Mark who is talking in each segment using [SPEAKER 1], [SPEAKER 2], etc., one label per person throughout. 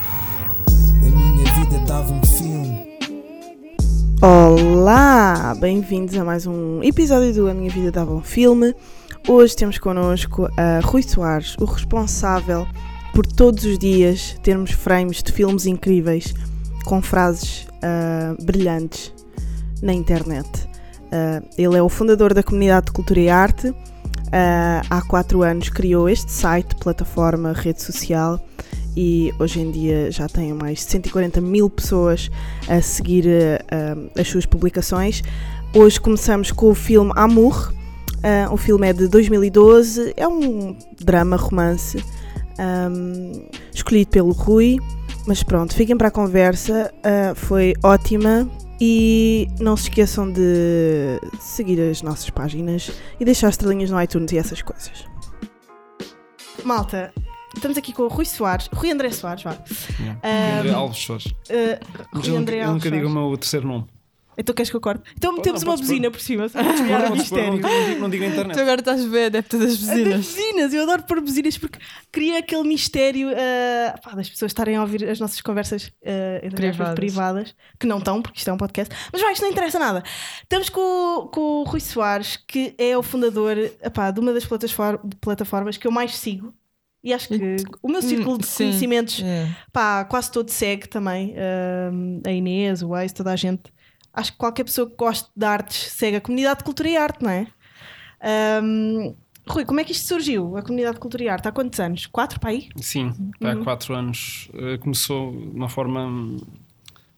[SPEAKER 1] A minha vida dava um filme.
[SPEAKER 2] Olá, bem-vindos a mais um episódio do A Minha Vida Dava um Filme. Hoje temos connosco a Rui Soares, o responsável por todos os dias termos frames de filmes incríveis com frases ah, brilhantes na internet. Ah, ele é o fundador da comunidade de cultura e arte. Ah, há quatro anos criou este site, plataforma, rede social e hoje em dia já tem mais de 140 mil pessoas a seguir eh, ah, as suas publicações. Hoje começamos com o filme Amour. Ah, o filme é de 2012, é um drama romance ahm, escolhido pelo Rui. Mas pronto, fiquem para a conversa, ah, foi ótima. E não se esqueçam de seguir as nossas páginas e deixar estrelinhas no iTunes e essas coisas. Malta, estamos aqui com o Rui Soares, Rui André Soares, vá.
[SPEAKER 3] Yeah.
[SPEAKER 2] Ahm,
[SPEAKER 3] André Alves Soares.
[SPEAKER 2] Eh,
[SPEAKER 3] Mas
[SPEAKER 2] Rui
[SPEAKER 3] eu nunca,
[SPEAKER 2] André
[SPEAKER 3] eu nunca
[SPEAKER 2] Alves
[SPEAKER 3] digo o
[SPEAKER 2] Soares.
[SPEAKER 3] meu terceiro nome.
[SPEAKER 2] Então queres que eu corte? Então metemos
[SPEAKER 3] não,
[SPEAKER 2] uma
[SPEAKER 3] podes
[SPEAKER 2] buzina por cima, só para desviar o
[SPEAKER 3] Não, se for, não,
[SPEAKER 2] mistério.
[SPEAKER 3] digo- não digo- não digo na
[SPEAKER 4] Tu
[SPEAKER 2] Então,
[SPEAKER 3] internet.
[SPEAKER 4] agora estás bem adepta das
[SPEAKER 2] Ah, Das
[SPEAKER 4] buzinas.
[SPEAKER 2] buzinas, eu adoro pôr buzinas porque cria aquele mistério ah, pá, das pessoas estarem a ouvir as nossas conversas ah, entre aspas,
[SPEAKER 4] Privadas.
[SPEAKER 2] privadas, que não estão, porque isto é um podcast. Mas vai, isto não interessa nada. Estamos com, o- com o Rui Soares, que é o fundador ah, pá, de uma das plataform- de plataformas que eu mais sigo. E acho
[SPEAKER 3] Hum,
[SPEAKER 2] que o meu círculo de
[SPEAKER 4] sim.
[SPEAKER 2] conhecimentos
[SPEAKER 4] É.
[SPEAKER 2] pá, quase todo segue também hum, a Inês, o Ace, toda a gente. Acho que qualquer pessoa que goste de artes segue a comunidade de cultura e arte, não é? Hum, Rui, como é que isto surgiu? A comunidade de cultura e arte? Há quantos anos? Quatro para aí?
[SPEAKER 3] Sim, há
[SPEAKER 2] Uhum.
[SPEAKER 3] quatro anos eh, começou de uma forma. hum,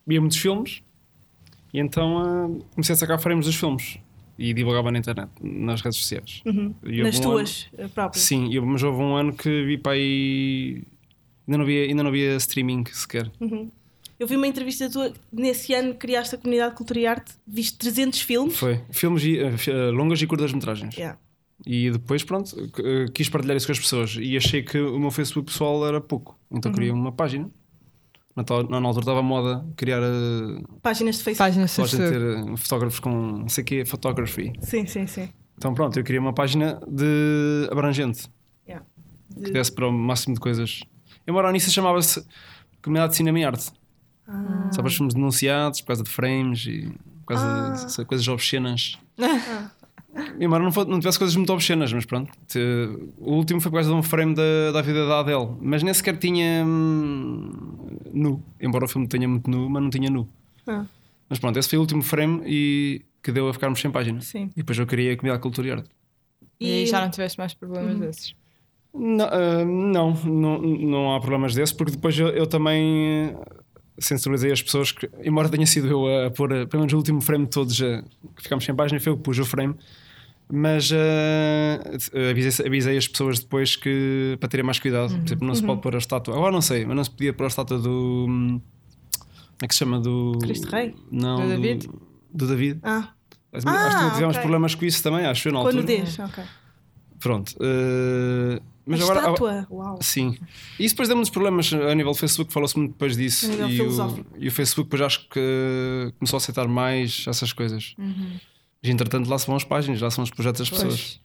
[SPEAKER 3] Via muitos filmes e então ah, comecei a sacar frames dos filmes e divulgava na internet, nas redes sociais. E houve
[SPEAKER 2] Uhum. Nas
[SPEAKER 3] um ano-
[SPEAKER 2] tuas eh, próprias?
[SPEAKER 3] Sim, e houve- mas houve um ano que vi para aí. Ainda não havia, ainda não havia streaming sequer.
[SPEAKER 2] Uhum. Eu vi uma entrevista tua, nesse ano criaste a comunidade de cultura e arte, viste 300 filmes.
[SPEAKER 3] Foi. Filmes e, eh, fi- eh, longas e curtas metragens.
[SPEAKER 2] Yeah.
[SPEAKER 3] E depois, pronto, qu- eh, quis partilhar isso com as pessoas e achei que o meu Facebook pessoal era pouco. Então criei uma página. Na, tal- na- na altura estava a moda criar eh, a
[SPEAKER 2] Páginas de Facebook.
[SPEAKER 4] Páginas
[SPEAKER 3] loja de
[SPEAKER 4] Facebook.
[SPEAKER 3] ter eh, fotógrafos com não sei o quê, photography.
[SPEAKER 2] Sim, sim, sim.
[SPEAKER 3] Então pronto, eu queria uma página de abrangente,
[SPEAKER 2] Yeah.
[SPEAKER 3] que desse para o máximo de coisas. Embora a Anissa chamava-se Comunidade de Cinema e Arte.
[SPEAKER 2] Ah.
[SPEAKER 3] Só para os filmes denunciados por causa de frames e por causa
[SPEAKER 2] Ah.
[SPEAKER 3] de coisas obscenas. Embora não, fo- não tivesse coisas muito obscenas, mas pronto. Te- o último foi por causa de um frame da, da vida da Adele, mas nem sequer tinha hum, nu. Embora o filme tenha muito nu, mas não tinha nu.
[SPEAKER 2] Ah.
[SPEAKER 3] Mas pronto, esse foi o último frame e que deu a ficarmos sem página.
[SPEAKER 2] Sim.
[SPEAKER 3] E depois eu queria a Comunidade de Cultura e Arte.
[SPEAKER 4] E Uhum. já não tiveste mais problemas desses.
[SPEAKER 3] Não, ah, não, não, não há problemas desse, porque depois eu, eu também ah, sensibilizei as pessoas que, embora tenha sido eu a pôr, ah, pelo menos o último frame de todos, ah, que ficámos sem página, foi eu que pus o frame, mas ah, avisei, avisei as pessoas depois que para terem mais
[SPEAKER 2] Uhum.
[SPEAKER 3] cuidado, por exemplo, não se pode pôr a estátua, agora não sei, mas não se podia pôr a estátua do. hum, Como é que se chama? Do.
[SPEAKER 2] Cristo Rei?
[SPEAKER 3] Não,
[SPEAKER 4] Do David?
[SPEAKER 3] Do David.
[SPEAKER 2] Ah,
[SPEAKER 3] Acho que tivemos
[SPEAKER 2] ok.
[SPEAKER 3] problemas com isso também, acho eu na
[SPEAKER 2] com a
[SPEAKER 3] altura.
[SPEAKER 2] nudez. ok.
[SPEAKER 3] Pronto. ah, mas
[SPEAKER 2] é a
[SPEAKER 3] agora,
[SPEAKER 2] estátua, uau.
[SPEAKER 3] Sim. E isso depois deu muitos problemas a nível do Facebook, falou-se muito depois disso.
[SPEAKER 2] A nível
[SPEAKER 3] e, o,
[SPEAKER 2] filosófico.
[SPEAKER 3] e o Facebook depois acho que começou a aceitar mais essas coisas.
[SPEAKER 2] Uhum.
[SPEAKER 3] Mas entretanto lá se vão as páginas, lá são os projetos das pessoas.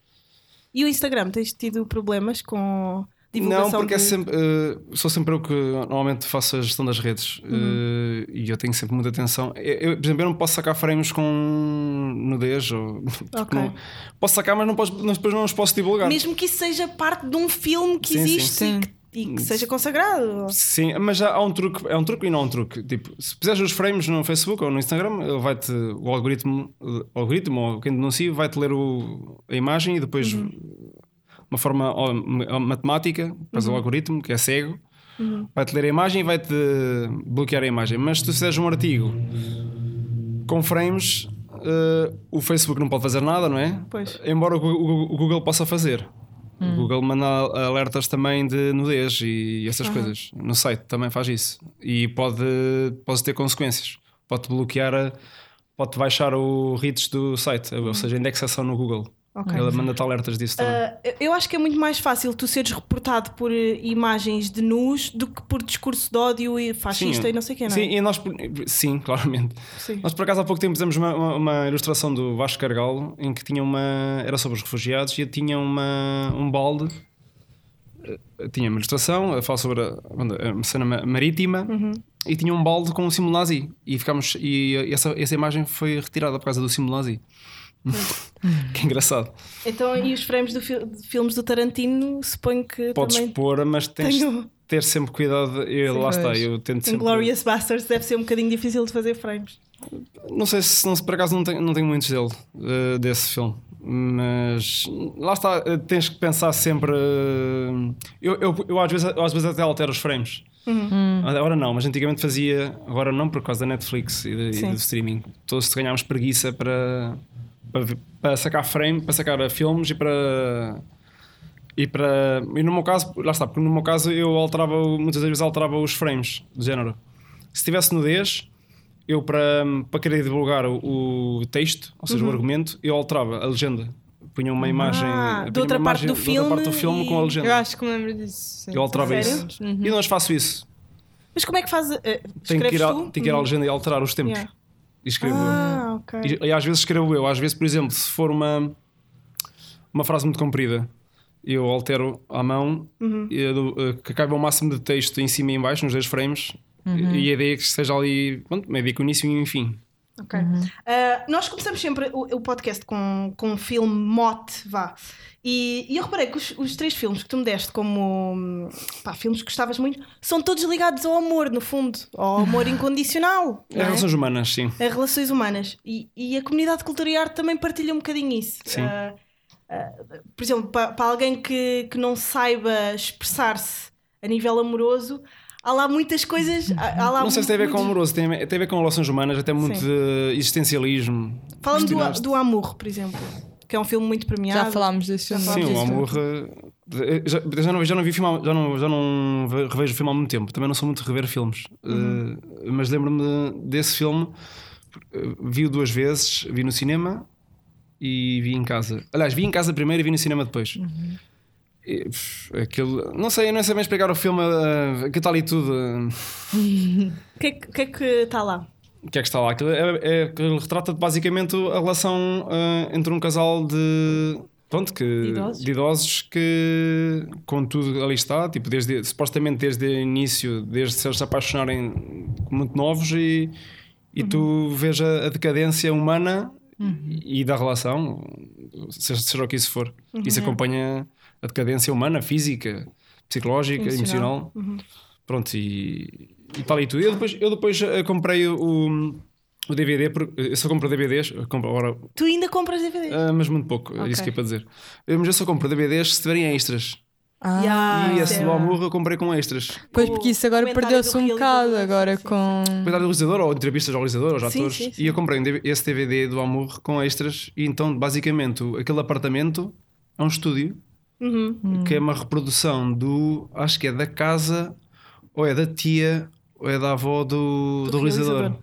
[SPEAKER 2] E o Instagram, tens tido problemas com divulgação
[SPEAKER 3] Não, porque é
[SPEAKER 2] de-
[SPEAKER 3] sempre, eh, sou sempre eu que normalmente faço a gestão das redes
[SPEAKER 2] Uhum.
[SPEAKER 3] eh, e eu tenho sempre muita atenção. Eu, eu, por exemplo, eu não posso sacar frames com nudez. Ou, porque
[SPEAKER 2] Ok.
[SPEAKER 3] não- posso sacar, mas não posso, não- depois não os posso divulgar.
[SPEAKER 2] Mesmo que isso seja parte de um filme que
[SPEAKER 3] Sim,
[SPEAKER 2] existe
[SPEAKER 4] sim.
[SPEAKER 2] E, que, e que seja consagrado.
[SPEAKER 3] Sim, mas já há um truque, é um truque e não há um truque. Tipo, se puseres os frames no Facebook ou no Instagram, ele vai-te, o algoritmo, o algoritmo ou quem denuncia vai-te ler o, a imagem e depois uma forma ó, ma- matemática, depois o algoritmo que é cego, vai-te ler a imagem e vai-te bloquear a imagem. Mas se tu fizeres um artigo com frames, eh, o Facebook não pode fazer nada, não é?
[SPEAKER 2] Pois.
[SPEAKER 3] Embora o, Gu- o Gu- o Google possa fazer.
[SPEAKER 2] Hum.
[SPEAKER 3] O Google manda alertas também de nudez e essas coisas. No site também faz isso. E pode, pode ter consequências. Pode bloquear, a- pode baixar o reach do site, ou seja, a indexação no Google.
[SPEAKER 5] Ok.
[SPEAKER 3] Ele manda-te alertas disso também.
[SPEAKER 2] Hum. Ah, eu- eu acho que é muito mais fácil tu seres reportado por eh, imagens de nus do que por discurso de ódio e fascista
[SPEAKER 3] Sim.
[SPEAKER 2] e não sei o que, não é?
[SPEAKER 3] Sim, e nós, sim, claramente.
[SPEAKER 2] Sim.
[SPEAKER 3] Nós por acaso há pouco tempo fizemos uma, uma- uma ilustração do Vasco Cargalo em que tinha uma. era sobre os refugiados e tinha uma, um balde. Eh, Tinha uma ilustração a falar sobre a, onde- a cena ma- marítima e tinha um balde com um símbolo nazi. E ficámos. E eh, essa, essa imagem foi retirada por causa do símbolo nazi. que engraçado.
[SPEAKER 2] Então, e os frames do fil- de filmes do Tarantino, suponho que
[SPEAKER 3] Podes
[SPEAKER 2] também.
[SPEAKER 3] pôr, mas tens de
[SPEAKER 2] tenho-
[SPEAKER 3] ter sempre cuidado. Eu,
[SPEAKER 4] Sim,
[SPEAKER 3] lá está,
[SPEAKER 4] pois.
[SPEAKER 3] eu tento sempre.
[SPEAKER 2] Inglorious Bastards deve ser um bocadinho difícil de fazer frames.
[SPEAKER 3] Não sei se, não, se por acaso não tenho, não tenho muitos dele, eh, desse filme. Mas lá está, eh, tens que pensar sempre. eh, eu, eu, eu às, vezes, às vezes até altero os frames. Uhum. Agora não, mas antigamente fazia, agora não por causa da Netflix e, de- e
[SPEAKER 2] Sim.
[SPEAKER 3] do streaming. Todos ganhámos preguiça para, para, ver- para sacar frame, para sacar filmes e para. E para. E no meu caso, lá está, porque no meu caso eu alterava, o- muitas vezes alterava os frames, do género. Se tivesse nudez, eu para, para querer divulgar o, o texto, ou
[SPEAKER 2] Uhum.
[SPEAKER 3] seja, o argumento, eu alterava a legenda. Punha uma imagem.
[SPEAKER 2] Ah,
[SPEAKER 3] punha
[SPEAKER 2] de outra
[SPEAKER 3] uma
[SPEAKER 2] parte
[SPEAKER 3] imagem
[SPEAKER 2] do
[SPEAKER 3] de outra parte do
[SPEAKER 2] filme
[SPEAKER 3] filme
[SPEAKER 2] e-
[SPEAKER 3] com a legenda.
[SPEAKER 4] Eu acho que me lembro disso. sim.
[SPEAKER 3] Eu alterava
[SPEAKER 2] Sério?
[SPEAKER 3] isso. E nós faço isso.
[SPEAKER 2] Mas como é que faz. eh,
[SPEAKER 3] Tenho que,
[SPEAKER 2] escreves
[SPEAKER 3] ir a,
[SPEAKER 2] tu? Uhum.
[SPEAKER 3] tenho que ir à legenda e alterar os tempos.
[SPEAKER 2] Yeah.
[SPEAKER 3] E escrevo eu.
[SPEAKER 2] Ah, ok.
[SPEAKER 3] E, e às vezes escrevo eu, às vezes, por exemplo, se for uma, uma frase muito comprida, eu altero à mão
[SPEAKER 2] Uhum.
[SPEAKER 3] e eu dou- eh, que caiba o máximo de texto em cima e em baixo, nos dois frames,
[SPEAKER 2] Uhum.
[SPEAKER 3] e, e a ideia é que esteja ali, pronto, meio que o início e o fim.
[SPEAKER 2] Ok. Uh, nós começamos sempre o, o podcast com, com um filme mote, vá. E, e eu reparei que os, os três filmes que tu me deste como hum, pá, filmes que gostavas muito são todos ligados ao amor, no fundo, ao amor incondicional,
[SPEAKER 3] As
[SPEAKER 2] não é?
[SPEAKER 3] relações humanas, sim.
[SPEAKER 2] a relações humanas. E, e a comunidade de cultura e arte também partilha um bocadinho isso.
[SPEAKER 3] Sim.
[SPEAKER 2] Uh, uh, por exemplo, pa- para, alguém que, que não saiba expressar-se a nível amoroso, há lá muitas coisas. Há, há lá
[SPEAKER 3] Não sei se tem a ver com
[SPEAKER 2] muitos-
[SPEAKER 3] amoroso, tem, tem a ver com relações humanas, até muito
[SPEAKER 2] Sim.
[SPEAKER 3] de existencialismo.
[SPEAKER 2] Fala-me do,
[SPEAKER 3] Questionaste.
[SPEAKER 2] do Amor, por exemplo, que é um filme muito premiado.
[SPEAKER 4] Já falámos desse
[SPEAKER 2] Já
[SPEAKER 3] Sim,
[SPEAKER 4] filme.
[SPEAKER 3] o
[SPEAKER 2] falámos
[SPEAKER 3] amor. eh, eh, Já, já, não, já não vi filme, há- já não, já não ve- revejo filme há muito tempo. Também não sou muito de rever filmes.
[SPEAKER 2] Uhum.
[SPEAKER 3] Eh, mas lembro-me de- desse filme. eh, Vi-o duas vezes. Vi no cinema e vi em casa. Aliás, vi em casa primeiro e vi no cinema depois.
[SPEAKER 2] Uhum.
[SPEAKER 3] E, pff, aquilo, não sei, não sei bem explicar o filme. eh, que está ali tudo. eh,
[SPEAKER 2] O que, é que- o que é que está lá?
[SPEAKER 3] O que é que está lá? Aquilo, é, é, aquilo retrata basicamente a relação ah, entre um casal de. Pronto, que,
[SPEAKER 2] De idosos.
[SPEAKER 3] idosos que, com tudo ali está, tipo, desde, supostamente desde o início, desde se eles se apaixonarem muito novos e, e tu vês a, a decadência humana e, e da relação, seja, seja o que isso for. Isso acompanha a decadência humana, física, psicológica, emocional.
[SPEAKER 2] Emocional.
[SPEAKER 3] Pronto, e, e tal e tudo. Eu depois, eu depois eh, comprei o, o DVD, porque eu só compro DVDs, eu compro agora,
[SPEAKER 2] Tu ainda compras DVDs?
[SPEAKER 3] ah, mas muito pouco, é isso que é para dizer. Eu, mas eu só compro DVDs se tiverem extras.
[SPEAKER 4] Ah,
[SPEAKER 2] Yeah. é
[SPEAKER 3] e esse
[SPEAKER 2] sim.
[SPEAKER 3] do Amor eu comprei com extras.
[SPEAKER 4] Pois
[SPEAKER 2] O
[SPEAKER 4] porque isso agora
[SPEAKER 2] comentário
[SPEAKER 4] perdeu-se
[SPEAKER 2] do
[SPEAKER 4] um
[SPEAKER 2] realizador,
[SPEAKER 4] bocado agora
[SPEAKER 2] sim, sim.
[SPEAKER 4] com.
[SPEAKER 3] Cuidado do realizador, ou entrevistas ao realizador, aos
[SPEAKER 2] Sim,
[SPEAKER 3] atores.
[SPEAKER 2] sim, sim.
[SPEAKER 3] E eu comprei um DV esse DVD do Amor com extras. E então, basicamente, o- aquele apartamento é um estúdio
[SPEAKER 2] Uhum.
[SPEAKER 3] que é uma reprodução do. Acho que é da casa, ou é da tia, ou é da avó do, do, realizador.
[SPEAKER 2] realizador.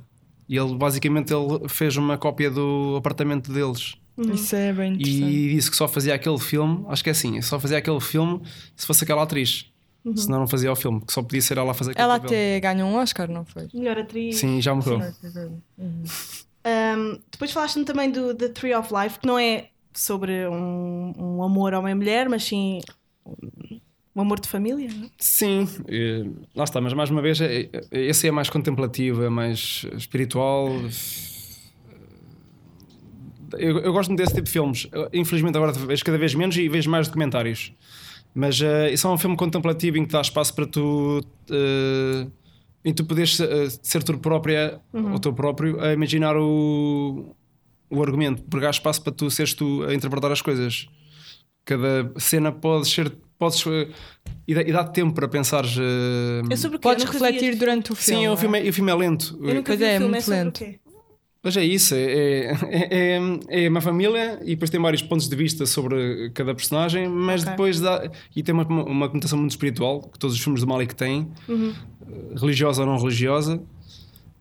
[SPEAKER 3] E ele, basicamente, ele fez uma cópia do apartamento deles.
[SPEAKER 4] Isso é bem interessante.
[SPEAKER 3] E disse que só fazia aquele filme, acho que é assim, só fazia aquele filme se fosse aquela atriz.
[SPEAKER 2] Uhum.
[SPEAKER 3] Senão não fazia o filme, que só podia ser ela a fazer aquele
[SPEAKER 4] Ela
[SPEAKER 3] papel.
[SPEAKER 4] até ganhou um Oscar, não foi?
[SPEAKER 2] Melhor atriz.
[SPEAKER 3] Sim, já morreu.
[SPEAKER 2] Um, depois falaste-me também do The Tree of Life, que não é sobre um, um amor homem e mulher, mas sim um- um amor de família. não é?
[SPEAKER 3] Sim, eh, lá está, mas mais uma vez, eh, eh, esse é mais contemplativo, é mais espiritual. Eu, eu gosto muito desse tipo de filmes. Eu, Infelizmente, agora vejo cada vez menos e vejo mais documentários. Mas eh, isso é um filme contemplativo em que dá espaço para tu. eh, em tu poderes eh, ser tu própria ou teu próprio a imaginar o, o argumento, porque há espaço para tu seres tu a interpretar as coisas cada cena pode ser podes eh, e dá- e dá-te tempo para pensares eh,
[SPEAKER 2] É sobre o quê?
[SPEAKER 4] Podes
[SPEAKER 2] Eu nunca vi
[SPEAKER 4] refletir
[SPEAKER 2] este-
[SPEAKER 4] durante o filme.
[SPEAKER 3] sim o
[SPEAKER 4] não é?
[SPEAKER 3] filme, é, o filme é lento
[SPEAKER 2] Eu nunca
[SPEAKER 4] Pois
[SPEAKER 2] vi
[SPEAKER 4] é,
[SPEAKER 2] o filme,
[SPEAKER 4] muito
[SPEAKER 2] é sobre
[SPEAKER 4] lento.
[SPEAKER 2] o quê?
[SPEAKER 3] mas é isso é, é, é, é uma família e depois tem vários pontos de vista sobre cada personagem mas
[SPEAKER 2] Ok.
[SPEAKER 3] depois dá e tem uma, uma
[SPEAKER 4] Uhum.
[SPEAKER 3] conotação muito espiritual que todos os filmes do Malik têm eh, religiosa ou não religiosa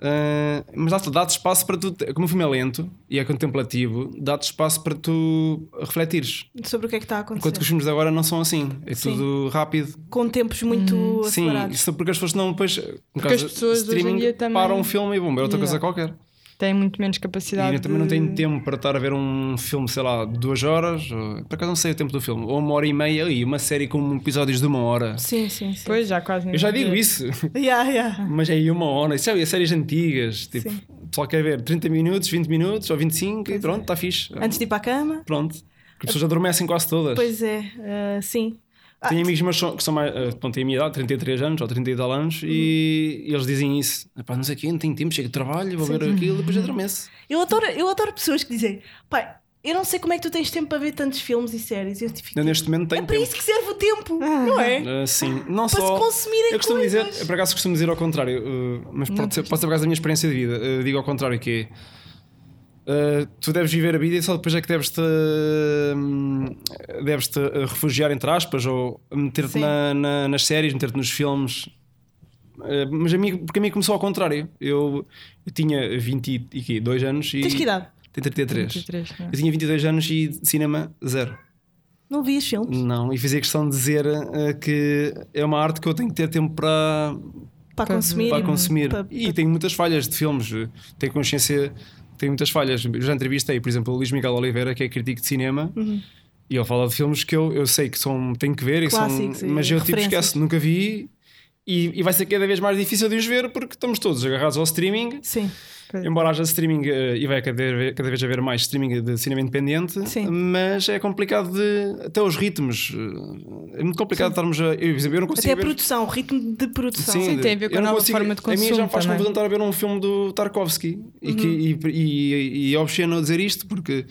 [SPEAKER 3] Ah, mas dá-te dá espaço para tu, como o filme é lento e é contemplativo, dá-te espaço para tu refletires.
[SPEAKER 2] Sobre o que é que está a
[SPEAKER 3] Enquanto que os
[SPEAKER 2] acontecer.
[SPEAKER 3] filmes de agora não são assim, é
[SPEAKER 2] Sim.
[SPEAKER 3] tudo rápido.
[SPEAKER 2] Com tempos muito
[SPEAKER 4] Hum,
[SPEAKER 3] Sim,
[SPEAKER 2] acelerados.
[SPEAKER 3] isso porque as pessoas não, depois, por
[SPEAKER 4] as pessoas hoje em dia também-
[SPEAKER 3] param um filme e bom, é outra coisa
[SPEAKER 4] Yeah.
[SPEAKER 3] qualquer.
[SPEAKER 4] Tem muito menos capacidade.
[SPEAKER 3] E eu também não tenho
[SPEAKER 4] de-
[SPEAKER 3] tempo para estar a ver um filme, sei lá, de duas horas, ou, por acaso não sei o tempo do filme, ou uma hora e meia, e uma série com episódios de uma hora.
[SPEAKER 2] Sim, é. sim, sim.
[SPEAKER 4] Pois, já quase
[SPEAKER 3] Eu já digo isso,
[SPEAKER 2] Yeah, yeah.
[SPEAKER 3] mas é aí uma hora. Isso é séries antigas, tipo, o pessoal quer ver 30 minutos, 20 minutos ou 25 e pronto, está fixe.
[SPEAKER 2] é. Antes de ir para a cama.
[SPEAKER 3] Pronto. Porque as pessoas adormecem quase todas.
[SPEAKER 2] Pois é, ah, sim. Ah,
[SPEAKER 3] Tenho amigos meus são- que são mais. eh, Bom, têm a minha idade, 33 anos ou 30 e tal anos, e
[SPEAKER 2] Uhum.
[SPEAKER 3] eles dizem isso. Epá, não sei o quê, não tenho tempo, chego de trabalho, vou ver aquilo, depois adormeço.
[SPEAKER 2] eu, adoro, eu adoro pessoas que dizem: pai, eu não sei como é que tu tens tempo para ver tantos filmes e séries. Eu te fico,
[SPEAKER 3] Eu neste momento
[SPEAKER 2] é
[SPEAKER 3] tenho
[SPEAKER 2] para
[SPEAKER 3] tempo.
[SPEAKER 2] isso que serve o tempo, não é?
[SPEAKER 3] Ah, sim, não
[SPEAKER 2] Para
[SPEAKER 3] só.
[SPEAKER 2] se consumirem
[SPEAKER 3] eu costumo dizer,
[SPEAKER 2] coisas.
[SPEAKER 3] eu por acaso costumo dizer ao contrário, eh, mas pode ser, pode ser por causa da minha experiência de vida. eh, digo ao contrário que é. eh, tu deves viver a vida e só depois é que deves te deves te ah, refugiar entre aspas ou meter-te
[SPEAKER 2] Sim.
[SPEAKER 3] na- na- nas séries, meter-te nos filmes. Eh, mas a mim, porque a mim começou ao contrário. Eu, eu tinha 22 anos e.
[SPEAKER 2] Tens que idade?
[SPEAKER 3] Tenho 33.
[SPEAKER 4] 33, não é?
[SPEAKER 3] Eu tinha 22 anos e de cinema zero.
[SPEAKER 2] Não vi os filmes?
[SPEAKER 3] Não, e fazia questão de dizer eh, que é uma arte que eu tenho que ter tempo para,
[SPEAKER 2] Para
[SPEAKER 4] Para
[SPEAKER 2] consumir.
[SPEAKER 3] para consumir.
[SPEAKER 2] Para-
[SPEAKER 3] E tenho muitas falhas de filmes, eh, tenho consciência, tenho muitas falhas. Eu já entrevistei, por exemplo, o Luís Miguel Oliveira, que é crítico de cinema,
[SPEAKER 2] Uhum.
[SPEAKER 3] e ele fala de filmes que eu, eu sei que são, tenho que ver, e são,
[SPEAKER 2] Clássicos e
[SPEAKER 3] mas eu tipo
[SPEAKER 2] referências.
[SPEAKER 3] esqueço, nunca vi. E, e vai ser cada vez mais difícil de os ver porque estamos todos agarrados ao streaming.
[SPEAKER 2] Sim.
[SPEAKER 3] Embora haja streaming eh, e vai cada vez, cada vez haver mais streaming de cinema independente,
[SPEAKER 2] Sim.
[SPEAKER 3] mas é complicado de. Até os ritmos. eh, É muito complicado estarmos a. Eu, por exemplo, eu não consigo.
[SPEAKER 2] Até a
[SPEAKER 3] ver-
[SPEAKER 2] produção, o ritmo de produção.
[SPEAKER 3] Sim,
[SPEAKER 4] Sim, tem a ver com
[SPEAKER 3] eu
[SPEAKER 4] a
[SPEAKER 3] não
[SPEAKER 4] nova
[SPEAKER 3] consigo-
[SPEAKER 4] forma de
[SPEAKER 3] A mim já me
[SPEAKER 4] consumo
[SPEAKER 3] faz
[SPEAKER 4] também. Uhum.
[SPEAKER 3] confusão estar a ver um filme do Tarkovsky e, que, e, e, e é obsceno dizer isto porque.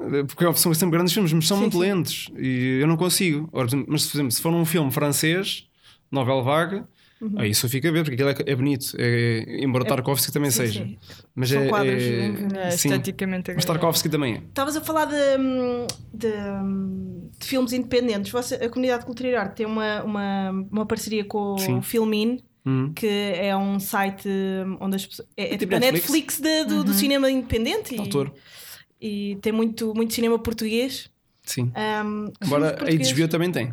[SPEAKER 3] eh, Porque é são sempre grandes filmes, mas são muito lentos e eu não consigo. Ora, por exemplo, mas, por exemplo, se for um filme francês, Novel Vague,
[SPEAKER 4] Uhum.
[SPEAKER 3] aí só fica a ver, porque aquilo é, é bonito. É, embora Tarkovsky também seja.
[SPEAKER 2] sim.
[SPEAKER 3] Mas
[SPEAKER 2] São
[SPEAKER 3] é,
[SPEAKER 2] quadros,
[SPEAKER 3] é,
[SPEAKER 4] É,
[SPEAKER 3] sim.
[SPEAKER 4] esteticamente
[SPEAKER 3] Mas
[SPEAKER 4] agradável.
[SPEAKER 3] Tarkovsky também é.
[SPEAKER 2] Estavas a falar de, hum, de, hum, de filmes independentes. Você- a comunidade de cultura e arte tem uma, uma, uma parceria com
[SPEAKER 3] Sim.
[SPEAKER 2] o Filmin,
[SPEAKER 3] Uhum.
[SPEAKER 2] que é um site hum, onde as pessoas. É, é
[SPEAKER 3] tipo
[SPEAKER 2] tipo a
[SPEAKER 3] Netflix.
[SPEAKER 2] Netflix, de- do, do cinema independente.
[SPEAKER 3] De
[SPEAKER 2] e-
[SPEAKER 3] Autor.
[SPEAKER 2] E, tem muito, muito cinema português.
[SPEAKER 3] Sim.
[SPEAKER 2] Hum,
[SPEAKER 3] Embora a
[SPEAKER 2] filmes portugueses.
[SPEAKER 3] HBO também tem.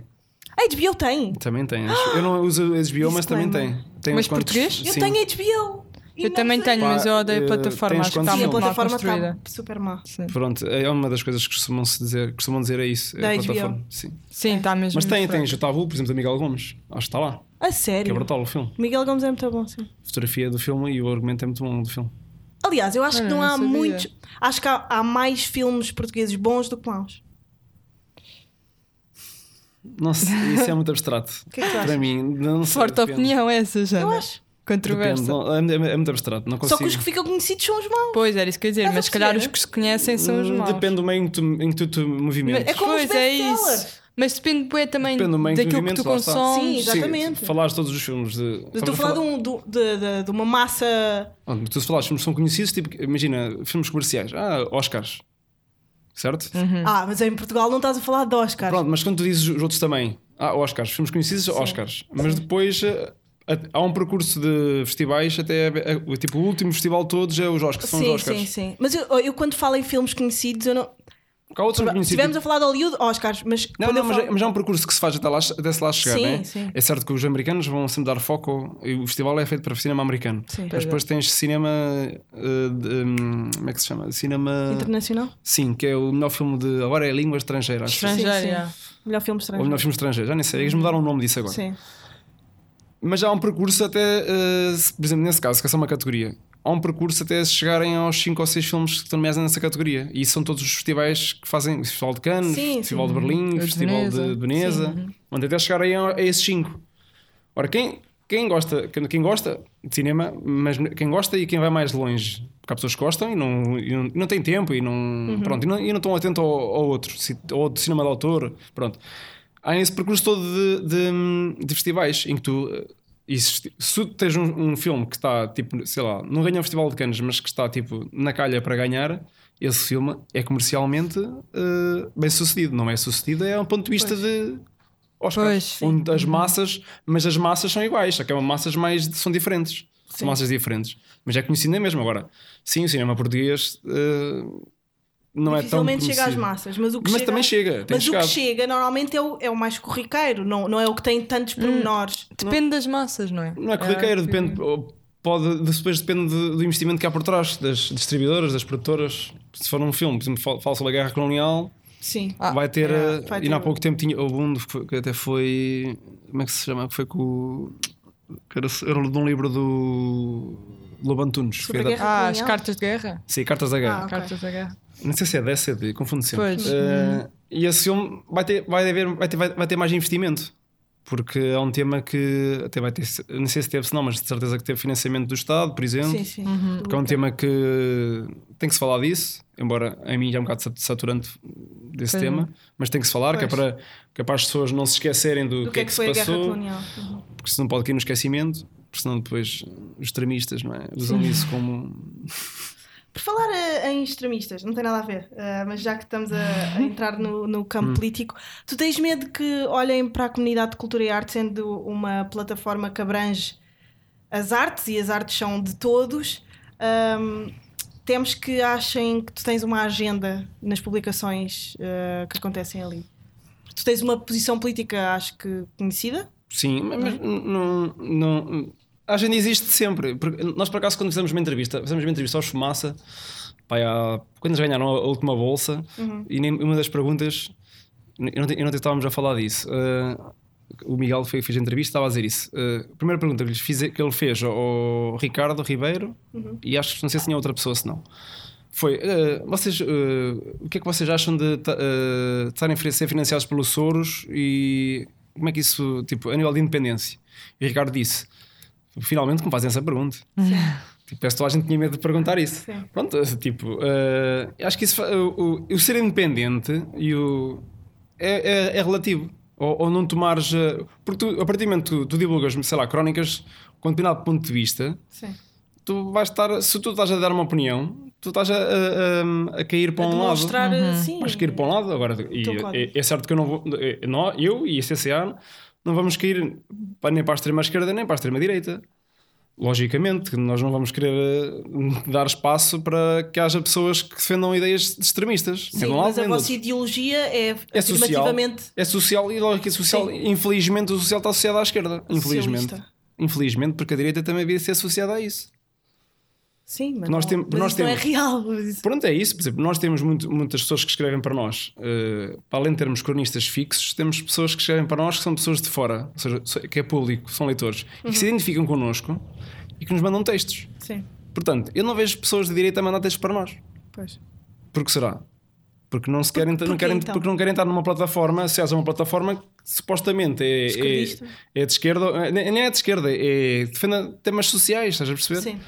[SPEAKER 2] A HBO tem!
[SPEAKER 3] Também tem. acho. Eu não uso a HBO, mas também tem.
[SPEAKER 2] Disclaimer.
[SPEAKER 3] tem
[SPEAKER 4] Mas
[SPEAKER 3] uns quantos-
[SPEAKER 4] português?
[SPEAKER 2] Eu
[SPEAKER 3] sim.
[SPEAKER 2] tenho HBO! E
[SPEAKER 4] Eu
[SPEAKER 2] não
[SPEAKER 4] também
[SPEAKER 2] sei-
[SPEAKER 4] tenho, mas eu odeio
[SPEAKER 3] Pá,
[SPEAKER 4] a
[SPEAKER 3] eh,
[SPEAKER 4] plataforma. Acho que
[SPEAKER 3] tens
[SPEAKER 4] está
[SPEAKER 2] Sim, a
[SPEAKER 4] muito mal
[SPEAKER 2] plataforma
[SPEAKER 4] construída.
[SPEAKER 2] está super má.
[SPEAKER 4] Sim.
[SPEAKER 3] Pronto, é uma das coisas que costumam, -se dizer, costumam dizer é isso. É
[SPEAKER 2] Da
[SPEAKER 3] a
[SPEAKER 2] HBO.
[SPEAKER 3] plataforma. Sim.
[SPEAKER 4] Sim, está mesmo.
[SPEAKER 3] Mas tem, tem
[SPEAKER 4] fraco.
[SPEAKER 3] o Tabu, por exemplo, da Miguel Gomes. Acho que está lá.
[SPEAKER 2] A
[SPEAKER 3] Que é
[SPEAKER 2] sério.
[SPEAKER 3] brutal o filme.
[SPEAKER 2] Miguel Gomes é muito bom, sim.
[SPEAKER 3] A fotografia do filme e o argumento é muito bom do filme.
[SPEAKER 2] Aliás, eu acho
[SPEAKER 4] Olha,
[SPEAKER 2] que não
[SPEAKER 4] Ah, não
[SPEAKER 2] há
[SPEAKER 4] sabia.
[SPEAKER 2] muitos. Acho que há, há mais filmes portugueses bons do que maus.
[SPEAKER 3] Não sei, isso é muito abstrato.
[SPEAKER 2] que é que tu
[SPEAKER 3] Para
[SPEAKER 2] achas?
[SPEAKER 3] mim, não sei.
[SPEAKER 4] Forte
[SPEAKER 3] depende.
[SPEAKER 4] opinião essa, já. é?
[SPEAKER 2] Eu acho.
[SPEAKER 3] Depende,
[SPEAKER 4] Controversa.
[SPEAKER 3] não, é, é muito abstrato. Não
[SPEAKER 2] Só
[SPEAKER 3] consigo.
[SPEAKER 2] que os que ficam conhecidos são os maus.
[SPEAKER 4] Pois, era isso que eu ia dizer,
[SPEAKER 2] Estás a
[SPEAKER 4] mas se calhar os
[SPEAKER 2] perceber?
[SPEAKER 4] que se conhecem são os
[SPEAKER 3] Hum,
[SPEAKER 4] maus.
[SPEAKER 3] Depende do meio em que tu, em que tu te movimentas.
[SPEAKER 2] É como os
[SPEAKER 4] pois, é
[SPEAKER 2] best-seller.
[SPEAKER 4] isso. Mas depende bué, também
[SPEAKER 3] Depende do meio que
[SPEAKER 4] daquilo que
[SPEAKER 3] movimentos,
[SPEAKER 4] tu
[SPEAKER 3] lá está.
[SPEAKER 2] Sim,
[SPEAKER 4] consomes.
[SPEAKER 2] já- Exatamente.
[SPEAKER 3] Sim, falares todos os filmes de.
[SPEAKER 2] Eu Estou a falar de, um- do- de- de- de uma massa.
[SPEAKER 3] Bom, Tu se falares filmes que são conhecidos, tipo, imagina, filmes comerciais, ah, Oscars, certo?
[SPEAKER 4] Hum.
[SPEAKER 2] Ah, mas em Portugal não estás a falar de Oscar.
[SPEAKER 3] Pronto, mas quando tu dizes os outros também, ah, Oscars, filmes conhecidos, Oscars, mas depois eh, a- há um percurso de festivais até, eh, o- tipo, o último festival de todos é os Oscars, são os
[SPEAKER 2] Sim,
[SPEAKER 3] Oscars.
[SPEAKER 2] sim, sim. Mas eu, eu quando falo em filmes conhecidos, eu não.
[SPEAKER 3] Porque Há outros filmes conhecidos.
[SPEAKER 2] Estivemos
[SPEAKER 3] tipo,
[SPEAKER 2] a falar de Hollywood, Oscars, mas.
[SPEAKER 3] Não,
[SPEAKER 2] quando
[SPEAKER 3] não,
[SPEAKER 2] eu
[SPEAKER 3] mas, é-
[SPEAKER 2] falo-
[SPEAKER 3] mas há um percurso que se faz até, lá, até se lá chegar,
[SPEAKER 2] Sim,
[SPEAKER 3] né?
[SPEAKER 2] sim.
[SPEAKER 3] É certo que os americanos vão sempre dar foco, e o festival é feito para cinema americano.
[SPEAKER 2] Sim. é.
[SPEAKER 3] Mas depois tens cinema. eh, de, hum, como é que se chama? Cinema.
[SPEAKER 2] Internacional?
[SPEAKER 3] Sim, que é o melhor filme de. Agora é língua estrangeira, acho. que é.
[SPEAKER 4] Estrangeira.
[SPEAKER 2] Sim, sim.
[SPEAKER 4] já.
[SPEAKER 2] Melhor filme
[SPEAKER 3] Ou
[SPEAKER 2] estrangeiro.
[SPEAKER 3] melhor filme estrangeiro, já nem sei. Eles mudaram o nome disso agora.
[SPEAKER 2] Sim.
[SPEAKER 3] Mas há um percurso até. eh, se- por exemplo, nesse caso, que é só uma categoria. Há um percurso até se chegarem aos 5 ou 6 filmes que estão nomeados nessa categoria. E isso são todos os festivais que fazem. O Festival de Cannes,
[SPEAKER 2] Sim,
[SPEAKER 3] o Festival de Berlim, o
[SPEAKER 4] de
[SPEAKER 3] Festival de
[SPEAKER 4] Veneza.
[SPEAKER 3] Veneza. Onde até chegarem a, a esses 5. Ora, quem, quem, gosta, quem, quem gosta de cinema, mas quem gosta e quem vai mais longe. Porque há pessoas que gostam e não, e não, e não têm tempo e não, pronto, e não, e não estão atentos ao, ao outro, ci- ou de cinema de autor. Pronto. Há esse percurso todo de, de- de festivais em que tu. eh, e se, se tu tens um, um filme que está, tipo, sei lá, não ganha o Festival de Cannes, mas que está, tipo, na calha para ganhar, esse filme é comercialmente eh, bem sucedido. Não é sucedido, é um ponto de vista de Oscars,
[SPEAKER 4] Pois, sim.
[SPEAKER 3] um,
[SPEAKER 2] Uhum.
[SPEAKER 3] onde as massas, mas as massas são iguais, só que é uma- massas mais são diferentes. romances diferentes, mas é conhecido na mesma. Agora, sim, o cinema português eh, não é tão.
[SPEAKER 2] Dificilmente chega às
[SPEAKER 3] conhecido.
[SPEAKER 2] massas, mas o que
[SPEAKER 3] Mas
[SPEAKER 2] chega...
[SPEAKER 3] também chega, tem
[SPEAKER 2] Mas o
[SPEAKER 3] chegado.
[SPEAKER 2] que chega normalmente é o, é o mais corriqueiro, não, não é o que tem tantos pormenores.
[SPEAKER 4] Depende das massas, não é?
[SPEAKER 3] Não é corriqueiro,
[SPEAKER 4] Ah,
[SPEAKER 3] depende. ou Pode, depois depende de- do investimento que há por trás, das distribuidoras, das produtoras. Se for um filme, por exemplo, fal- fala sobre a guerra colonial,
[SPEAKER 2] Sim.
[SPEAKER 4] Ah,
[SPEAKER 3] vai ter.
[SPEAKER 2] é,
[SPEAKER 3] eh,
[SPEAKER 2] vai
[SPEAKER 3] e
[SPEAKER 2] ter-
[SPEAKER 3] há pouco tempo tinha. Houve um que foi- que até foi. Como é que se chama? Que foi com. o- Que era, era de um livro do. Lobo Antunes.
[SPEAKER 2] Sobre
[SPEAKER 3] que
[SPEAKER 2] a
[SPEAKER 3] era-
[SPEAKER 2] guerra
[SPEAKER 4] Ah, as
[SPEAKER 2] colonial.
[SPEAKER 4] cartas de guerra?
[SPEAKER 3] Sim, Cartas da Guerra.
[SPEAKER 2] Ah, Ok.
[SPEAKER 4] Cartas da guerra.
[SPEAKER 3] Não sei se é dessa, CD, confundo sempre.
[SPEAKER 4] Pois.
[SPEAKER 3] Eh,
[SPEAKER 2] Uhum.
[SPEAKER 3] e esse filme vai ter, vai, haver, vai, ter, vai, vai ter mais investimento. Porque é um tema que até vai ter, não sei se teve, se não, mas de certeza que teve financiamento do Estado, por exemplo.
[SPEAKER 2] Sim, sim.
[SPEAKER 3] Porque é um tema que tem que se falar disso, embora a mim já é um bocado sat- saturante desse
[SPEAKER 4] Pois
[SPEAKER 3] tema, mas tem que se falar, que é,
[SPEAKER 2] Pois.
[SPEAKER 3] para, que é para as pessoas não se esquecerem do,
[SPEAKER 2] Do que é que
[SPEAKER 3] se
[SPEAKER 2] foi a guerra
[SPEAKER 3] passou,
[SPEAKER 2] colonial? Uhum.
[SPEAKER 3] porque senão pode cair no esquecimento, porque senão depois os extremistas não é? usam isso como.
[SPEAKER 2] Por falar eh, em extremistas, não tem nada a ver, eh, mas já que estamos a, a entrar no, no
[SPEAKER 3] Hum.
[SPEAKER 2] campo político, tu tens medo que olhem para a comunidade de cultura e arte sendo uma plataforma que abrange as artes e as artes são de todos? ahm, temos que achem que tu tens uma agenda nas publicações eh, que acontecem ali. Tu tens uma posição política, acho que conhecida.
[SPEAKER 3] Sim, mas mas não, não. A agenda existe sempre. Porque Nós, por acaso, quando fizemos uma entrevista, fizemos uma entrevista aos Fumaça, pá, há- quando eles ganharam a última bolsa, e nem- uma das perguntas, eu não, te- eu não te estávamos a falar disso. ah, o Miguel foi, fez a entrevista estava a dizer isso. Ah, a primeira pergunta que, lhes fiz- que ele fez ao- ao Ricardo Ribeiro, e acho que não sei se tinha outra pessoa, se não. Foi, ah, vocês, ah, o que é que vocês acham de ta- ah, de estarem a ser financiados pelo Soros e como é que isso, tipo, a nível de independência? E o Ricardo disse, finalmente que me fazem essa pergunta. Tipo, parece que toda a gente tinha medo de perguntar isso.
[SPEAKER 2] Sim.
[SPEAKER 3] Pronto, tipo, ah, acho que isso, fa- o, o- o ser independente e o, é, é- é relativo. Ou, ou não tomares. ah, Porque tu, a partir do momento que tu, tu divulgas, sei lá, crónicas com determinado ponto de vista,
[SPEAKER 2] Sim.
[SPEAKER 3] tu vais estar. Se tu estás a dar uma opinião, tu estás a, a- a- a cair para
[SPEAKER 2] a
[SPEAKER 3] um lado.
[SPEAKER 2] demonstrar, assim.
[SPEAKER 3] Vais cair para um lado. Agora, e
[SPEAKER 2] Teu código.
[SPEAKER 3] é, é certo que eu não vou. é- nó- eu e a CCA não vamos cair para- nem para a extrema esquerda nem para a extrema direita. Logicamente, que nós não vamos querer eh, dar espaço para que haja pessoas que defendam ideias extremistas. nem
[SPEAKER 2] Sim,
[SPEAKER 3] de um lado,
[SPEAKER 2] mas a
[SPEAKER 3] nem do
[SPEAKER 2] vossa
[SPEAKER 3] outro.
[SPEAKER 2] ideologia é,
[SPEAKER 3] É social.
[SPEAKER 2] afirmativamente
[SPEAKER 3] É social e lógico que é social.
[SPEAKER 2] Sim.
[SPEAKER 3] Infelizmente, o social está associado à esquerda. Infelizmente.
[SPEAKER 2] Socialista.
[SPEAKER 3] Infelizmente, porque a direita também devia ser associada a isso.
[SPEAKER 2] Sim, mas,
[SPEAKER 3] Nós
[SPEAKER 2] não,
[SPEAKER 3] temos-
[SPEAKER 2] mas
[SPEAKER 3] nós
[SPEAKER 2] isso não é
[SPEAKER 3] temos-
[SPEAKER 2] real. mas isso-
[SPEAKER 3] Pronto, é isso. Por exemplo, nós temos muito- muitas pessoas que escrevem para nós. eh, para além de termos cronistas fixos, temos pessoas que escrevem para nós que são pessoas de fora, ou seja, so- que é público, são leitores, e
[SPEAKER 2] Uhum.
[SPEAKER 3] que se identificam connosco e que nos mandam textos.
[SPEAKER 2] Sim,
[SPEAKER 3] Portanto, eu não vejo pessoas de direita a mandar textos para nós.
[SPEAKER 2] pois.
[SPEAKER 3] Porque será? Porque não, se querem,
[SPEAKER 2] Por-
[SPEAKER 3] não
[SPEAKER 2] porquê,
[SPEAKER 3] querem,
[SPEAKER 2] então?
[SPEAKER 3] porque não querem estar numa plataforma, associados a uma plataforma que supostamente é, é,
[SPEAKER 2] Esquerdista.
[SPEAKER 3] é de esquerda, nem nem é de esquerda, é defende temas sociais, estás a perceber?
[SPEAKER 2] Sim.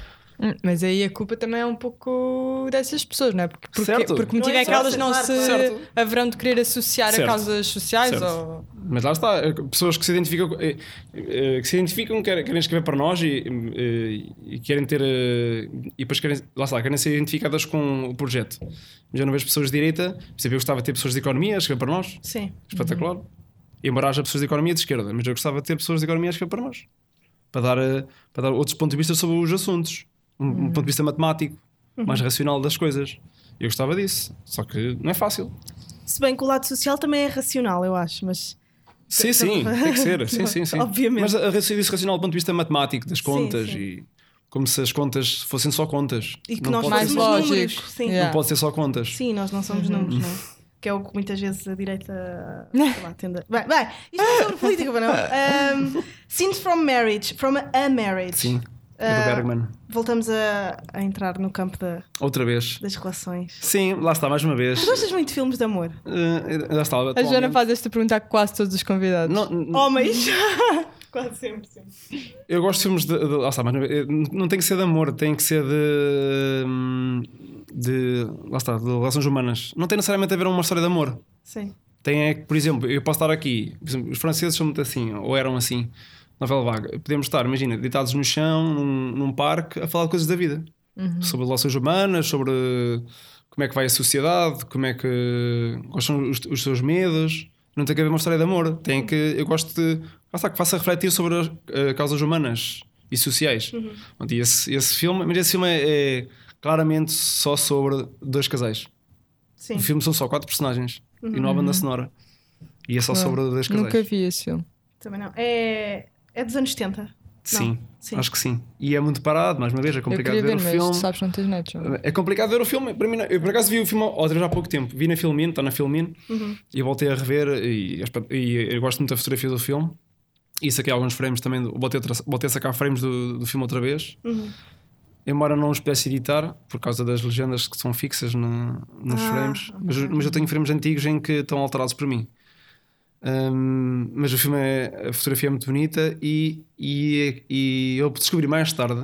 [SPEAKER 4] Hum, Mas aí a culpa também é um pouco dessas pessoas, não é? Porque, porque,
[SPEAKER 3] Certo.
[SPEAKER 4] porque
[SPEAKER 2] Não é
[SPEAKER 4] me diga é que
[SPEAKER 2] certo,
[SPEAKER 4] elas não
[SPEAKER 2] claro,
[SPEAKER 4] se
[SPEAKER 3] claro.
[SPEAKER 4] haverão de querer associar
[SPEAKER 3] Certo.
[SPEAKER 4] a causas sociais
[SPEAKER 3] Certo.
[SPEAKER 4] ou.
[SPEAKER 3] Mas lá está, eh, pessoas que se identificam, eh, eh, que se identificam, querem, querem escrever para nós e, eh, e querem ter. eh, E depois querem, lá está, querem ser identificadas com o projeto. Mas eu não vejo pessoas de direita, por exemplo, eu gostava de ter pessoas de economia a escrever para nós,
[SPEAKER 2] Sim.
[SPEAKER 3] espetacular. Embora haja pessoas de economia de esquerda, mas eu gostava de ter pessoas de economia a escrever para nós, para dar, eh, para dar outros pontos de vista sobre os assuntos, um, um ponto de vista matemático, mais racional das coisas. Eu gostava disso, só que não é fácil.
[SPEAKER 2] Se bem que o lado social também é racional, eu acho, mas
[SPEAKER 3] Sim, sim, tem que ser. Sim, sim, sim.
[SPEAKER 2] Obviamente.
[SPEAKER 3] Mas a a raciocínio racional do ponto de vista matemático, das contas
[SPEAKER 2] sim.
[SPEAKER 3] e como se as contas fossem só contas.
[SPEAKER 2] e que
[SPEAKER 3] Não
[SPEAKER 2] nós
[SPEAKER 3] pode
[SPEAKER 4] Mais
[SPEAKER 2] somos
[SPEAKER 3] ser-
[SPEAKER 4] lógico.
[SPEAKER 2] números.
[SPEAKER 4] lógicos.
[SPEAKER 2] Sim.
[SPEAKER 4] Yeah.
[SPEAKER 3] Não pode ser só contas.
[SPEAKER 2] Sim, nós não somos
[SPEAKER 3] Uhum.
[SPEAKER 2] números, não é? Que é o que muitas vezes a direita sei lá, tende a- Bem, bem, isto é sobre política, mas não. Um, scenes from marriage, from a marriage.
[SPEAKER 3] Sim. É
[SPEAKER 2] Ah.
[SPEAKER 3] do Bergman.
[SPEAKER 2] Voltamos a, a entrar no campo da-
[SPEAKER 3] Outra vez.
[SPEAKER 2] das relações.
[SPEAKER 3] Sim, lá está, mais uma vez.
[SPEAKER 2] Tu gostas muito de filmes de amor?
[SPEAKER 3] Ah, lá está.
[SPEAKER 4] A Joana
[SPEAKER 3] atualmente.
[SPEAKER 4] faz esta pergunta a quase todos os convidados.
[SPEAKER 3] Não, não,
[SPEAKER 2] Homens? Quase sempre, sempre.
[SPEAKER 3] eu gosto de filmes de. de- lá está, mais uma vez. Não tem que ser de amor, tem que ser de. hum, de lá está, de relações humanas. Não tem necessariamente a ver uma história de amor.
[SPEAKER 2] Sim.
[SPEAKER 3] Tem é que, por exemplo, eu posso estar aqui, por exemplo, os franceses são muito assim, ou eram assim, novela vaga. Podemos estar, imagina, deitados no chão, num, num parque, a falar de coisas da vida. Sobre relações humanas, sobre como é que vai a sociedade, como é que. quais são os, os seus medos. Não tem que haver uma história de amor. Tem que. Eu gosto de. Lá está, que faça refletir sobre as eh, causas humanas. e sociais. Pronto, E esse, esse filme, mas esse filme é, é claramente só sobre dois casais.
[SPEAKER 2] Sim. Uhum.
[SPEAKER 3] O filme são só quatro personagens e não há banda sonora. E é só sobre dois casais.
[SPEAKER 4] Nunca vi esse filme.
[SPEAKER 2] Também não. É, é dos anos 70.
[SPEAKER 3] Sim,
[SPEAKER 2] sim.
[SPEAKER 3] acho que sim. E é muito parado, mais uma vez, é
[SPEAKER 4] Eu
[SPEAKER 3] complicado
[SPEAKER 4] queria
[SPEAKER 3] ver,
[SPEAKER 4] ver,
[SPEAKER 3] o
[SPEAKER 4] mas
[SPEAKER 3] filme.
[SPEAKER 4] tu sabes que não tens net. João.
[SPEAKER 3] É complicado ver o filme. Para mim, não- eu por acaso vi o filme outra vez há pouco tempo. Vi na Filmin, está na Filmin,
[SPEAKER 2] Uhum.
[SPEAKER 3] e voltei a rever. E, e eu gosto muito da fotografia do filme. E saquei alguns frames também. do- Voltei a, tra- voltei a sacar frames do, do filme outra vez.
[SPEAKER 2] Uhum.
[SPEAKER 3] Embora não os pudesse editar, por causa das legendas que são fixas na- nos
[SPEAKER 2] Ah,
[SPEAKER 3] frames. Mas, mas eu tenho frames antigos em que estão alterados por mim. Hum, mas o filme é, a fotografia é muito bonita e, e, e eu descobri mais tarde.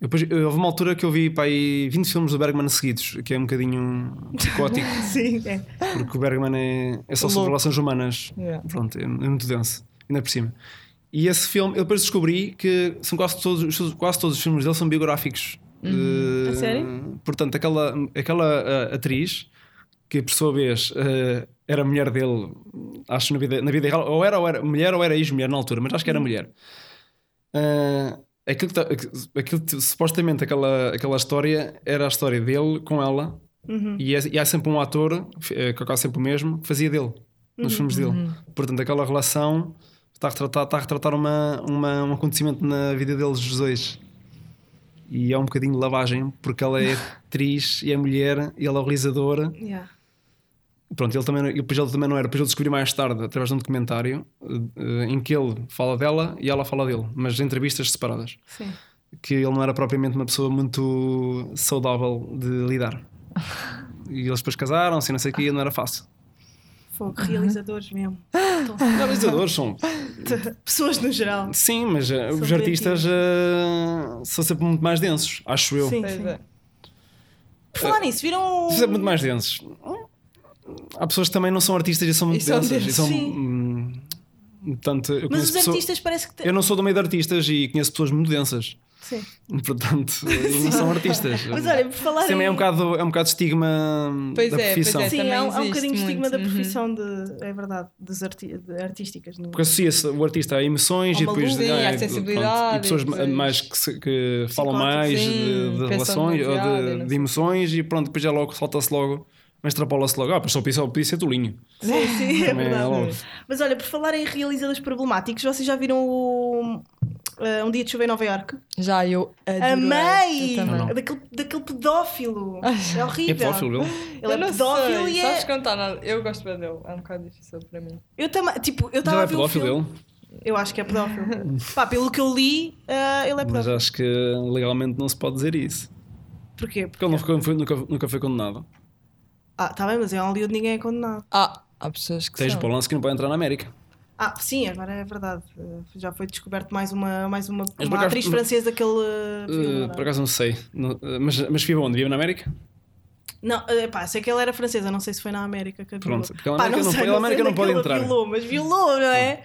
[SPEAKER 3] Eu Depois, eu- houve uma altura que eu vi pá, aí 20 filmes do Bergman seguidos, que é um bocadinho psicótico,
[SPEAKER 2] Sim, é.
[SPEAKER 3] porque o Bergman é, é só sobre
[SPEAKER 4] Louco.
[SPEAKER 3] relações humanas.
[SPEAKER 4] Yeah.
[SPEAKER 3] Pronto, é, é muito denso, ainda por cima. E esse filme, eu depois descobri que são quase todos, os- quase todos os filmes dele são biográficos. Eh,
[SPEAKER 2] Uhum. A sério?
[SPEAKER 3] Portanto, aquela, aquela ah, atriz que por sua vez eh, era mulher dele, acho na vida, na vida real, ou era, ou era mulher ou era ex-mulher na altura, mas acho que
[SPEAKER 2] Uhum.
[SPEAKER 3] era mulher. Ah, aquilo, que, ta- aqu- aquilo que- supostamente aquela, aquela história era a história dele com ela,
[SPEAKER 2] Uhum.
[SPEAKER 3] e, é- e há sempre um ator, eh, que é quase sempre o mesmo, que fazia dele
[SPEAKER 2] Uhum.
[SPEAKER 3] nos filmes dele. Portanto, aquela relação está a retratar, está a retratar uma, uma- um acontecimento na vida deles os dois. E é um bocadinho de lavagem, porque ela é atriz e é mulher e ela é realizadora.
[SPEAKER 2] Yeah.
[SPEAKER 3] Pronto, ele também, não- e depois ele também não era. Depois eu descobri mais tarde, através de um documentário, eh, eh, em que ele fala dela e ela fala dele, mas em entrevistas separadas.
[SPEAKER 2] Sim.
[SPEAKER 3] Que ele não era propriamente uma pessoa muito saudável de lidar. E eles depois casaram-se e não sei o que, não era fácil.
[SPEAKER 2] Fogo, realizadores mesmo.
[SPEAKER 3] Os realizadores são
[SPEAKER 2] Pessoas no geral.
[SPEAKER 3] Sim, mas eh, os
[SPEAKER 2] bem
[SPEAKER 3] artistas eh, são sempre muito mais densos, acho eu.
[SPEAKER 2] Sim,
[SPEAKER 4] Pois
[SPEAKER 2] sim.
[SPEAKER 4] é.
[SPEAKER 2] Por falar nisso, viram. o-
[SPEAKER 3] São sempre muito mais densos. Há pessoas que também não são artistas e são muito
[SPEAKER 4] E são
[SPEAKER 3] densas. E
[SPEAKER 4] densas,
[SPEAKER 3] são,
[SPEAKER 2] sim.
[SPEAKER 3] hum, portanto, eu
[SPEAKER 2] Mas
[SPEAKER 3] conheço
[SPEAKER 2] os
[SPEAKER 3] pessoas-
[SPEAKER 2] artistas parece que. te-
[SPEAKER 3] Eu não sou do meio de artistas e conheço pessoas muito densas.
[SPEAKER 2] Sim.
[SPEAKER 3] Portanto, e não são artistas.
[SPEAKER 2] Mas olha, por falar.
[SPEAKER 3] Isso também é um
[SPEAKER 2] em-
[SPEAKER 3] bocado, é um bocado estigma hum,
[SPEAKER 4] Pois
[SPEAKER 3] da
[SPEAKER 4] é, pois
[SPEAKER 3] profissão.
[SPEAKER 4] é.
[SPEAKER 2] Sim,
[SPEAKER 4] Também
[SPEAKER 2] há, um- há um
[SPEAKER 4] existe
[SPEAKER 2] bocadinho de estigma
[SPEAKER 4] muito,
[SPEAKER 2] da
[SPEAKER 4] uhum.
[SPEAKER 2] profissão de. É verdade, dos arti- de artísticas. é? No...
[SPEAKER 3] Porque associa-se o artista a emoções
[SPEAKER 4] Ao
[SPEAKER 3] e depois
[SPEAKER 4] maluco, sim, à
[SPEAKER 3] e
[SPEAKER 4] sensibilidade,
[SPEAKER 3] pronto, e pessoas
[SPEAKER 4] e depois-
[SPEAKER 3] mais que, se- que falam
[SPEAKER 2] Psicóticos,
[SPEAKER 3] mais
[SPEAKER 4] sim,
[SPEAKER 3] de, de
[SPEAKER 4] pensam
[SPEAKER 3] relações ou
[SPEAKER 4] demasiado, e
[SPEAKER 3] de,
[SPEAKER 4] não
[SPEAKER 3] de
[SPEAKER 4] sei.
[SPEAKER 3] emoções e pronto, depois já logo solta-se logo, mas extrapola-se logo. Ah, mas só podia, só podia ser tolinho.
[SPEAKER 2] Sim, sim, é
[SPEAKER 3] Também é
[SPEAKER 2] verdade.
[SPEAKER 3] logo.
[SPEAKER 2] Mas olha, por falar em realizadores problemáticos, vocês já viram o. eh, um dia de chuva em Nova Iorque?
[SPEAKER 4] Já, eu adorei.
[SPEAKER 2] Amei!
[SPEAKER 4] Eu também.
[SPEAKER 3] Não, não.
[SPEAKER 2] Daquele, daquele pedófilo.
[SPEAKER 4] Ah,
[SPEAKER 2] É
[SPEAKER 3] É
[SPEAKER 2] horrível.
[SPEAKER 3] pedófilo, ele.
[SPEAKER 2] Ele é
[SPEAKER 4] eu não
[SPEAKER 2] pedófilo
[SPEAKER 4] sei.
[SPEAKER 2] e
[SPEAKER 4] Sabes
[SPEAKER 2] é.
[SPEAKER 4] cantar nada. Eu gosto bem dele. É um bocado difícil para mim.
[SPEAKER 2] Eu também. Tipo, eu
[SPEAKER 3] Já
[SPEAKER 2] estava
[SPEAKER 3] é
[SPEAKER 2] a ver o
[SPEAKER 3] pedófilo
[SPEAKER 2] filme.
[SPEAKER 3] ele,
[SPEAKER 2] Eu acho que é pedófilo. Pá, pelo que eu li, eh,
[SPEAKER 4] Tá
[SPEAKER 2] ele é
[SPEAKER 3] mas
[SPEAKER 2] pedófilo.
[SPEAKER 3] acho que legalmente não se pode dizer isso.
[SPEAKER 2] Porquê?
[SPEAKER 3] é Porque ele não ficou- foi- nunca, nunca foi condenado.
[SPEAKER 2] Ah, tá bem, mas em Hollywood ninguém é condenado.
[SPEAKER 4] Ah, há pessoas que
[SPEAKER 3] Tens
[SPEAKER 4] são.
[SPEAKER 3] balanço que não pode entrar na América.
[SPEAKER 2] Ah, sim, agora é verdade. Eh, Já foi descoberto mais uma, mais uma,
[SPEAKER 3] Mas
[SPEAKER 2] uma
[SPEAKER 3] por acaso-
[SPEAKER 2] atriz francesa daquele. eh, filme,
[SPEAKER 3] Eh,
[SPEAKER 2] não é?
[SPEAKER 3] por acaso não sei. Não- eh, mas, mas vive onde? Vive na América?
[SPEAKER 2] Não, eh, pá, sei que ela era francesa, não sei se foi na América que a violou.
[SPEAKER 3] Pronto, porque a
[SPEAKER 2] Pá,
[SPEAKER 3] América não
[SPEAKER 2] sei,
[SPEAKER 3] pode- a América
[SPEAKER 2] sei
[SPEAKER 3] não
[SPEAKER 2] onde
[SPEAKER 3] pode
[SPEAKER 2] é que
[SPEAKER 3] entrar.
[SPEAKER 2] ela Violou, mas violou, não é?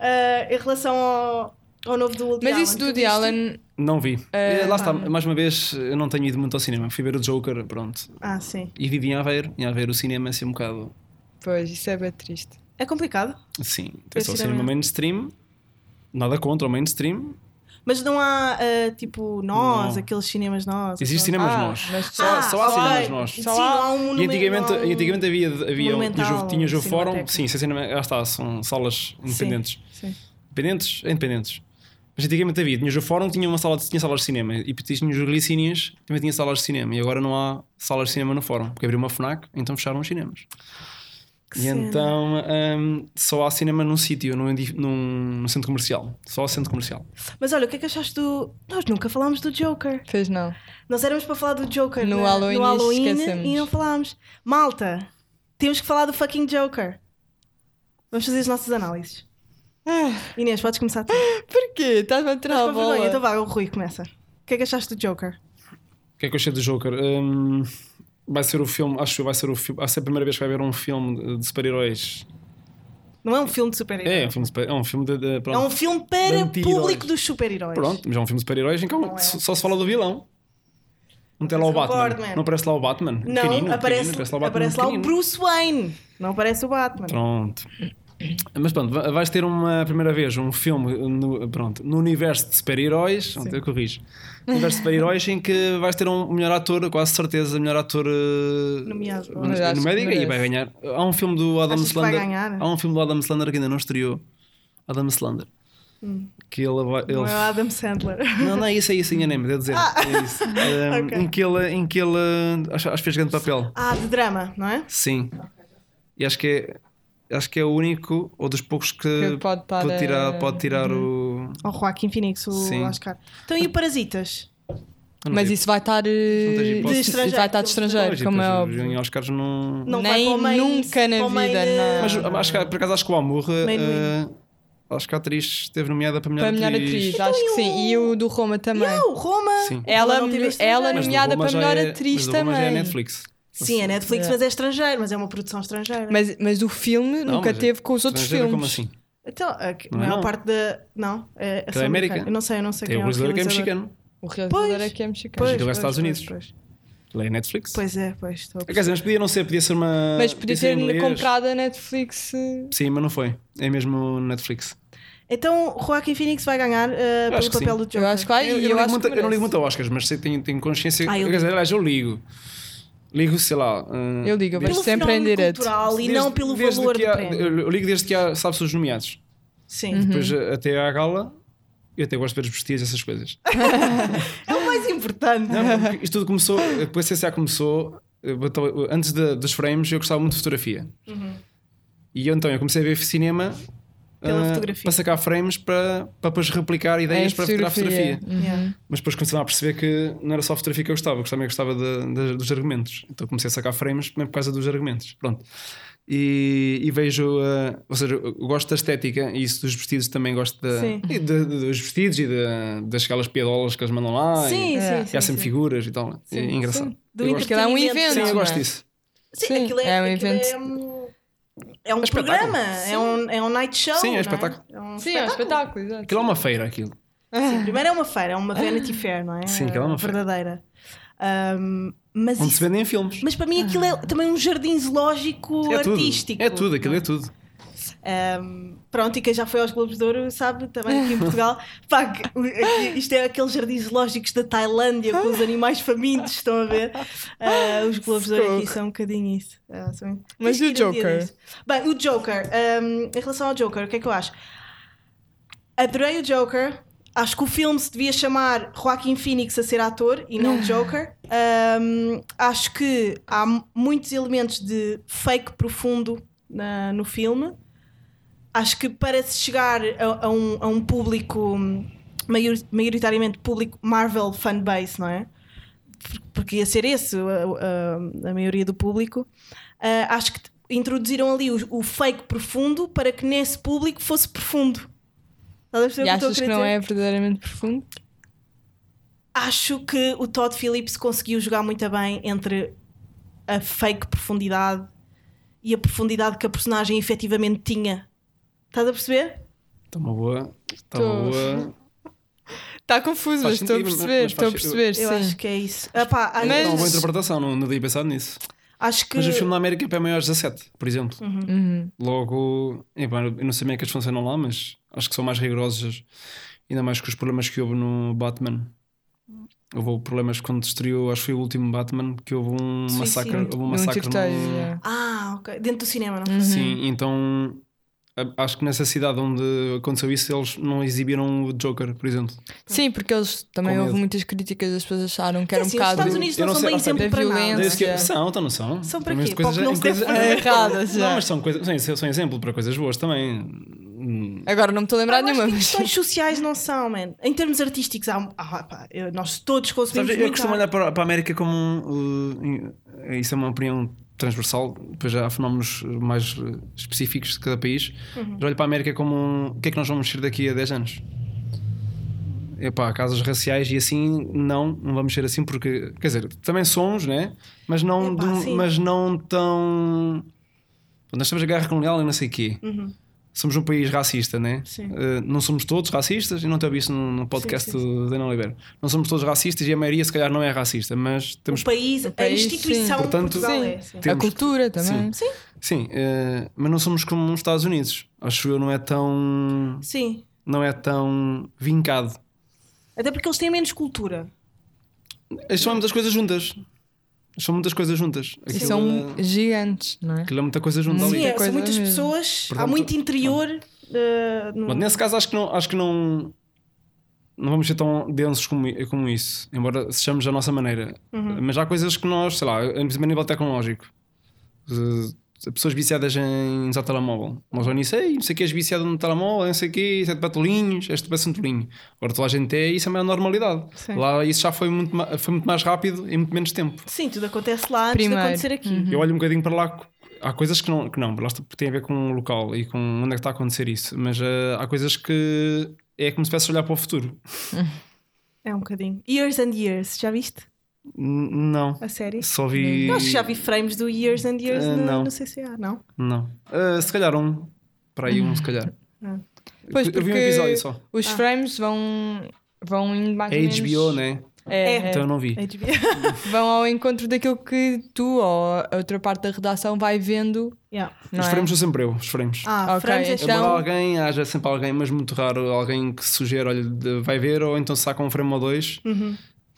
[SPEAKER 2] Eh, em relação ao, ao novo do Woody
[SPEAKER 4] Mas
[SPEAKER 2] Allen,
[SPEAKER 4] isso do
[SPEAKER 2] tu
[SPEAKER 4] Woody
[SPEAKER 2] viste?
[SPEAKER 4] Allen,
[SPEAKER 3] Não vi. Eh, lá está,
[SPEAKER 4] pá.
[SPEAKER 3] mais uma vez, eu não tenho ido muito ao cinema. Fui ver o Joker, pronto.
[SPEAKER 2] Ah, sim.
[SPEAKER 3] E vivi em Aveiro. Em Aveiro o cinema é assim um bocado.
[SPEAKER 4] pois, isso é bem triste.
[SPEAKER 2] É complicado.
[SPEAKER 3] Sim,
[SPEAKER 2] É
[SPEAKER 3] é só o
[SPEAKER 2] cinema.
[SPEAKER 3] cinema mainstream. Nada contra o mainstream.
[SPEAKER 2] Mas não há, eh, tipo, nós,
[SPEAKER 3] Não.
[SPEAKER 2] aqueles cinemas nós.
[SPEAKER 3] Existe
[SPEAKER 2] aquelas-
[SPEAKER 3] cinema
[SPEAKER 4] Ah,
[SPEAKER 3] nós.
[SPEAKER 4] mas-
[SPEAKER 3] Só,
[SPEAKER 2] Ah,
[SPEAKER 3] só há
[SPEAKER 2] só
[SPEAKER 3] cinemas
[SPEAKER 2] há-
[SPEAKER 3] nós.
[SPEAKER 2] Sim, não há um
[SPEAKER 3] E
[SPEAKER 2] monumento,
[SPEAKER 3] antigamente,
[SPEAKER 2] não há um-
[SPEAKER 3] antigamente havia, havia um,
[SPEAKER 2] Monumental,
[SPEAKER 3] Juve- tinha Juve
[SPEAKER 2] ou
[SPEAKER 3] Fórum,
[SPEAKER 2] Cinemateca.
[SPEAKER 3] sim, sim, cinema, lá está, são salas independentes.
[SPEAKER 2] Sim.
[SPEAKER 3] Independentes? É Independentes. Mas antigamente havia, tinha o Juve Fórum, tinha, uma sala, de- tinha salas de cinema, e depois tinha os Glicínias, também tinha salas de cinema, e agora não há salas de cinema no Fórum, porque abriu uma FNAC, então fecharam os cinemas.
[SPEAKER 2] Que
[SPEAKER 3] e
[SPEAKER 2] cena.
[SPEAKER 3] então hum, só há cinema num sítio, num, edif- num, num centro comercial. Só há centro comercial.
[SPEAKER 2] Mas olha, o que é que achaste do. Nós nunca falámos do Joker.
[SPEAKER 4] Fez não.
[SPEAKER 2] Nós éramos para falar do Joker
[SPEAKER 4] No
[SPEAKER 2] na-
[SPEAKER 4] Halloween,
[SPEAKER 2] no Halloween
[SPEAKER 4] esquecemos.
[SPEAKER 2] e não falámos. Malta, temos que falar do fucking Joker. Vamos fazer as nossas análises.
[SPEAKER 4] Ah.
[SPEAKER 2] Inês, podes começar tu.
[SPEAKER 4] Tá Porquê? Estás-me a
[SPEAKER 2] Estás
[SPEAKER 4] tirar
[SPEAKER 2] com
[SPEAKER 4] a
[SPEAKER 2] vergonha? Então
[SPEAKER 4] bola.
[SPEAKER 2] vá, o Rui começa. O que é que achaste do Joker?
[SPEAKER 3] O que é que eu achei do Joker? Hum, vai ser o filme, acho que vai ser o filme, vai ser a primeira vez que vai haver um filme de super-heróis.
[SPEAKER 2] Não é um filme de super-heróis.
[SPEAKER 3] É, é um filme, de super- é um filme de, de-
[SPEAKER 2] É,
[SPEAKER 3] pronto,
[SPEAKER 2] um filme para
[SPEAKER 3] Anti-heróis.
[SPEAKER 2] público dos super-heróis.
[SPEAKER 3] pronto, mas é um filme de super-heróis em que
[SPEAKER 2] Não é.
[SPEAKER 3] só só se fala do vilão. Não tem lá
[SPEAKER 2] Mas
[SPEAKER 3] o
[SPEAKER 2] o
[SPEAKER 3] Batman.
[SPEAKER 2] Birdman.
[SPEAKER 3] Não aparece lá o Batman.
[SPEAKER 2] Não,
[SPEAKER 3] pequenino,
[SPEAKER 2] aparece,
[SPEAKER 3] pequenino,
[SPEAKER 2] aparece lá o
[SPEAKER 3] pequenino.
[SPEAKER 2] Bruce Wayne. Não aparece o Batman.
[SPEAKER 3] Pronto. Mas pronto, va- vais ter uma primeira vez um filme no, pronto, no universo de super-heróis. Pronto, eu corrijo. No universo de super-heróis em que vais ter um melhor ator, quase certeza, melhor ator eh,
[SPEAKER 2] Nomeado.
[SPEAKER 3] no-
[SPEAKER 4] Mas acho que
[SPEAKER 3] nomeado e
[SPEAKER 4] merece.
[SPEAKER 3] vai ganhar. Há um filme do Adam
[SPEAKER 2] Achas que vai
[SPEAKER 3] Slander.
[SPEAKER 2] ganhar?
[SPEAKER 3] Há um filme do Adam Slander que ainda não estreou. Adam Slander. Que ele vai.
[SPEAKER 2] Hum. Não
[SPEAKER 3] ele-
[SPEAKER 2] é o Adam Sandler.
[SPEAKER 3] Não, não é isso, é isso, enganei-me, devo dizer. É isso. Um,
[SPEAKER 2] ok.
[SPEAKER 3] em que ele, em que ele acho, acho que fez grande papel.
[SPEAKER 2] Ah, de drama, não é?
[SPEAKER 3] Sim. E acho que é, acho que é o único ou dos poucos que,
[SPEAKER 4] Que pode estar a-
[SPEAKER 3] tirar, pode tirar o.
[SPEAKER 4] Oh,
[SPEAKER 2] Ou Joaquim Phoenix, o
[SPEAKER 3] Sim.
[SPEAKER 2] Oscar. Então e o Parasitas?
[SPEAKER 3] Eu não
[SPEAKER 4] Mas
[SPEAKER 3] vi.
[SPEAKER 4] isso vai estar.
[SPEAKER 3] tens
[SPEAKER 4] eh,
[SPEAKER 3] hipótese. De
[SPEAKER 2] estrangeiro.
[SPEAKER 4] Vai estar de
[SPEAKER 3] Não,
[SPEAKER 4] estrangeiro,
[SPEAKER 3] mas
[SPEAKER 4] como
[SPEAKER 3] depois
[SPEAKER 4] é
[SPEAKER 3] os
[SPEAKER 4] óbvio.
[SPEAKER 3] Os Oscars não.
[SPEAKER 2] Não vai
[SPEAKER 4] Nem
[SPEAKER 2] para o meio-
[SPEAKER 4] nunca na
[SPEAKER 2] para o meio
[SPEAKER 4] vida,
[SPEAKER 2] de-
[SPEAKER 4] não.
[SPEAKER 3] Mas ah, acho que, por acaso acho que o Amor.
[SPEAKER 2] Meio
[SPEAKER 3] eh, acho que a atriz esteve nomeada para melhor
[SPEAKER 4] Para a melhor atriz, acho que sim. E o do Roma também.
[SPEAKER 2] Não, Roma.
[SPEAKER 3] Sim.
[SPEAKER 4] Ela,
[SPEAKER 2] Roma não teve este
[SPEAKER 4] ela
[SPEAKER 2] estrangeiro.
[SPEAKER 3] Mas do
[SPEAKER 4] nomeada
[SPEAKER 3] Roma
[SPEAKER 4] para
[SPEAKER 3] já
[SPEAKER 4] melhor
[SPEAKER 3] é-
[SPEAKER 4] atriz
[SPEAKER 3] mas do Roma
[SPEAKER 4] também.
[SPEAKER 3] já é Netflix.
[SPEAKER 2] Sim, é Netflix,
[SPEAKER 4] É.
[SPEAKER 2] mas é estrangeiro, mas é uma produção estrangeira.
[SPEAKER 4] Mas, mas o filme
[SPEAKER 3] Não,
[SPEAKER 4] nunca
[SPEAKER 3] mas é-
[SPEAKER 4] teve com os outros
[SPEAKER 3] estrangeira,
[SPEAKER 4] filmes.
[SPEAKER 3] Como assim?
[SPEAKER 2] Então, a que- a
[SPEAKER 3] Não é
[SPEAKER 2] maior
[SPEAKER 3] não.
[SPEAKER 2] parte da. Não, é
[SPEAKER 3] Então é América.
[SPEAKER 2] americana. Eu não sei, eu não sei
[SPEAKER 3] Tem o
[SPEAKER 2] quem é o
[SPEAKER 3] brasileiro que é
[SPEAKER 2] realizador.
[SPEAKER 3] mexicano.
[SPEAKER 4] O realizador
[SPEAKER 2] Pois,
[SPEAKER 4] é que é mexicano.
[SPEAKER 2] Pois,
[SPEAKER 3] Acho que ele é Estados
[SPEAKER 2] pois,
[SPEAKER 3] Unidos.
[SPEAKER 2] Pois, pois.
[SPEAKER 3] Lá é Netflix.
[SPEAKER 2] Pois é, pois. Estou a
[SPEAKER 3] Quer dizer, mas podia não ser, podia ser uma.
[SPEAKER 4] Mas podia
[SPEAKER 3] ser
[SPEAKER 4] ter
[SPEAKER 3] em é inglês.
[SPEAKER 4] comprado a Netflix. eh,
[SPEAKER 3] Sim, mas não foi. É mesmo Netflix.
[SPEAKER 2] Então, Joaquim Phoenix vai ganhar uh,
[SPEAKER 3] acho
[SPEAKER 2] pelo
[SPEAKER 3] que sim.
[SPEAKER 2] papel do Joker.
[SPEAKER 4] Eu acho que vai.
[SPEAKER 3] eu, eu
[SPEAKER 4] e eu,
[SPEAKER 3] não ligo
[SPEAKER 4] acho
[SPEAKER 3] muito,
[SPEAKER 4] que
[SPEAKER 3] eu não ligo
[SPEAKER 4] merece.
[SPEAKER 3] muito a Oscars, mas sei, tenho, tenho consciência.
[SPEAKER 2] Ah, eu
[SPEAKER 3] quer dizer, aliás, eu ligo. Ligo, sei lá. hum,
[SPEAKER 4] Eu ligo,
[SPEAKER 3] desde-
[SPEAKER 4] eu vejo
[SPEAKER 2] Pelo
[SPEAKER 4] sempre em
[SPEAKER 2] fenómeno
[SPEAKER 4] direto.
[SPEAKER 2] cultural e
[SPEAKER 3] desde-
[SPEAKER 2] não pelo
[SPEAKER 3] desde
[SPEAKER 2] valor
[SPEAKER 3] que
[SPEAKER 2] do
[SPEAKER 3] há-
[SPEAKER 2] prémio.
[SPEAKER 3] Eu ligo desde que há, sabes, os nomeados.
[SPEAKER 2] Sim.
[SPEAKER 4] Uhum.
[SPEAKER 3] Depois eh, até à gala. Eu até gosto de ver os vestidos, essas coisas.
[SPEAKER 2] É o mais importante.
[SPEAKER 3] Não, porque isto tudo começou, a CCA começou, eh, botou- antes de- dos frames, eu gostava muito de fotografia.
[SPEAKER 2] Uhum.
[SPEAKER 3] E eu, então eu comecei a ver cinema
[SPEAKER 2] Pela
[SPEAKER 3] ah,
[SPEAKER 2] fotografia.
[SPEAKER 3] para sacar frames para, para depois replicar ideias
[SPEAKER 4] É
[SPEAKER 3] para tirar fotografia.
[SPEAKER 2] Yeah.
[SPEAKER 3] Mas depois comecei a perceber que não era só a fotografia que eu gostava, eu também gostava de- de- dos argumentos. Então comecei a sacar frames também por causa dos argumentos. Pronto. E, e vejo, eh, ou seja, eu gosto da estética e isso dos vestidos também gosto da,
[SPEAKER 2] Sim.
[SPEAKER 3] e de- de- dos vestidos e da- das aquelas piadolas que eles mandam lá. e-
[SPEAKER 2] Sim,
[SPEAKER 4] É.
[SPEAKER 2] sim,
[SPEAKER 3] e
[SPEAKER 2] sim.
[SPEAKER 3] há sempre
[SPEAKER 2] sim.
[SPEAKER 3] figuras e tal. é engraçado.
[SPEAKER 2] Do
[SPEAKER 3] eu gosto.
[SPEAKER 4] Aquilo é um
[SPEAKER 2] entretenimento.
[SPEAKER 4] evento.
[SPEAKER 3] Sim, eu
[SPEAKER 4] não é?
[SPEAKER 3] gosto disso.
[SPEAKER 2] Sim,
[SPEAKER 4] Sim,
[SPEAKER 2] aquilo é,
[SPEAKER 4] é um
[SPEAKER 2] aquilo
[SPEAKER 4] evento.
[SPEAKER 2] É um, é um
[SPEAKER 3] espetáculo.
[SPEAKER 2] programa, é um, é um night show.
[SPEAKER 3] Sim, é
[SPEAKER 2] não
[SPEAKER 3] espetáculo.
[SPEAKER 2] É? um
[SPEAKER 4] Sim, é um espetáculo, exato.
[SPEAKER 3] Aquilo é uma feira, aquilo.
[SPEAKER 2] espetáculo. Primeiro é uma feira, é uma Vanity Fair, não é?
[SPEAKER 3] Sim, aquilo é uma feira.
[SPEAKER 2] Verdadeira. Ahm, mas,
[SPEAKER 3] Onde
[SPEAKER 2] isso-
[SPEAKER 3] se vendem filmes.
[SPEAKER 2] mas para mim aquilo é também um jardim zoológico
[SPEAKER 3] é tudo.
[SPEAKER 2] artístico.
[SPEAKER 3] É tudo, aquilo é tudo.
[SPEAKER 2] Um, pronto, e quem já foi aos Globos de Ouro sabe também aqui em Portugal. Pá, que- aqui- isto é aqueles jardins zoológicos da Tailândia com os animais famintos, estão a ver? Uh, os Globos de Ouro aqui são um bocadinho isso. Uh, são-
[SPEAKER 4] Mas
[SPEAKER 2] Tens
[SPEAKER 4] e o
[SPEAKER 2] que ir um dia
[SPEAKER 4] Joker?
[SPEAKER 2] disso. Bem, o Joker, um, em relação ao Joker, o que é que eu acho? Adorei o Joker. Acho que o filme se devia chamar Joaquim Phoenix a ser ator e
[SPEAKER 4] Ah.
[SPEAKER 2] não Joker. Um, acho que há m- muitos elementos de fake profundo na- no filme. Acho que para se chegar a, a um, a um público hum, maior- maioritariamente público Marvel fanbase, não é? Por- Porque ia ser esse a, a- a maioria do público. ah, acho que t- introduziram ali o, o fake profundo para que nesse público fosse profundo. Estás a perceber o
[SPEAKER 4] E
[SPEAKER 2] que eu estou a
[SPEAKER 4] achas que
[SPEAKER 2] querer
[SPEAKER 4] não
[SPEAKER 2] dizer?
[SPEAKER 4] é verdadeiramente profundo?
[SPEAKER 2] Acho que o Todd Phillips conseguiu jogar muito bem entre a fake profundidade e a profundidade que a personagem efetivamente tinha. Estás a perceber?
[SPEAKER 3] Está Tá uma boa. Está
[SPEAKER 4] Tô.
[SPEAKER 3] uma boa. tá
[SPEAKER 4] Está confuso, mas
[SPEAKER 3] Faz
[SPEAKER 4] estou a
[SPEAKER 3] sentido, mas-
[SPEAKER 4] perceber.
[SPEAKER 3] mas
[SPEAKER 4] Estou a
[SPEAKER 3] faz-
[SPEAKER 4] perceber,
[SPEAKER 2] Eu
[SPEAKER 4] sim.
[SPEAKER 2] acho que é isso. Epá, acho-
[SPEAKER 3] Está uma boa
[SPEAKER 4] Mas-
[SPEAKER 3] interpretação, não, não tinha pensado nisso.
[SPEAKER 2] acho que.
[SPEAKER 3] Mas os filmes na América é para maiores de 17, por exemplo.
[SPEAKER 4] Uhum.
[SPEAKER 3] Logo, eh, pá, eu não sei bem que eles funcionam lá, mas acho que são mais rigorosos, ainda mais que os problemas que houve no Batman. Houve problemas quando destruiu, acho que foi o último Batman, que houve um
[SPEAKER 2] Suicídio.
[SPEAKER 3] massacre, houve um
[SPEAKER 4] Num
[SPEAKER 3] massacre
[SPEAKER 4] tiroteio,
[SPEAKER 3] num-
[SPEAKER 4] yeah.
[SPEAKER 2] Ah, ok. Dentro do cinema,
[SPEAKER 4] Hum,
[SPEAKER 2] não?
[SPEAKER 3] Sim, então a- acho que nessa cidade onde aconteceu isso, eles não exibiram o Joker, por exemplo.
[SPEAKER 4] Sim, porque eles também
[SPEAKER 3] Com
[SPEAKER 4] houve
[SPEAKER 3] medo.
[SPEAKER 4] muitas críticas, as pessoas acharam que
[SPEAKER 2] Quer
[SPEAKER 4] era um
[SPEAKER 2] dizer, os
[SPEAKER 4] bocado
[SPEAKER 2] Estados Unidos não,
[SPEAKER 3] Eu não
[SPEAKER 2] são
[SPEAKER 3] sei-
[SPEAKER 2] bem exemplo
[SPEAKER 4] da
[SPEAKER 2] para
[SPEAKER 4] violência.
[SPEAKER 2] nada.
[SPEAKER 3] Desde que-
[SPEAKER 4] é.
[SPEAKER 3] São, então não são.
[SPEAKER 2] São para
[SPEAKER 3] Também
[SPEAKER 2] quê?
[SPEAKER 3] de
[SPEAKER 2] Para o
[SPEAKER 3] coisas-
[SPEAKER 2] que não
[SPEAKER 3] em
[SPEAKER 2] se
[SPEAKER 3] coisas-
[SPEAKER 2] deve
[SPEAKER 3] em-
[SPEAKER 4] erradas. já.
[SPEAKER 3] é, Não, mas são, coisas, são, são exemplo para coisas boas também. Hum,
[SPEAKER 4] Agora não me estou a lembrar
[SPEAKER 2] Eu acho
[SPEAKER 4] nenhuma.
[SPEAKER 2] que em
[SPEAKER 4] mas-
[SPEAKER 2] questões sociais não são, man. Em termos artísticos, há, ah, pá, eu- nós todos consumimos
[SPEAKER 3] Sabes, eu
[SPEAKER 2] muito
[SPEAKER 3] costumo
[SPEAKER 2] arte.
[SPEAKER 3] olhar para, para a América como um, uh, isso é uma opinião transversal, depois já há fenómenos mais uh, específicos de cada país.
[SPEAKER 2] Uhum.
[SPEAKER 3] Mas olho para a América como um, o que é que nós vamos ser daqui a 10 anos? Epá, casas raciais e assim, não, não vamos ser assim porque, quer dizer, também somos, né? Mas não,
[SPEAKER 2] Epá,
[SPEAKER 3] de um-
[SPEAKER 2] sim.
[SPEAKER 3] mas não tão. Nós temos a guerra colonial e não sei o quê. somos um país racista, né?
[SPEAKER 2] Uhum. Sim.
[SPEAKER 3] Eh, não somos todos racistas, eu não te ouvi isso no, no podcast
[SPEAKER 2] Sim,
[SPEAKER 3] do Daniel Oliveira. Não somos todos racistas e a maioria, se calhar, não é racista, mas temos.
[SPEAKER 2] O país, a
[SPEAKER 4] país,
[SPEAKER 2] instituição
[SPEAKER 4] sim.
[SPEAKER 3] Portanto,
[SPEAKER 2] de
[SPEAKER 3] tipo
[SPEAKER 2] Portugal é.
[SPEAKER 4] Sim.
[SPEAKER 2] sim.
[SPEAKER 3] Temos-
[SPEAKER 4] A cultura também.
[SPEAKER 2] Sim.
[SPEAKER 3] Sim, eh, mas não somos como os Estados Unidos. Acho eu, não é tão.
[SPEAKER 2] Sim.
[SPEAKER 3] Não é tão vincado.
[SPEAKER 2] Até porque eles têm menos cultura.
[SPEAKER 3] Eles são muitas coisas juntas. São muitas coisas juntas.
[SPEAKER 4] E
[SPEAKER 3] Aquilo
[SPEAKER 4] são
[SPEAKER 3] é-
[SPEAKER 4] gigantes, não é?
[SPEAKER 3] aquilo é muita coisa junta
[SPEAKER 4] Sim,
[SPEAKER 3] ali.
[SPEAKER 2] Sim, é, são
[SPEAKER 4] coisa
[SPEAKER 2] muitas
[SPEAKER 4] mesmo.
[SPEAKER 2] pessoas, há
[SPEAKER 3] Portanto,
[SPEAKER 2] muito interior. eh, no-
[SPEAKER 3] Pronto, nesse caso acho que não acho que não não vamos ser tão densos como, i- como isso, embora sejamos da nossa maneira. Mas há coisas que nós, sei lá, principalmente a nível tecnológico, Eh, pessoas viciadas em usar telemóvel. Nós já nisso, ei, não sei o que és viciado no telemóvel, não sei o que, isso é de patolinhos, este parece um tolinho. Agora toda a gente é, isso é uma normalidade.
[SPEAKER 4] Sim.
[SPEAKER 3] Lá isso já foi muito, ma- foi muito mais rápido em muito menos tempo.
[SPEAKER 2] Sim, tudo acontece lá antes
[SPEAKER 4] Primeiro. Uhum.
[SPEAKER 2] de acontecer aqui.
[SPEAKER 3] Eu olho um bocadinho para lá. Há coisas que não, que não, lá está- tem a ver com o local e com onde é que está a acontecer isso, mas eh, há coisas que é como se estivesse a olhar para o futuro.
[SPEAKER 2] É um bocadinho. Years and Years, já viste
[SPEAKER 3] N- não,
[SPEAKER 2] a série?
[SPEAKER 3] só vi.
[SPEAKER 2] Eu acho que já vi frames do Years and Years
[SPEAKER 3] Ah,
[SPEAKER 2] no,
[SPEAKER 3] não.
[SPEAKER 2] no CCA, não?
[SPEAKER 3] Não. Eh, se calhar um. Para aí um, se calhar.
[SPEAKER 4] Pois,
[SPEAKER 3] Eu vi um
[SPEAKER 4] porque
[SPEAKER 3] episódio só.
[SPEAKER 4] Os frames vão, vão indo mais
[SPEAKER 3] É
[SPEAKER 4] ou menos-
[SPEAKER 3] HBO, né?
[SPEAKER 4] É,
[SPEAKER 2] É.
[SPEAKER 4] é.
[SPEAKER 3] Então eu não vi.
[SPEAKER 2] HBO.
[SPEAKER 4] Vão ao encontro daquilo que tu ou a outra parte da redação vai vendo.
[SPEAKER 2] yeah.
[SPEAKER 4] Não
[SPEAKER 3] os
[SPEAKER 4] é?
[SPEAKER 3] frames sou sempre eu, os frames.
[SPEAKER 2] Ah,
[SPEAKER 4] Ok,
[SPEAKER 2] frames é
[SPEAKER 4] então-
[SPEAKER 2] chato.
[SPEAKER 3] Embora alguém, haja sempre alguém, mas muito raro, alguém que sugere, olha, de- vai ver, ou então saca um frame ou dois.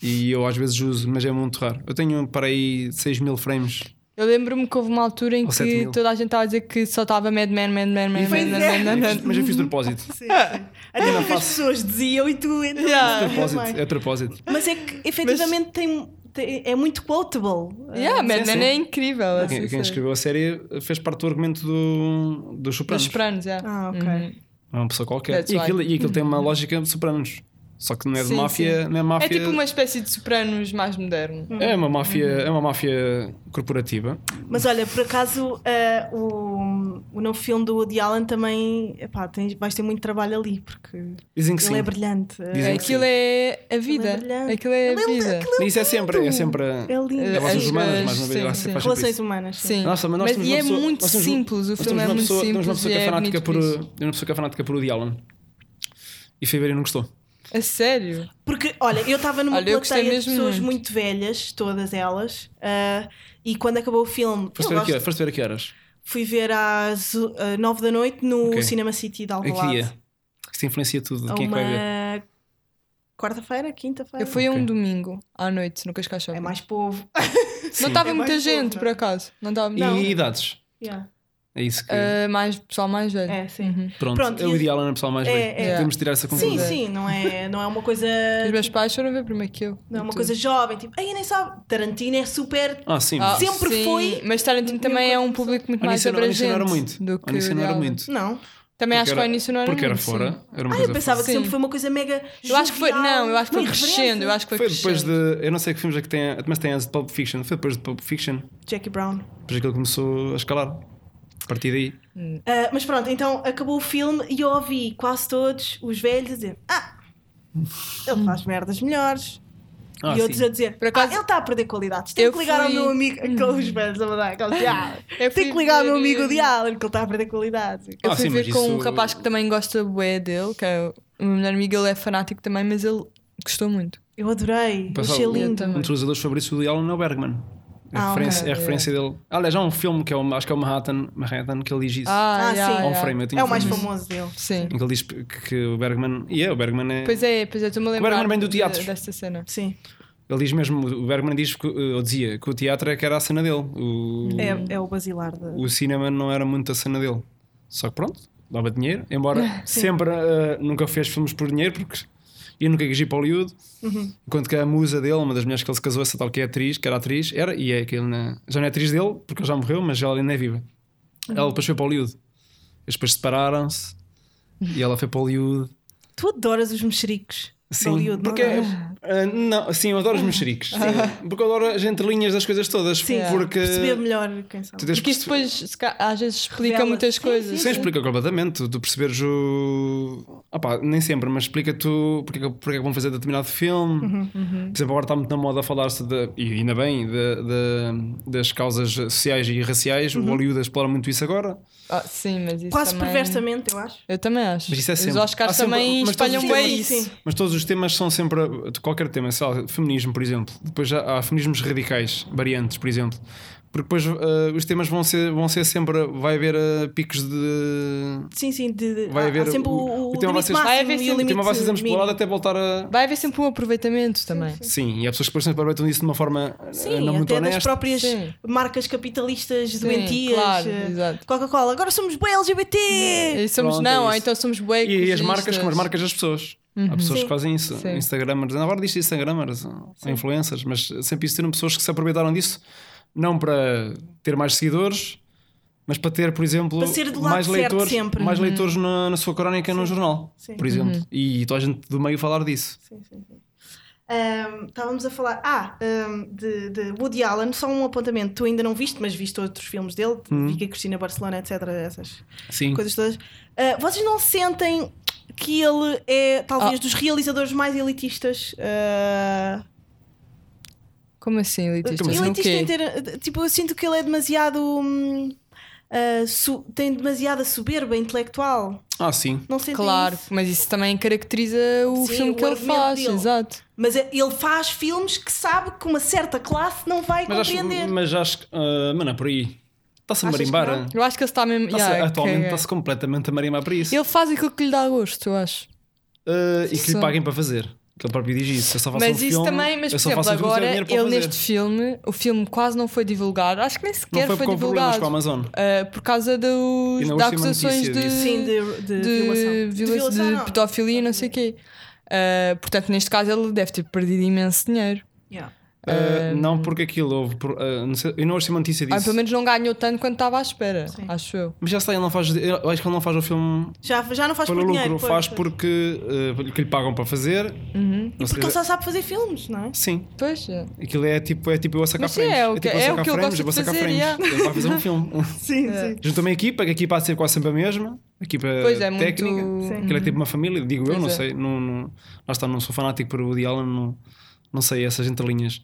[SPEAKER 3] E eu às vezes uso, mas é muito raro. Eu tenho para aí 6 mil frames
[SPEAKER 4] Eu lembro-me que houve uma altura em
[SPEAKER 3] Ou sete
[SPEAKER 4] que
[SPEAKER 3] mil.
[SPEAKER 4] toda a gente estava a dizer que só estava Mad Men, Mad Men, Mad
[SPEAKER 2] Pois
[SPEAKER 4] Men, Mad
[SPEAKER 2] é.
[SPEAKER 4] Men, Mad
[SPEAKER 3] Eu
[SPEAKER 4] Men.
[SPEAKER 3] fiz- mas eu fiz de propósito.
[SPEAKER 2] Sim, sim. Até porque as pessoas diziam e tu. tu-
[SPEAKER 4] Yeah.
[SPEAKER 2] tu-
[SPEAKER 3] De propósito,
[SPEAKER 2] também.
[SPEAKER 3] é de
[SPEAKER 4] Então,
[SPEAKER 3] propósito.
[SPEAKER 2] Mas é que efetivamente tem, tem- é muito quotable. Ah,
[SPEAKER 4] Yeah, Mad
[SPEAKER 3] sim.
[SPEAKER 4] Men é incrível.
[SPEAKER 3] Quem,
[SPEAKER 4] assim,
[SPEAKER 3] quem
[SPEAKER 4] sim.
[SPEAKER 3] escreveu a série fez parte do argumento do, dos
[SPEAKER 4] Dos
[SPEAKER 3] Sopranos.
[SPEAKER 4] Sopranos, yeah. Uhum.
[SPEAKER 2] Ah, ok.
[SPEAKER 3] É uma pessoa qualquer.
[SPEAKER 4] That's
[SPEAKER 3] E aquilo,
[SPEAKER 4] right. Uhum.
[SPEAKER 3] e aquilo tem uma lógica de Sopranos. Só que não é de
[SPEAKER 4] Sim,
[SPEAKER 3] máfia, não é máfia.
[SPEAKER 4] É tipo uma Uhum. espécie de Sopranos mais moderno.
[SPEAKER 3] É uma máfia, é uma máfia corporativa.
[SPEAKER 2] Mas olha, por acaso eh, o, o novo filme do Woody Allen também epá, tens, vais ter muito trabalho ali porque
[SPEAKER 3] Dizem que
[SPEAKER 2] ele
[SPEAKER 3] sim.
[SPEAKER 2] é brilhante.
[SPEAKER 3] Dizem que
[SPEAKER 4] Aquilo
[SPEAKER 3] sim.
[SPEAKER 4] é a vida.
[SPEAKER 2] brilhante.
[SPEAKER 4] Aquilo é a vida.
[SPEAKER 3] Isso é sempre, é sempre
[SPEAKER 2] É lindo.
[SPEAKER 3] é relações
[SPEAKER 4] As-
[SPEAKER 3] humanas, mais uma
[SPEAKER 4] as-
[SPEAKER 3] vez. acho
[SPEAKER 4] sim,
[SPEAKER 3] que
[SPEAKER 4] sim.
[SPEAKER 3] faz sempre
[SPEAKER 2] Relações
[SPEAKER 3] isso.
[SPEAKER 2] humanas. sim.
[SPEAKER 4] Sim.
[SPEAKER 3] Nossa, mas nós temos
[SPEAKER 4] e
[SPEAKER 3] uma
[SPEAKER 4] é
[SPEAKER 3] pessoa-
[SPEAKER 4] muito
[SPEAKER 3] nós temos-
[SPEAKER 4] simples. O
[SPEAKER 3] nós
[SPEAKER 4] filme
[SPEAKER 3] temos
[SPEAKER 4] é
[SPEAKER 3] uma
[SPEAKER 4] muito
[SPEAKER 3] pessoa- temos
[SPEAKER 4] simples.
[SPEAKER 3] uma pessoa
[SPEAKER 4] e
[SPEAKER 3] que é
[SPEAKER 4] é
[SPEAKER 3] fanática
[SPEAKER 4] bonito
[SPEAKER 3] por,
[SPEAKER 4] por
[SPEAKER 3] eu
[SPEAKER 4] isso.
[SPEAKER 3] tenho uma pessoa que é fanática por Woody Allen. E fui ver e não gostou.
[SPEAKER 4] A sério?
[SPEAKER 2] Porque, olha, eu estava numa
[SPEAKER 4] Olha, eu gostei
[SPEAKER 2] plateia de
[SPEAKER 4] mesmo
[SPEAKER 2] pessoas muito.
[SPEAKER 4] muito.
[SPEAKER 2] velhas, todas elas, eh, e quando acabou o filme, eu
[SPEAKER 3] Foste ver, a que
[SPEAKER 2] gosto-
[SPEAKER 3] hora- foste ver a que horas?
[SPEAKER 2] fui ver às eh, nove da noite no
[SPEAKER 3] Ok. é.
[SPEAKER 2] Cinema City de
[SPEAKER 3] A que
[SPEAKER 2] Alvalade.
[SPEAKER 3] dia? Isso influencia tudo. de
[SPEAKER 2] A
[SPEAKER 3] Quem é que vai ver?
[SPEAKER 2] uma quarta-feira, quinta-feira.
[SPEAKER 4] Eu fui a
[SPEAKER 3] Ok.
[SPEAKER 4] um domingo à noite no Cascais Shopping.
[SPEAKER 2] É mais povo.
[SPEAKER 3] Sim.
[SPEAKER 4] Não estava
[SPEAKER 2] É mais
[SPEAKER 4] muita
[SPEAKER 2] povo,
[SPEAKER 4] gente,
[SPEAKER 2] não é?
[SPEAKER 4] por acaso. Não estava
[SPEAKER 3] E
[SPEAKER 4] muita gente.
[SPEAKER 3] idades?
[SPEAKER 2] Yeah.
[SPEAKER 3] É isso que.
[SPEAKER 4] Ah, mais pessoal mais velho.
[SPEAKER 2] É, sim.
[SPEAKER 4] Uhum.
[SPEAKER 3] pronto,
[SPEAKER 2] pronto,
[SPEAKER 3] é o
[SPEAKER 2] e-
[SPEAKER 3] ideal na pessoa mais
[SPEAKER 2] É,
[SPEAKER 3] velha.
[SPEAKER 2] é.
[SPEAKER 3] Temos de tirar essa conclusão.
[SPEAKER 2] Sim, sim, não é, não é uma coisa.
[SPEAKER 4] Os meus pais foram ver primeiro que eu.
[SPEAKER 2] Não é uma
[SPEAKER 4] Tudo.
[SPEAKER 2] coisa jovem, tipo, ai, eu nem sabe. Tarantino é super.
[SPEAKER 3] Ah, sim.
[SPEAKER 4] Ah,
[SPEAKER 3] mas-
[SPEAKER 2] Sempre foi
[SPEAKER 4] Mas Tarantino também é um público muito
[SPEAKER 3] Ao
[SPEAKER 4] mais
[SPEAKER 3] início não- ao início
[SPEAKER 4] abrangente.
[SPEAKER 3] não era muito.
[SPEAKER 4] Do
[SPEAKER 3] Ao
[SPEAKER 4] que
[SPEAKER 3] início não era
[SPEAKER 4] Woody Allen.
[SPEAKER 3] muito.
[SPEAKER 2] Não.
[SPEAKER 3] Porque
[SPEAKER 4] Também acho que
[SPEAKER 3] era-
[SPEAKER 4] ao início não era
[SPEAKER 3] Porque era
[SPEAKER 4] muito, sim.
[SPEAKER 3] fora. Era uma
[SPEAKER 2] Ah,
[SPEAKER 3] coisa
[SPEAKER 2] eu pensava
[SPEAKER 3] fora.
[SPEAKER 2] que
[SPEAKER 4] Sim.
[SPEAKER 2] sempre foi uma coisa mega.
[SPEAKER 4] Eu acho que foi.
[SPEAKER 2] jovial,
[SPEAKER 4] Não, eu acho que foi
[SPEAKER 2] irreverente.
[SPEAKER 4] crescendo. Eu acho que foi,
[SPEAKER 3] Foi depois
[SPEAKER 4] crescendo.
[SPEAKER 3] de. Eu não sei que filmes é que tem. Mas tem as de Pulp Fiction. Foi depois de Pulp Fiction.
[SPEAKER 2] Jackie Brown.
[SPEAKER 3] Depois aquilo começou a escalar. A partir daí.
[SPEAKER 2] Ah, mas pronto, então acabou o filme e eu ouvi quase todos os velhos a dizer: Ah, ele faz merdas melhores.
[SPEAKER 3] Ah,
[SPEAKER 2] e outros
[SPEAKER 3] sim.
[SPEAKER 2] a dizer:
[SPEAKER 4] Por acaso-
[SPEAKER 2] "Ah, ele está a perder qualidades. Tenho
[SPEAKER 4] Eu
[SPEAKER 2] que ligar ao
[SPEAKER 4] fui-
[SPEAKER 2] meu amigo. Aqueles velhos a mandar aqueles de "Ah,
[SPEAKER 4] Eu fui
[SPEAKER 2] Tenho que ligar ao meu
[SPEAKER 4] ver-
[SPEAKER 2] amigo de Alan, que ele está a perder qualidades.
[SPEAKER 4] Eu
[SPEAKER 3] Ah,
[SPEAKER 4] fui
[SPEAKER 3] sim,
[SPEAKER 4] ver
[SPEAKER 3] mas
[SPEAKER 4] com um
[SPEAKER 3] isso-
[SPEAKER 4] rapaz que também gosta bué dele, que é o meu melhor amigo, ele é fanático também, mas ele gostou muito.
[SPEAKER 2] Eu adorei.
[SPEAKER 3] Passava-
[SPEAKER 2] Achei
[SPEAKER 4] Eu
[SPEAKER 2] lindo.
[SPEAKER 4] também.
[SPEAKER 3] Um dos realizadores favoritos do Woody Allen é o Bergman. É a
[SPEAKER 2] Ah,
[SPEAKER 3] referência,
[SPEAKER 4] ok.
[SPEAKER 3] é a referência dele. Aliás, há um filme que é o, acho que é o Manhattan, Manhattan que ele diz isso.
[SPEAKER 4] Ah,
[SPEAKER 2] Ah,
[SPEAKER 4] yeah,
[SPEAKER 2] sim.
[SPEAKER 4] yeah.
[SPEAKER 3] On frame, eu tinha
[SPEAKER 2] É o mais
[SPEAKER 3] visto isso.
[SPEAKER 2] famoso dele.
[SPEAKER 4] Sim.
[SPEAKER 3] Em que ele diz que, que o Bergman. E é, o Bergman é.
[SPEAKER 4] Pois é, pois é, estou-me a lembrar.
[SPEAKER 3] Bergman vem do
[SPEAKER 4] de-
[SPEAKER 3] teatro.
[SPEAKER 4] Desta cena.
[SPEAKER 2] Sim.
[SPEAKER 3] Ele diz mesmo, o Bergman diz que, ou dizia que o teatro é que era a cena dele. O,
[SPEAKER 2] É, é o basilar de.
[SPEAKER 3] o cinema não era muito a cena dele. Só que pronto, dava dinheiro, embora sempre ah, nunca fez filmes por dinheiro, porque eu nunca quis ir para Hollywood. Enquanto que a musa dele, uma das mulheres que ele se casou, essa tal que é atriz, que era atriz, era, e é aquele na- já não é atriz dele, porque ele já morreu, mas ela ainda é viva. Ela depois foi para Hollywood. Eles depois separaram-se e ela foi para Hollywood.
[SPEAKER 2] Tu adoras os mexericos.
[SPEAKER 3] Sim,
[SPEAKER 5] Hollywood, não
[SPEAKER 3] porque
[SPEAKER 2] é?
[SPEAKER 3] ah, não, sim, eu adoro os mexeriques. Porque eu adoro as entrelinhas das coisas todas.
[SPEAKER 2] Sim.
[SPEAKER 3] porque
[SPEAKER 2] Perceber melhor quem são.
[SPEAKER 3] tu tens
[SPEAKER 4] Porque isto
[SPEAKER 3] perce-
[SPEAKER 4] depois se ca- às vezes explica
[SPEAKER 2] Revela.
[SPEAKER 4] muitas
[SPEAKER 2] Sim,
[SPEAKER 4] coisas.
[SPEAKER 3] Sim, explica completamente. Tu percebes o. Ah pá, nem sempre, mas explica-te o- porque, é que- porque é que vão fazer determinado filme. Por exemplo, agora está muito na moda falar-se, de- e ainda bem, de- de- das causas sociais e raciais. O Hollywood explora muito isso agora.
[SPEAKER 4] Ah, sim, mas isso
[SPEAKER 2] Quase
[SPEAKER 4] também...
[SPEAKER 2] perversamente, eu acho.
[SPEAKER 4] Eu também acho.
[SPEAKER 3] Mas isso é
[SPEAKER 4] Os
[SPEAKER 3] sempre.
[SPEAKER 4] Oscars
[SPEAKER 3] Há sempre-
[SPEAKER 4] também
[SPEAKER 3] mas todos os
[SPEAKER 4] espalham bem
[SPEAKER 3] temas-
[SPEAKER 4] isso.
[SPEAKER 2] Sim.
[SPEAKER 3] Mas todos os temas são sempre. De qualquer tema, sei lá, feminismo, por exemplo. Depois já há feminismos radicais, variantes, por exemplo. Porque depois eh, os temas vão ser, vão ser sempre. Vai haver eh, picos de.
[SPEAKER 2] Sim, sim. De, de-
[SPEAKER 3] Vai
[SPEAKER 2] há-
[SPEAKER 3] haver
[SPEAKER 2] há sempre
[SPEAKER 3] o-
[SPEAKER 2] o,
[SPEAKER 3] o
[SPEAKER 2] o,
[SPEAKER 3] tema vai
[SPEAKER 2] limite
[SPEAKER 3] ser-
[SPEAKER 2] máximo
[SPEAKER 4] Vai haver
[SPEAKER 2] e
[SPEAKER 4] sempre-
[SPEAKER 2] o
[SPEAKER 4] o
[SPEAKER 2] limite
[SPEAKER 3] Então vai ser sempre
[SPEAKER 2] mínimo.
[SPEAKER 3] explorado até voltar a.
[SPEAKER 4] Vai haver sempre um aproveitamento também.
[SPEAKER 3] Sim, e há pessoas que depois se aproveitam disso de uma forma eh,
[SPEAKER 2] Sim,
[SPEAKER 3] não muito
[SPEAKER 2] até das
[SPEAKER 3] honesta.
[SPEAKER 2] próprias
[SPEAKER 4] Sim.
[SPEAKER 2] marcas capitalistas
[SPEAKER 4] Sim,
[SPEAKER 2] doentias.
[SPEAKER 4] claro,
[SPEAKER 2] eh,
[SPEAKER 4] exato.
[SPEAKER 2] Coca-Cola, agora somos bem LGBT!
[SPEAKER 4] E somos
[SPEAKER 3] Pronto, é
[SPEAKER 4] não,
[SPEAKER 3] isso.
[SPEAKER 4] ou então somos bué
[SPEAKER 3] E as
[SPEAKER 4] ecologistas.
[SPEAKER 3] marcas, como as marcas das pessoas. Há pessoas
[SPEAKER 2] Uhum. Sim.
[SPEAKER 3] que fazem isso,
[SPEAKER 4] Sim.
[SPEAKER 3] Instagramers. Agora diz Instagramers, eh, influencers, mas sempre existiram pessoas que se aproveitaram disso, não para ter mais seguidores, mas para ter, por exemplo,
[SPEAKER 2] Para ser do lado
[SPEAKER 3] mais,
[SPEAKER 2] certo
[SPEAKER 3] leitores,
[SPEAKER 2] sempre. Uhum.
[SPEAKER 3] mais leitores na, na sua crónica no jornal,
[SPEAKER 2] Sim. Uhum.
[SPEAKER 3] por exemplo. E toda a gente do meio falar disso.
[SPEAKER 2] Sim, sim, sim. Ahm, estávamos a falar ah, ahm, de, de Woody Allen, só um apontamento. Tu ainda não viste, mas viste outros filmes dele, de Vicky Cristina Barcelona, etc. Essas
[SPEAKER 3] Sim.
[SPEAKER 2] coisas todas. Ah, vocês não sentem que ele é talvez dos realizadores mais elitistas? ah,
[SPEAKER 4] Como assim, elitistas?
[SPEAKER 3] Como assim?
[SPEAKER 4] No
[SPEAKER 2] elitista
[SPEAKER 4] quê?
[SPEAKER 2] em ter- Tipo, eu sinto que ele é demasiado. hum, ah, su- tem demasiada soberba intelectual.
[SPEAKER 3] Ah, sim.
[SPEAKER 2] Não sentem
[SPEAKER 4] Claro,
[SPEAKER 2] isso?
[SPEAKER 4] mas isso também caracteriza o
[SPEAKER 2] Sim,
[SPEAKER 4] filme
[SPEAKER 2] o
[SPEAKER 4] que ele
[SPEAKER 2] argumento
[SPEAKER 4] faz,
[SPEAKER 2] dele.
[SPEAKER 4] exato.
[SPEAKER 2] Mas é- ele faz filmes que sabe que uma certa classe não vai
[SPEAKER 3] Mas acho,
[SPEAKER 2] compreender.
[SPEAKER 3] mas acho que. ah, mano, é por aí. Está-se a
[SPEAKER 2] Achas que
[SPEAKER 3] marimbar.
[SPEAKER 2] não?
[SPEAKER 3] Está-se-
[SPEAKER 4] Eu acho que ele está mesmo. yeah,
[SPEAKER 3] Tá atualmente
[SPEAKER 4] caga.
[SPEAKER 3] está-se completamente a marimbar para isso.
[SPEAKER 4] Ele faz aquilo que lhe dá gosto, eu acho.
[SPEAKER 3] Uh, e que lhe
[SPEAKER 4] Só.
[SPEAKER 3] paguem para fazer. Que ele próprio diz isso. Eu só faço um
[SPEAKER 4] Mas isso
[SPEAKER 3] filme,
[SPEAKER 4] também, mas
[SPEAKER 3] eu
[SPEAKER 4] por
[SPEAKER 3] só
[SPEAKER 4] exemplo,
[SPEAKER 3] faço um filme que
[SPEAKER 4] agora
[SPEAKER 3] tenho
[SPEAKER 4] ele
[SPEAKER 3] dinheiro para fazer.
[SPEAKER 4] neste filme, o filme quase não foi divulgado, acho que nem
[SPEAKER 3] Não
[SPEAKER 4] sequer
[SPEAKER 3] foi
[SPEAKER 4] foi,
[SPEAKER 3] com problemas
[SPEAKER 4] divulgado
[SPEAKER 3] com a Amazon.
[SPEAKER 4] ah, por causa dos,
[SPEAKER 3] Ainda
[SPEAKER 4] de
[SPEAKER 3] hoje tem uma
[SPEAKER 4] acusações
[SPEAKER 3] notícia
[SPEAKER 4] de,
[SPEAKER 3] disso.
[SPEAKER 2] Sim, de, de, violação.
[SPEAKER 4] de,
[SPEAKER 2] De
[SPEAKER 4] violação-
[SPEAKER 2] violação,
[SPEAKER 4] de
[SPEAKER 2] não.
[SPEAKER 4] pedofilia e não sei o quê. Ah, portanto, neste caso, ele deve ter perdido imenso dinheiro.
[SPEAKER 2] Yeah.
[SPEAKER 3] Uh, não porque aquilo houve. pro- uh, não sei, eu não hoje uma notícia
[SPEAKER 4] Ah,
[SPEAKER 3] disso.
[SPEAKER 4] pelo menos não ganhou tanto quanto estava à espera,
[SPEAKER 2] Sim.
[SPEAKER 4] acho eu.
[SPEAKER 3] Mas já sei, ele não faz. Eu acho que ele não faz o filme
[SPEAKER 2] Já, já não faz
[SPEAKER 3] pelo
[SPEAKER 2] por
[SPEAKER 3] lucro.
[SPEAKER 2] dinheiro. pois,
[SPEAKER 3] faz
[SPEAKER 2] pois.
[SPEAKER 3] porque uh, que lhe pagam para fazer.
[SPEAKER 4] Uhum.
[SPEAKER 3] Ou
[SPEAKER 2] E porque
[SPEAKER 3] seja,
[SPEAKER 2] ele só sabe fazer filmes, não é?
[SPEAKER 3] Sim,
[SPEAKER 4] Pois é.
[SPEAKER 3] aquilo é tipo, é tipo eu a sacar
[SPEAKER 4] Mas sim, é
[SPEAKER 3] frames.
[SPEAKER 4] o que-
[SPEAKER 3] tipo eu
[SPEAKER 4] é
[SPEAKER 3] a
[SPEAKER 4] o
[SPEAKER 3] sacar
[SPEAKER 4] que ele
[SPEAKER 3] frames,
[SPEAKER 4] gosta
[SPEAKER 3] eu vou
[SPEAKER 4] de
[SPEAKER 3] sacar
[SPEAKER 4] fazer,
[SPEAKER 3] frames.
[SPEAKER 4] yeah.
[SPEAKER 3] Ele vai fazer um filme.
[SPEAKER 2] Sim,
[SPEAKER 4] É.
[SPEAKER 3] Juntou-me a equipa, que a equipa há de ser quase sempre a mesma. A equipa
[SPEAKER 4] Pois é, muito.
[SPEAKER 3] Eh, técnica.
[SPEAKER 2] Sim.
[SPEAKER 3] Aquilo é tipo uma família, digo eu,
[SPEAKER 4] Pois
[SPEAKER 3] não
[SPEAKER 4] é.
[SPEAKER 3] sei. Não, não, lá está, não sou fanático por Woody Allen, não, não sei essas entrelinhas.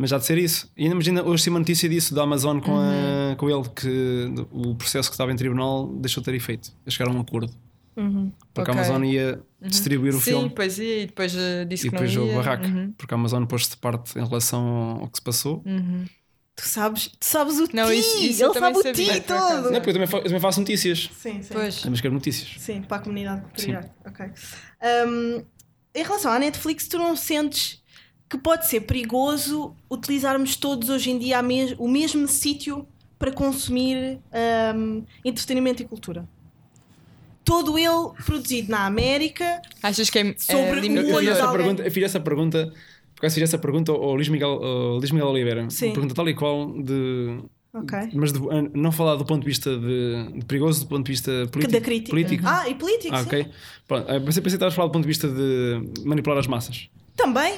[SPEAKER 3] Mas há de ser isso. E ainda imagina, hoje tinha uma notícia disso da Amazon com,
[SPEAKER 4] Uhum.
[SPEAKER 3] a- com ele, que o processo que estava em tribunal deixou de ter efeito. Eles chegaram a um acordo. Porque
[SPEAKER 4] Uhum. Ok. Uhum.
[SPEAKER 3] a Amazon ia distribuir o
[SPEAKER 4] Sim,
[SPEAKER 3] filme
[SPEAKER 4] pois ia, e depois eh, disse
[SPEAKER 3] e
[SPEAKER 4] que
[SPEAKER 3] depois
[SPEAKER 4] não
[SPEAKER 3] o
[SPEAKER 4] ia.
[SPEAKER 3] barraco.
[SPEAKER 4] Uhum,
[SPEAKER 3] Porque a Amazon pôs-se de parte em relação ao que se passou.
[SPEAKER 4] uhum.
[SPEAKER 2] Tu sabes, tu sabes o ti,
[SPEAKER 4] Não, isso- isso eu
[SPEAKER 2] ele
[SPEAKER 4] também
[SPEAKER 2] sabe o
[SPEAKER 4] sabia,
[SPEAKER 2] ti
[SPEAKER 4] por acaso.
[SPEAKER 2] todo.
[SPEAKER 3] Não, porque eu também, fa- eu também faço notícias.
[SPEAKER 2] Sim, sim.
[SPEAKER 4] Pois.
[SPEAKER 3] Também escrevo notícias.
[SPEAKER 2] Sim, para a comunidade portuguesa. Ok. Hum, em relação à Netflix, tu não sentes que pode ser perigoso utilizarmos todos hoje em dia a mes- o mesmo sítio para consumir hum, entretenimento e cultura? Todo ele produzido na América,
[SPEAKER 4] Achas que é,
[SPEAKER 2] Sobre
[SPEAKER 4] é
[SPEAKER 2] o
[SPEAKER 3] Eu,
[SPEAKER 4] limitado?
[SPEAKER 3] eu,
[SPEAKER 2] olho
[SPEAKER 3] fiz essa
[SPEAKER 2] de alguém.
[SPEAKER 3] pergunta, eu fiz essa pergunta, por acaso fiz essa pergunta ao Luís Miguel, ao Luís Miguel Oliveira.
[SPEAKER 2] Sim.
[SPEAKER 3] Uma pergunta tal e qual, de,
[SPEAKER 2] ok?
[SPEAKER 3] mas de- eh, não falar do ponto de vista de, de perigoso, do ponto de vista
[SPEAKER 2] Que
[SPEAKER 3] político.
[SPEAKER 2] da crítica.
[SPEAKER 3] político.
[SPEAKER 2] Ah, e político,
[SPEAKER 3] Ah,
[SPEAKER 2] sim.
[SPEAKER 3] ok. Pronto, eu pensei, pensei que estavas a falar do ponto de vista de manipular as massas.
[SPEAKER 2] Também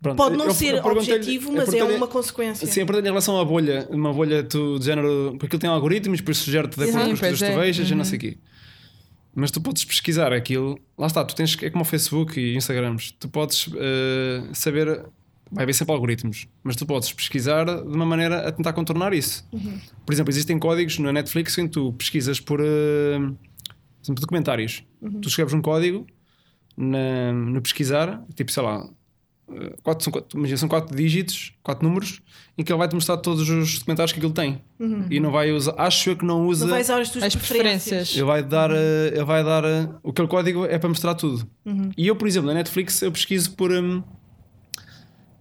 [SPEAKER 3] Pronto,
[SPEAKER 2] pode não
[SPEAKER 3] eu- eu
[SPEAKER 2] ser
[SPEAKER 3] perguntei-lhe-
[SPEAKER 2] objetivo,
[SPEAKER 3] eu
[SPEAKER 2] mas é
[SPEAKER 3] perguntei-lhe-
[SPEAKER 2] uma consequência.
[SPEAKER 3] Sim, eu perguntei em relação à bolha, uma bolha tu, de género, porque aquilo tem algoritmos, depois sugere-te de
[SPEAKER 4] Sim,
[SPEAKER 3] acordo com os
[SPEAKER 4] pois
[SPEAKER 3] coisas que tu
[SPEAKER 4] é.
[SPEAKER 3] vejas e não sei o quê. Mas tu podes pesquisar aquilo, lá está, tu tens, é como o Facebook e Instagrams, tu podes eh, saber, vai haver sempre algoritmos, mas tu podes pesquisar de uma maneira a tentar contornar isso.
[SPEAKER 4] Uhum.
[SPEAKER 3] Por exemplo, existem códigos na Netflix em que tu pesquisas por, eh, por exemplo, documentários. Tu escreves um código na- no pesquisar, tipo, sei lá, eh, quatro, são, quatro, imagina, são quatro dígitos, quatro números, em que ele vai-te mostrar todos os documentários que aquilo tem. E não vai usar, acho eu que não usa.
[SPEAKER 2] Não vais aos tuas
[SPEAKER 4] As
[SPEAKER 2] preferências.
[SPEAKER 4] preferências.
[SPEAKER 3] Ele vai dar, eh, ele vai dar eh, o que código é para mostrar tudo. E eu, por exemplo, na Netflix eu pesquiso por hum,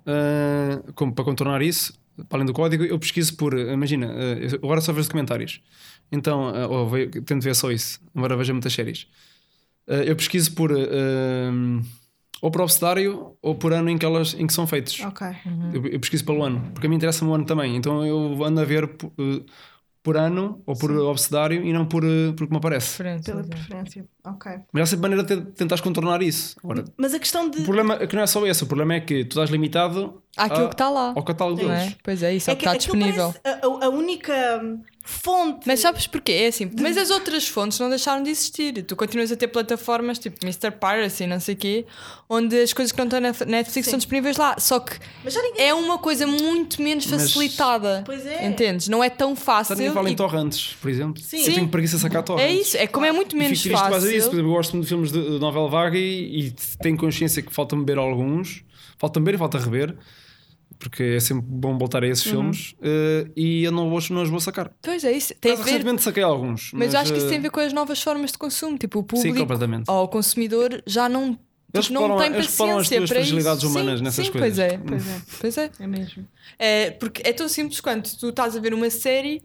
[SPEAKER 3] eh, como para contornar isso, para além do código, eu pesquiso por, eh, imagina, eh, eu agora só vejo comentários. Então, eh, ou ve- tento ver só isso, embora veja muitas séries. Eh, eu pesquiso por eh, hum, ou por obsedário ou por ano em que, elas, em que são feitos.
[SPEAKER 2] Ok.
[SPEAKER 3] Eu, eu pesquiso pelo ano, porque a mim interessa-me o ano também. Então eu ando a ver p- eh, por ano ou por obsedário e não por, eh, por como aparece.
[SPEAKER 4] Preferência.
[SPEAKER 2] Pela
[SPEAKER 4] exato.
[SPEAKER 2] preferência. Ok.
[SPEAKER 3] Mas há sempre maneira de te- tentares contornar isso. Agora,
[SPEAKER 2] Mas a questão de.
[SPEAKER 3] o problema é que não é só esse, o problema é que tu estás limitado
[SPEAKER 4] Aquilo
[SPEAKER 3] Ah,
[SPEAKER 4] que está lá.
[SPEAKER 3] ao catálogo
[SPEAKER 4] Não
[SPEAKER 3] deles.
[SPEAKER 4] é? Pois é, isso é o que está
[SPEAKER 2] aquilo
[SPEAKER 4] disponível.
[SPEAKER 2] parece a, a- a única hum, fonte.
[SPEAKER 4] Mas sabes porquê? É assim, mas as outras fontes não deixaram de existir. Tu continuas a ter plataformas tipo Mr. Piracy, não sei o quê, onde as coisas que não estão na Netflix são disponíveis lá. Só que
[SPEAKER 2] Mas já ninguém.
[SPEAKER 4] é uma coisa muito menos
[SPEAKER 3] Mas-
[SPEAKER 4] facilitada.
[SPEAKER 2] Pois é.
[SPEAKER 4] Entendes? Não é tão fácil.
[SPEAKER 3] Está nível em
[SPEAKER 4] e-
[SPEAKER 3] torrentes, por exemplo.
[SPEAKER 2] Sim.
[SPEAKER 3] Eu
[SPEAKER 4] Sim.
[SPEAKER 3] tenho preguiça de sacar torrents.
[SPEAKER 4] É isso, é como é muito
[SPEAKER 3] E
[SPEAKER 4] menos
[SPEAKER 3] Fico triste por causa disso. Por
[SPEAKER 4] fácil.
[SPEAKER 3] exemplo, eu gosto muito de filmes de, de novela vaga e, e tenho consciência que falta-me ver alguns. Falta-me ver e falta rever. Porque é sempre bom voltar a
[SPEAKER 4] Uhum.
[SPEAKER 3] esses filmes. eh, e eu não, os, não os vou sacar.
[SPEAKER 4] Pois é isso. Tem a
[SPEAKER 3] Mas
[SPEAKER 4] ver,
[SPEAKER 3] recentemente saquei alguns.
[SPEAKER 4] mas eu acho que isso
[SPEAKER 3] eh,
[SPEAKER 4] tem a ver com as novas formas de consumo. Tipo, o
[SPEAKER 3] Sim,
[SPEAKER 4] público
[SPEAKER 3] completamente.
[SPEAKER 4] ou o consumidor já não,
[SPEAKER 3] Eles
[SPEAKER 4] tipo, não
[SPEAKER 3] exploram-
[SPEAKER 4] tem
[SPEAKER 3] eles exploram as
[SPEAKER 4] paciência
[SPEAKER 3] tuas
[SPEAKER 4] para isso.
[SPEAKER 3] fragilidades
[SPEAKER 4] Sim,
[SPEAKER 3] humanas nessas
[SPEAKER 4] sim,
[SPEAKER 3] coisas.
[SPEAKER 4] Pois é,
[SPEAKER 2] Pois é,
[SPEAKER 4] pois é.
[SPEAKER 2] é mesmo.
[SPEAKER 4] É, porque é tão simples quanto tu estás a ver uma série.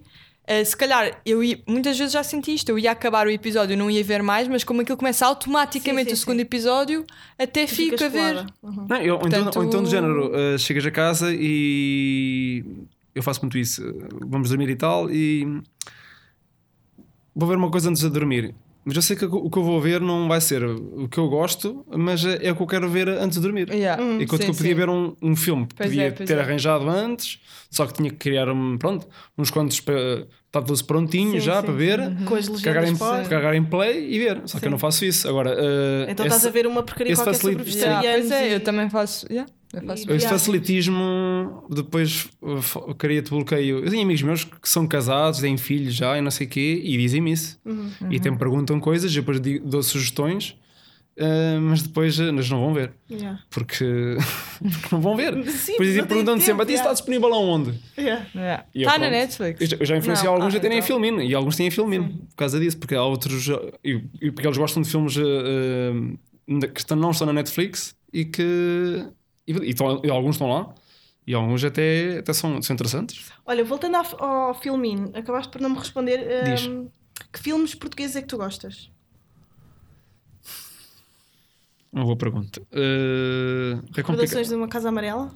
[SPEAKER 4] eh, se calhar, eu ia- muitas vezes já senti isto. Eu ia acabar o episódio, não ia ver mais, mas como aquilo começa automaticamente
[SPEAKER 2] Sim, sim,
[SPEAKER 4] o segundo episódio, até fico a ver.
[SPEAKER 3] Não, eu- ou então-
[SPEAKER 4] Portanto-
[SPEAKER 3] ou então, do género, eh, chegas a casa e eu faço muito isso. eh, Vamos dormir e tal, e vou ver uma coisa antes de dormir. Mas eu sei que o que eu vou ver não vai ser o que eu gosto, mas é é o que eu quero ver antes de dormir.
[SPEAKER 4] Yeah.
[SPEAKER 2] Hum,
[SPEAKER 3] Enquanto
[SPEAKER 4] sim,
[SPEAKER 3] que eu podia
[SPEAKER 4] sim.
[SPEAKER 3] ver um, um filme que
[SPEAKER 4] Pois
[SPEAKER 3] podia
[SPEAKER 4] é, pois
[SPEAKER 3] ter
[SPEAKER 4] é.
[SPEAKER 3] arranjado antes, só que tinha que criar um, pronto, uns quantos para estar todos prontinhos
[SPEAKER 2] Sim,
[SPEAKER 3] já
[SPEAKER 2] sim,
[SPEAKER 3] para ver,
[SPEAKER 4] Uhum.
[SPEAKER 2] Com as
[SPEAKER 3] carregar, em,
[SPEAKER 2] legendas fora.
[SPEAKER 3] carregar em play e ver. Só que eu não faço isso. Agora, eh,
[SPEAKER 2] Então
[SPEAKER 3] esse-
[SPEAKER 2] estás a ver uma porcaria
[SPEAKER 3] esse
[SPEAKER 2] qualquer sobre
[SPEAKER 3] facilita-
[SPEAKER 4] Yeah,
[SPEAKER 2] vegetarianos.
[SPEAKER 4] pois é,
[SPEAKER 2] e-
[SPEAKER 4] eu também faço. yeah, eu faço
[SPEAKER 2] E-
[SPEAKER 3] Esse
[SPEAKER 2] viagem.
[SPEAKER 3] facilitismo depois uh, fo- cria-te bloqueio. Eu tenho amigos meus que são casados, têm filhos já e não sei o quê, e dizem-me isso.
[SPEAKER 2] Uhum.
[SPEAKER 3] E até me perguntam coisas, e depois di- dou sugestões, uh, mas depois uh, eles não vão ver.
[SPEAKER 2] Yeah.
[SPEAKER 3] Porque, porque não vão ver.
[SPEAKER 2] Sim,
[SPEAKER 3] depois
[SPEAKER 2] não
[SPEAKER 3] dizem
[SPEAKER 2] tem
[SPEAKER 3] perguntando
[SPEAKER 2] tempo,
[SPEAKER 3] sempre: "Mas isso
[SPEAKER 2] yeah.
[SPEAKER 3] está disponível aonde?
[SPEAKER 2] Yeah.
[SPEAKER 4] Yeah.
[SPEAKER 3] E eu
[SPEAKER 4] Está na
[SPEAKER 3] pronto. Eu
[SPEAKER 4] Netflix.
[SPEAKER 3] já- Eu já influenciei
[SPEAKER 4] Não,
[SPEAKER 3] alguns
[SPEAKER 4] ah,
[SPEAKER 3] a terem
[SPEAKER 4] então.
[SPEAKER 3] filme e alguns têm filme por causa disso, porque há outros. uh, E, e porque eles gostam de filmes uh, uh, que estão- não estão na Netflix e que. E, e estão- e alguns estão lá e alguns até, até são, são interessantes.
[SPEAKER 2] Olha, voltando ao, ao filminho, acabaste por não me responder.
[SPEAKER 3] Diz.
[SPEAKER 2] hum, que filmes portugueses é que tu gostas?
[SPEAKER 3] Uma boa pergunta. Uh, é complicado.
[SPEAKER 2] Recordações de uma Casa Amarela?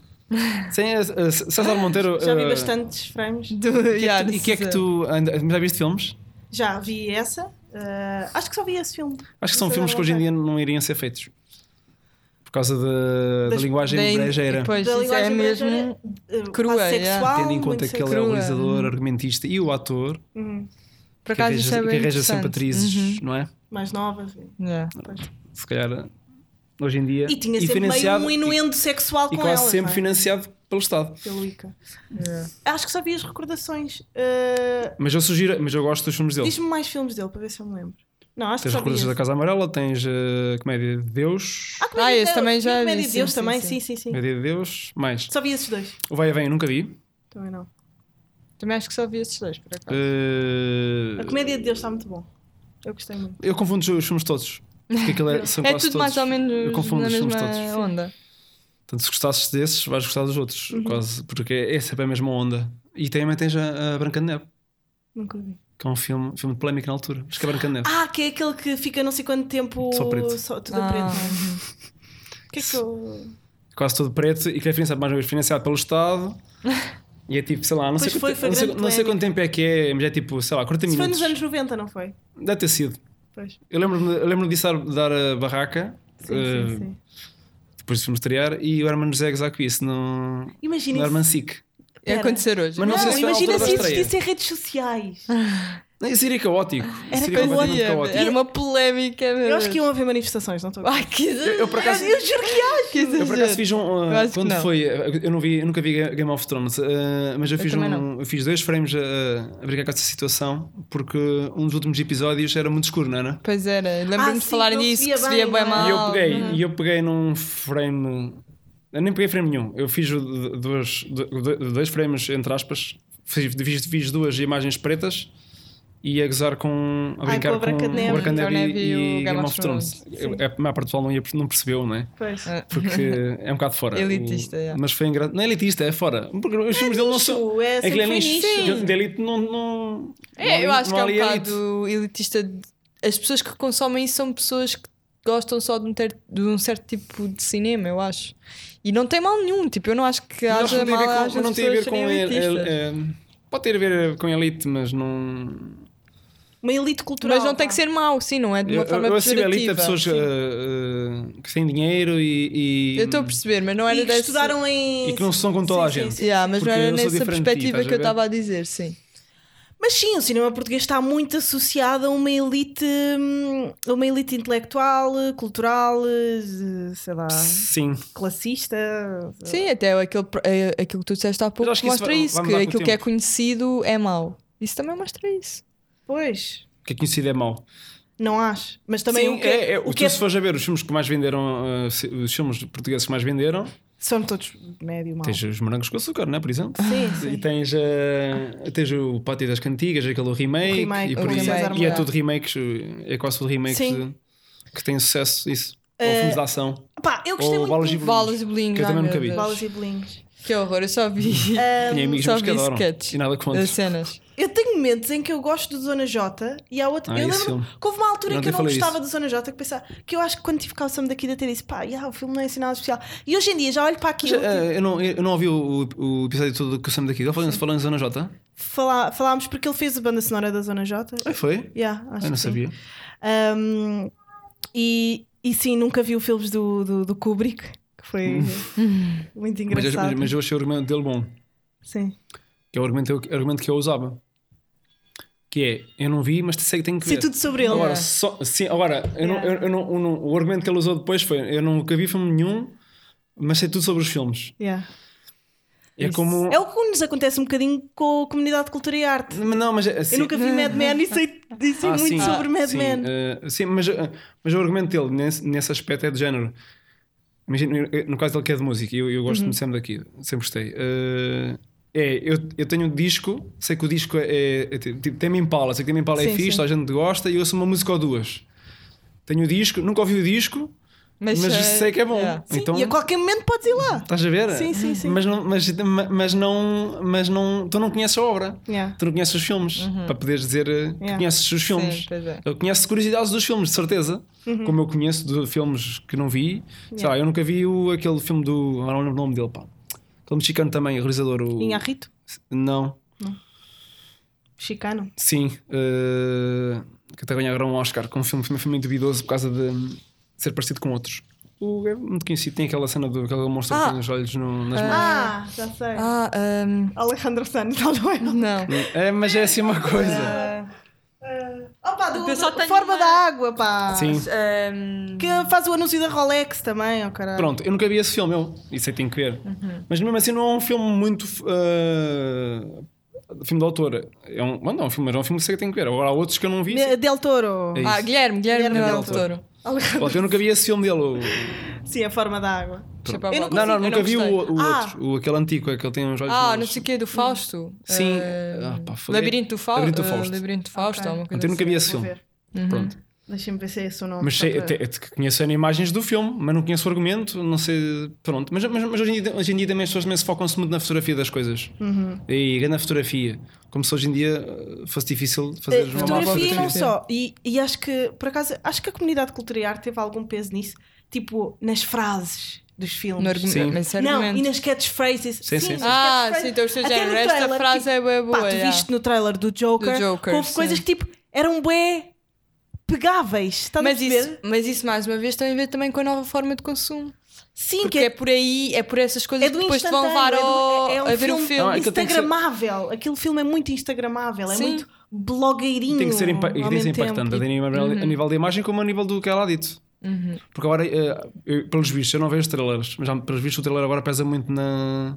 [SPEAKER 3] Sim, uh, C- César Monteiro.
[SPEAKER 2] Já vi
[SPEAKER 3] uh,
[SPEAKER 2] bastantes frames.
[SPEAKER 4] Do-
[SPEAKER 3] E
[SPEAKER 4] yeah,
[SPEAKER 3] o que é que
[SPEAKER 4] this is
[SPEAKER 3] tu. anda- Já viste filmes?
[SPEAKER 2] Já vi essa. eh, acho que só vi esse filme.
[SPEAKER 3] Acho que são
[SPEAKER 2] César
[SPEAKER 3] filmes que hoje em
[SPEAKER 2] Monteiro.
[SPEAKER 3] dia não iriam ser feitos por causa da, da
[SPEAKER 2] Das-
[SPEAKER 3] linguagem
[SPEAKER 4] a-
[SPEAKER 3] brejeira.
[SPEAKER 4] Pois,
[SPEAKER 2] Da
[SPEAKER 4] isso é
[SPEAKER 2] linguagem
[SPEAKER 4] mesmo.
[SPEAKER 2] brasileira, eh,
[SPEAKER 4] crua,
[SPEAKER 2] quase
[SPEAKER 4] yeah.
[SPEAKER 2] sexual,
[SPEAKER 3] Tendo em conta
[SPEAKER 2] muito Uhum.
[SPEAKER 3] que ele
[SPEAKER 2] sexual.
[SPEAKER 3] é o
[SPEAKER 4] crua.
[SPEAKER 3] realizador, argumentista e o ator,
[SPEAKER 2] Uhum,
[SPEAKER 4] Por
[SPEAKER 3] que
[SPEAKER 4] acaso isso
[SPEAKER 3] arranja,
[SPEAKER 4] é
[SPEAKER 3] que
[SPEAKER 4] bem
[SPEAKER 3] arranja sempre
[SPEAKER 4] interessante.
[SPEAKER 3] atrizes, não é?
[SPEAKER 2] mais nova. assim.
[SPEAKER 4] Uhum. Yeah.
[SPEAKER 3] Se calhar hoje em dia.
[SPEAKER 2] E tinha sempre meio
[SPEAKER 3] financiado-
[SPEAKER 2] um
[SPEAKER 3] e-
[SPEAKER 2] inuendo sexual
[SPEAKER 3] E
[SPEAKER 2] com
[SPEAKER 3] quase
[SPEAKER 2] elas,
[SPEAKER 3] sempre
[SPEAKER 2] não é?
[SPEAKER 3] financiado pelo Estado.
[SPEAKER 2] Pelo Ica.
[SPEAKER 4] Yeah.
[SPEAKER 2] Acho que só vi as recordações. Eh,
[SPEAKER 3] Mas eu sugiro, mas eu gosto dos filmes dele.
[SPEAKER 2] Diz-me mais filmes dele para ver se eu me lembro. Não, acho que
[SPEAKER 3] Tens
[SPEAKER 2] só vi
[SPEAKER 3] Recordações da
[SPEAKER 2] esse.
[SPEAKER 3] Casa Amarela, tens eh, Comédia de Deus,
[SPEAKER 2] Ah, Comédia
[SPEAKER 4] Ah,
[SPEAKER 2] de
[SPEAKER 4] esse
[SPEAKER 2] Deus,
[SPEAKER 4] também
[SPEAKER 2] vi
[SPEAKER 4] já vi,
[SPEAKER 2] Comédia de
[SPEAKER 4] sim,
[SPEAKER 2] Deus
[SPEAKER 4] sim,
[SPEAKER 2] também, sim,
[SPEAKER 4] sim.
[SPEAKER 2] sim, sim.
[SPEAKER 3] Comédia de Deus, mais.
[SPEAKER 2] Só vi esses dois.
[SPEAKER 3] O Vai e Vem eu nunca vi.
[SPEAKER 2] Também não.
[SPEAKER 4] Também acho que só vi esses dois, por acaso.
[SPEAKER 3] Eh,
[SPEAKER 2] A Comédia de Deus está muito bom. Eu gostei muito.
[SPEAKER 3] eu confundo os filmes todos. Porque aquilo é, são
[SPEAKER 4] é tudo
[SPEAKER 3] quase todos.
[SPEAKER 4] mais ou menos
[SPEAKER 3] confundo
[SPEAKER 4] na
[SPEAKER 3] os filmes
[SPEAKER 4] mesma
[SPEAKER 3] todos.
[SPEAKER 4] onda.
[SPEAKER 3] Portanto, se gostasses desses, vais gostar dos outros.
[SPEAKER 2] Uhum.
[SPEAKER 3] Quase, porque é sempre a mesma onda. E também tens a, a Branca de Neve,
[SPEAKER 2] Nunca vi.
[SPEAKER 3] que é um filme, filme de polémica na altura. Acho que é Branca de Neve.
[SPEAKER 2] Ah, que é aquele que fica não sei quanto tempo.
[SPEAKER 3] Só preto.
[SPEAKER 2] só- tudo
[SPEAKER 4] Ah.
[SPEAKER 2] a preto. não é? O que é que eu.
[SPEAKER 3] quase todo preto e que é financiado, mais uma vez, financiado pelo Estado. E é tipo, sei lá, não sei,
[SPEAKER 2] Pois foi,
[SPEAKER 3] quanto,
[SPEAKER 2] foi
[SPEAKER 3] não, sei,
[SPEAKER 2] grande
[SPEAKER 3] não sei quanto tempo é que é, mas é tipo, sei lá, 40
[SPEAKER 2] Isso foi
[SPEAKER 3] minutos.
[SPEAKER 2] nos anos 90, não foi?
[SPEAKER 3] Deve ter sido.
[SPEAKER 2] Pois.
[SPEAKER 3] Eu lembro-me eu lembro-me disso dar, dar a barraca,
[SPEAKER 2] Sim,
[SPEAKER 3] eh,
[SPEAKER 2] sim, sim.
[SPEAKER 3] depois de me estrear, e o Herman José Exaco isso no,
[SPEAKER 2] Imagina
[SPEAKER 3] no
[SPEAKER 2] isso.
[SPEAKER 3] Herman Sick.
[SPEAKER 4] Ia
[SPEAKER 2] Pera.
[SPEAKER 4] É acontecer hoje.
[SPEAKER 3] Mas não sei se foi à
[SPEAKER 2] imagina
[SPEAKER 3] altura
[SPEAKER 2] se
[SPEAKER 3] da estreia.
[SPEAKER 2] existissem redes sociais.
[SPEAKER 4] Ah.
[SPEAKER 3] Não, Isso seria caótico. Isso seria
[SPEAKER 4] Pois
[SPEAKER 3] completamente
[SPEAKER 4] ia,
[SPEAKER 3] caótico.
[SPEAKER 4] era uma polémica. meu
[SPEAKER 2] Eu acho
[SPEAKER 4] Deus.
[SPEAKER 2] que iam haver manifestações, não estou a
[SPEAKER 4] Ai, que exagero.
[SPEAKER 3] eu por acaso-
[SPEAKER 2] Eu juro que há.
[SPEAKER 4] que
[SPEAKER 3] Eu por acaso
[SPEAKER 4] exagero.
[SPEAKER 3] fiz um. uh,
[SPEAKER 4] Eu acho que
[SPEAKER 3] quando
[SPEAKER 4] não.
[SPEAKER 3] foi. uh, Eu, não vi, eu nunca vi Ga- Game of Thrones, uh, mas eu fiz,
[SPEAKER 4] também
[SPEAKER 3] um, eu fiz dois frames a, a brincar com essa situação, porque um dos últimos episódios era muito escuro, não era?
[SPEAKER 4] Pois era,
[SPEAKER 2] Ah,
[SPEAKER 4] lembro-me de
[SPEAKER 2] sim,
[SPEAKER 4] falarem
[SPEAKER 2] não se
[SPEAKER 4] disso,
[SPEAKER 2] via
[SPEAKER 4] que se
[SPEAKER 2] bem,
[SPEAKER 4] via bem
[SPEAKER 2] não é?
[SPEAKER 4] mal.
[SPEAKER 3] E eu peguei, e eu peguei num frame. Eu nem peguei frame nenhum. Eu fiz o d- dois, do- do- dois frames, entre aspas. Fiz, fiz, fiz duas imagens pretas e a gozar com. a
[SPEAKER 2] Ai,
[SPEAKER 3] brincar
[SPEAKER 2] com a Branca de
[SPEAKER 3] com
[SPEAKER 2] Neve.
[SPEAKER 3] a Branca de
[SPEAKER 4] Branca de
[SPEAKER 3] Neve
[SPEAKER 4] Neve e
[SPEAKER 3] e,
[SPEAKER 4] o
[SPEAKER 3] Game of Thrones. A, a maior parte do pessoal não, ia- não percebeu, não é?
[SPEAKER 2] Pois.
[SPEAKER 4] Ah,
[SPEAKER 3] Porque é um bocado fora.
[SPEAKER 4] Elitista,
[SPEAKER 3] O-
[SPEAKER 4] é.
[SPEAKER 3] Mas foi engraçado. Não é elitista, é fora. Porque os filmes dele não são.
[SPEAKER 2] Nicho, é
[SPEAKER 3] Aquilo
[SPEAKER 2] sempre
[SPEAKER 3] é
[SPEAKER 2] foi
[SPEAKER 3] nicho.
[SPEAKER 2] nicho.
[SPEAKER 3] De- De elite não. não não
[SPEAKER 4] É, eu
[SPEAKER 3] há-
[SPEAKER 4] acho que
[SPEAKER 3] não
[SPEAKER 4] é
[SPEAKER 3] há
[SPEAKER 4] um
[SPEAKER 3] ali elite.
[SPEAKER 4] bocado elitista. de- As pessoas que consomem isso são pessoas que gostam só de um, ter- de um certo tipo de cinema, eu acho. E não tem mal nenhum, tipo, eu não acho que
[SPEAKER 3] Mas acho que não
[SPEAKER 4] haja
[SPEAKER 3] tem a ver
[SPEAKER 4] mal
[SPEAKER 3] com- mas
[SPEAKER 4] às
[SPEAKER 3] não
[SPEAKER 4] pessoas
[SPEAKER 3] tem a ver com
[SPEAKER 4] serem
[SPEAKER 3] é-
[SPEAKER 4] elitistas.
[SPEAKER 3] é- é- Pode ter a ver com elite, mas não.
[SPEAKER 2] Uma elite cultural.
[SPEAKER 4] Mas não tem
[SPEAKER 2] vá.
[SPEAKER 4] que ser mau, sim, não é? De
[SPEAKER 3] Eu,
[SPEAKER 4] uma
[SPEAKER 3] eu,
[SPEAKER 4] forma
[SPEAKER 3] eu associo elite
[SPEAKER 4] pejorativa.
[SPEAKER 3] a pessoas
[SPEAKER 4] Sim.
[SPEAKER 3] eh, eh, que têm dinheiro e. e-
[SPEAKER 4] Eu estou a perceber, mas não era
[SPEAKER 2] E que
[SPEAKER 4] desse-
[SPEAKER 2] estudaram em.
[SPEAKER 3] E que não se são com toda a
[SPEAKER 2] Sim, sim,
[SPEAKER 3] gente.
[SPEAKER 2] sim.
[SPEAKER 4] Yeah, mas não
[SPEAKER 3] Porque
[SPEAKER 4] era
[SPEAKER 3] eu sou
[SPEAKER 4] nessa
[SPEAKER 3] diferente de ti,
[SPEAKER 4] perspectiva
[SPEAKER 3] estás a
[SPEAKER 4] que eu
[SPEAKER 3] ver?
[SPEAKER 4] estava a dizer, sim.
[SPEAKER 2] Mas sim, o cinema português está muito associado a uma elite. hum, a uma elite intelectual, cultural, eh, sei lá.
[SPEAKER 3] Sim.
[SPEAKER 2] classista.
[SPEAKER 4] Sim, até aquele, eh, aquilo que tu disseste há pouco
[SPEAKER 3] acho que isso
[SPEAKER 4] mostra
[SPEAKER 3] vai-
[SPEAKER 4] isso,
[SPEAKER 3] vai
[SPEAKER 4] que
[SPEAKER 3] mudar com o
[SPEAKER 4] aquilo que é
[SPEAKER 3] tempo.
[SPEAKER 4] conhecido é mau. Isso também mostra isso.
[SPEAKER 2] Pois.
[SPEAKER 3] O que é conhecido é mau.
[SPEAKER 2] Não acho. Mas também
[SPEAKER 3] Sim,
[SPEAKER 2] o que
[SPEAKER 3] é, é,
[SPEAKER 2] o
[SPEAKER 3] tu
[SPEAKER 2] que é-
[SPEAKER 3] se fores a ver os filmes que mais venderam, eh, se- os filmes portugueses que mais venderam,
[SPEAKER 2] São todos médio mal.
[SPEAKER 3] tens os morangos com açúcar, não é? Por exemplo.
[SPEAKER 2] Sim, sim.
[SPEAKER 3] E tens, eh, tens o Pátio das Cantigas, aquele remake,
[SPEAKER 2] remake,
[SPEAKER 3] e,
[SPEAKER 2] o
[SPEAKER 3] por aí,
[SPEAKER 4] remake.
[SPEAKER 3] e é tudo remakes, eh, é quase tudo remakes
[SPEAKER 2] Sim.
[SPEAKER 3] de- que têm sucesso, isso. Ou filmes de ação.
[SPEAKER 2] Pá, eu gostei
[SPEAKER 3] Ou
[SPEAKER 2] muito
[SPEAKER 3] balas e
[SPEAKER 2] de
[SPEAKER 4] Tipo, Balas e bolinhos.
[SPEAKER 3] Que eu
[SPEAKER 4] ai,
[SPEAKER 3] também
[SPEAKER 4] meu
[SPEAKER 3] nunca vi.
[SPEAKER 4] Deus.
[SPEAKER 2] balas e É. bolinhos.
[SPEAKER 4] Que horror, eu só vi
[SPEAKER 3] Tinha amigos
[SPEAKER 4] só
[SPEAKER 3] meus que
[SPEAKER 4] vi
[SPEAKER 3] adoram.
[SPEAKER 4] sketches.
[SPEAKER 3] E nada contra.
[SPEAKER 4] as cenas.
[SPEAKER 2] Eu tenho momentos em que eu gosto do Zona J e há outro.
[SPEAKER 3] Ah,
[SPEAKER 2] eu
[SPEAKER 3] esse
[SPEAKER 2] lembro
[SPEAKER 3] filme.
[SPEAKER 2] que houve uma altura
[SPEAKER 3] Eu
[SPEAKER 2] em que
[SPEAKER 3] ontem
[SPEAKER 2] eu não
[SPEAKER 3] falei
[SPEAKER 2] gostava
[SPEAKER 3] isso.
[SPEAKER 2] do Zona J, que pensava, que eu acho que quando tive calção daqui da disse, pá, yeah, o filme não é ensinado especial. E hoje em dia já olho para
[SPEAKER 3] Mas,
[SPEAKER 2] aquilo. tipo,
[SPEAKER 3] eh, Eu não, eu não ouvi o, o- o episódio todo que o Sam daqui. Falando, falando em Zona J?
[SPEAKER 2] fala- falámos porque ele fez a banda sonora da Zona J.
[SPEAKER 3] Ah, foi?
[SPEAKER 2] Yeah, acho
[SPEAKER 3] Eu não
[SPEAKER 2] que sim.
[SPEAKER 3] sabia.
[SPEAKER 2] Um, e, e sim, nunca vi os filmes do, do, do Kubrick, que foi muito
[SPEAKER 3] Hum. Mas, eu-
[SPEAKER 2] engraçado.
[SPEAKER 3] mas, mas eu achei o argumento dele bom.
[SPEAKER 2] Sim.
[SPEAKER 3] Que é o argumento, o argumento que eu usava. Que é, eu não vi, mas sei que tenho que
[SPEAKER 2] Sei
[SPEAKER 3] ver.
[SPEAKER 2] tudo sobre ele.
[SPEAKER 3] Agora,
[SPEAKER 4] Yeah.
[SPEAKER 3] só- sim, agora eu não-
[SPEAKER 2] É. Yeah.
[SPEAKER 3] eu- eu não- eu não- o argumento que ele usou depois foi: eu nunca vi filme nenhum, mas sei tudo sobre os filmes.
[SPEAKER 2] Yeah.
[SPEAKER 3] É como.
[SPEAKER 2] É o que nos acontece um bocadinho com a comunidade de cultura e arte.
[SPEAKER 3] Mas Não, mas é assim-
[SPEAKER 2] Eu nunca vi Mad Men e sei, e sei
[SPEAKER 3] Ah,
[SPEAKER 2] muito
[SPEAKER 3] sim.
[SPEAKER 2] sobre Mad
[SPEAKER 3] sim,
[SPEAKER 2] Men.
[SPEAKER 3] eh, sim, mas, eh, mas o argumento dele nesse, nesse aspecto é de género. Imagina, eu- no caso dele que é de música, e eu, eu gosto
[SPEAKER 2] Uhum.
[SPEAKER 3] muito sempre daqui, sempre gostei. Eh, é, eu, eu tenho um disco, sei que o disco é, é ti- tipo, tem-me impala, sei que tem-me impala é
[SPEAKER 2] Sim,
[SPEAKER 3] fixe,
[SPEAKER 2] sim.
[SPEAKER 3] toda a gente gosta, e eu ouço uma música ou duas. Tenho o disco, nunca ouvi o disco,
[SPEAKER 4] Mas,
[SPEAKER 3] mas
[SPEAKER 4] eh,
[SPEAKER 3] sei que é bom.
[SPEAKER 4] yeah.
[SPEAKER 2] Sim,
[SPEAKER 3] Então,
[SPEAKER 2] E a qualquer momento podes ir lá.
[SPEAKER 3] estás a ver?
[SPEAKER 2] Sim, sim, sim.
[SPEAKER 3] Mas não, mas, mas não, mas não, tu não conheces a obra.
[SPEAKER 2] Yeah.
[SPEAKER 3] Tu não conheces os filmes para poderes dizer eh, que
[SPEAKER 2] Uhum. Yeah.
[SPEAKER 3] conheces os filmes.
[SPEAKER 4] Sim, pois é.
[SPEAKER 3] Eu conheço curiosidades dos filmes, de certeza.
[SPEAKER 2] Uhum.
[SPEAKER 3] Como eu conheço de filmes que não vi. Sei lá, eu nunca vi o, aquele filme do. ah, Não lembro o nome dele, pá. Aquele mexicano também, o realizador. O,
[SPEAKER 2] Inharrito,
[SPEAKER 3] Não,
[SPEAKER 2] chicano.
[SPEAKER 3] sim. eh, que até ganharam um Oscar com um filme que foi muito duvidoso por causa de hum, ser parecido com outros. O é muito conhecido, tem aquela cena do aquele monstro que
[SPEAKER 4] Ah.
[SPEAKER 3] tem os olhos no- nas mãos.
[SPEAKER 2] Ah, já sei.
[SPEAKER 4] Ah, ahm,
[SPEAKER 2] Alejandro Sanz, não, não é?
[SPEAKER 4] não.
[SPEAKER 3] É, mas é assim uma coisa.
[SPEAKER 2] Opa, do,
[SPEAKER 4] Eu só
[SPEAKER 2] do-
[SPEAKER 4] tenho
[SPEAKER 2] forma
[SPEAKER 4] uma-
[SPEAKER 2] da água, pá.
[SPEAKER 3] Sim.
[SPEAKER 4] Ahm,
[SPEAKER 2] Que faz o anúncio da Rolex também, ó caralho.
[SPEAKER 3] Pronto, eu nunca vi esse filme, eu. Isso aí tenho que ver. Mas mesmo assim, não é um filme muito. uh, filme de autor. É um, bom, não, é um filme, mas é um filme que sei que tenho que ver. Agora há outros que eu não vi. sei-
[SPEAKER 2] Me- Del Toro.
[SPEAKER 3] É isso.
[SPEAKER 4] ah, Guilherme, Guilherme
[SPEAKER 2] Guilherme
[SPEAKER 4] Del
[SPEAKER 2] Del
[SPEAKER 4] Toro.
[SPEAKER 2] Alejandro-
[SPEAKER 3] Pronto, eu nunca vi esse filme dele. o-
[SPEAKER 2] Sim, a forma da água.
[SPEAKER 4] Chapa
[SPEAKER 2] Eu não
[SPEAKER 4] Bob.
[SPEAKER 2] consigo-
[SPEAKER 3] Não, não, nunca vi o,
[SPEAKER 4] gostei.
[SPEAKER 3] o
[SPEAKER 2] Ah.
[SPEAKER 3] outro. O, aquele antigo, é que ele tem uns olhos.
[SPEAKER 4] Ah,
[SPEAKER 3] nos-
[SPEAKER 4] não sei o quê, do Fausto.
[SPEAKER 3] Sim.
[SPEAKER 4] Ah,
[SPEAKER 3] Ah, pá, foi-
[SPEAKER 4] Labirinto do Fausto. Eh,
[SPEAKER 3] Labirinto do Fausto.
[SPEAKER 4] Labirinto do Fausto,
[SPEAKER 2] Ok.
[SPEAKER 4] alguma coisa
[SPEAKER 3] Pronto, eu nunca
[SPEAKER 4] assim.
[SPEAKER 3] vi esse
[SPEAKER 2] Vou
[SPEAKER 3] filme.
[SPEAKER 2] ver.
[SPEAKER 3] Pronto.
[SPEAKER 2] Deixa-me ver se é esse o nome.
[SPEAKER 3] Mas
[SPEAKER 2] só
[SPEAKER 3] sei,
[SPEAKER 2] para-
[SPEAKER 3] até, até que conheço imagens do filme, mas não conheço o argumento, não sei. Pronto, mas, mas, mas hoje, em dia, hoje em dia também as pessoas também se focam-se muito na fotografia das coisas.
[SPEAKER 2] Uhum.
[SPEAKER 3] E grande fotografia. Como se hoje em dia uh, fosse difícil fazer
[SPEAKER 2] Eh,
[SPEAKER 3] uma má
[SPEAKER 2] fotografia não
[SPEAKER 4] fotografia.
[SPEAKER 2] só. E, e acho que, por acaso, acho que a comunidade de cultura e arte teve algum peso nisso. Tipo, nas frases dos filmes.
[SPEAKER 4] No assim. é argumento,
[SPEAKER 3] Sim.
[SPEAKER 4] mas
[SPEAKER 2] não,
[SPEAKER 4] certamente.
[SPEAKER 2] e nas catchphrases.
[SPEAKER 3] Sim, sim.
[SPEAKER 2] nas
[SPEAKER 4] Ah,
[SPEAKER 2] catchphrases.
[SPEAKER 4] sim, então estou a
[SPEAKER 2] Até no
[SPEAKER 4] dizer, esta
[SPEAKER 2] trailer,
[SPEAKER 4] frase
[SPEAKER 2] tipo,
[SPEAKER 4] é bué boa,
[SPEAKER 2] Pá, tu
[SPEAKER 4] yeah.
[SPEAKER 2] viste no trailer do Joker,
[SPEAKER 4] Do Joker,
[SPEAKER 2] houve
[SPEAKER 4] sim.
[SPEAKER 2] coisas que tipo, eram bué pegáveis. Estás
[SPEAKER 4] Mas
[SPEAKER 2] tá a perceber?
[SPEAKER 4] isso, mas isso, mais uma vez, tem a ver também com a nova forma de consumo.
[SPEAKER 2] Sim,
[SPEAKER 4] Porque
[SPEAKER 2] que
[SPEAKER 4] é
[SPEAKER 2] é,
[SPEAKER 4] por aí, é por essas coisas
[SPEAKER 2] é do
[SPEAKER 4] que depois te vão
[SPEAKER 2] instantâneo.
[SPEAKER 4] levar
[SPEAKER 2] é do-
[SPEAKER 4] ao-
[SPEAKER 2] é, é um
[SPEAKER 4] a ver
[SPEAKER 2] filme
[SPEAKER 4] o filme.
[SPEAKER 3] Ah, aquilo tem que ser-
[SPEAKER 2] instagramável. Aquele filme é muito instagramável, é
[SPEAKER 4] Sim.
[SPEAKER 2] muito blogueirinho.
[SPEAKER 3] tem que ser, impa-
[SPEAKER 2] ao
[SPEAKER 3] e tem que
[SPEAKER 2] mesmo
[SPEAKER 3] ser
[SPEAKER 2] tempo.
[SPEAKER 3] impactante
[SPEAKER 2] E- Uhum.
[SPEAKER 3] a, nível, a nível da imagem como a nível do que ela há dito. Porque agora, eh, eu, pelos vistos, eu não vejo os trailers, mas já, pelos vistos o trailer agora pesa muito na.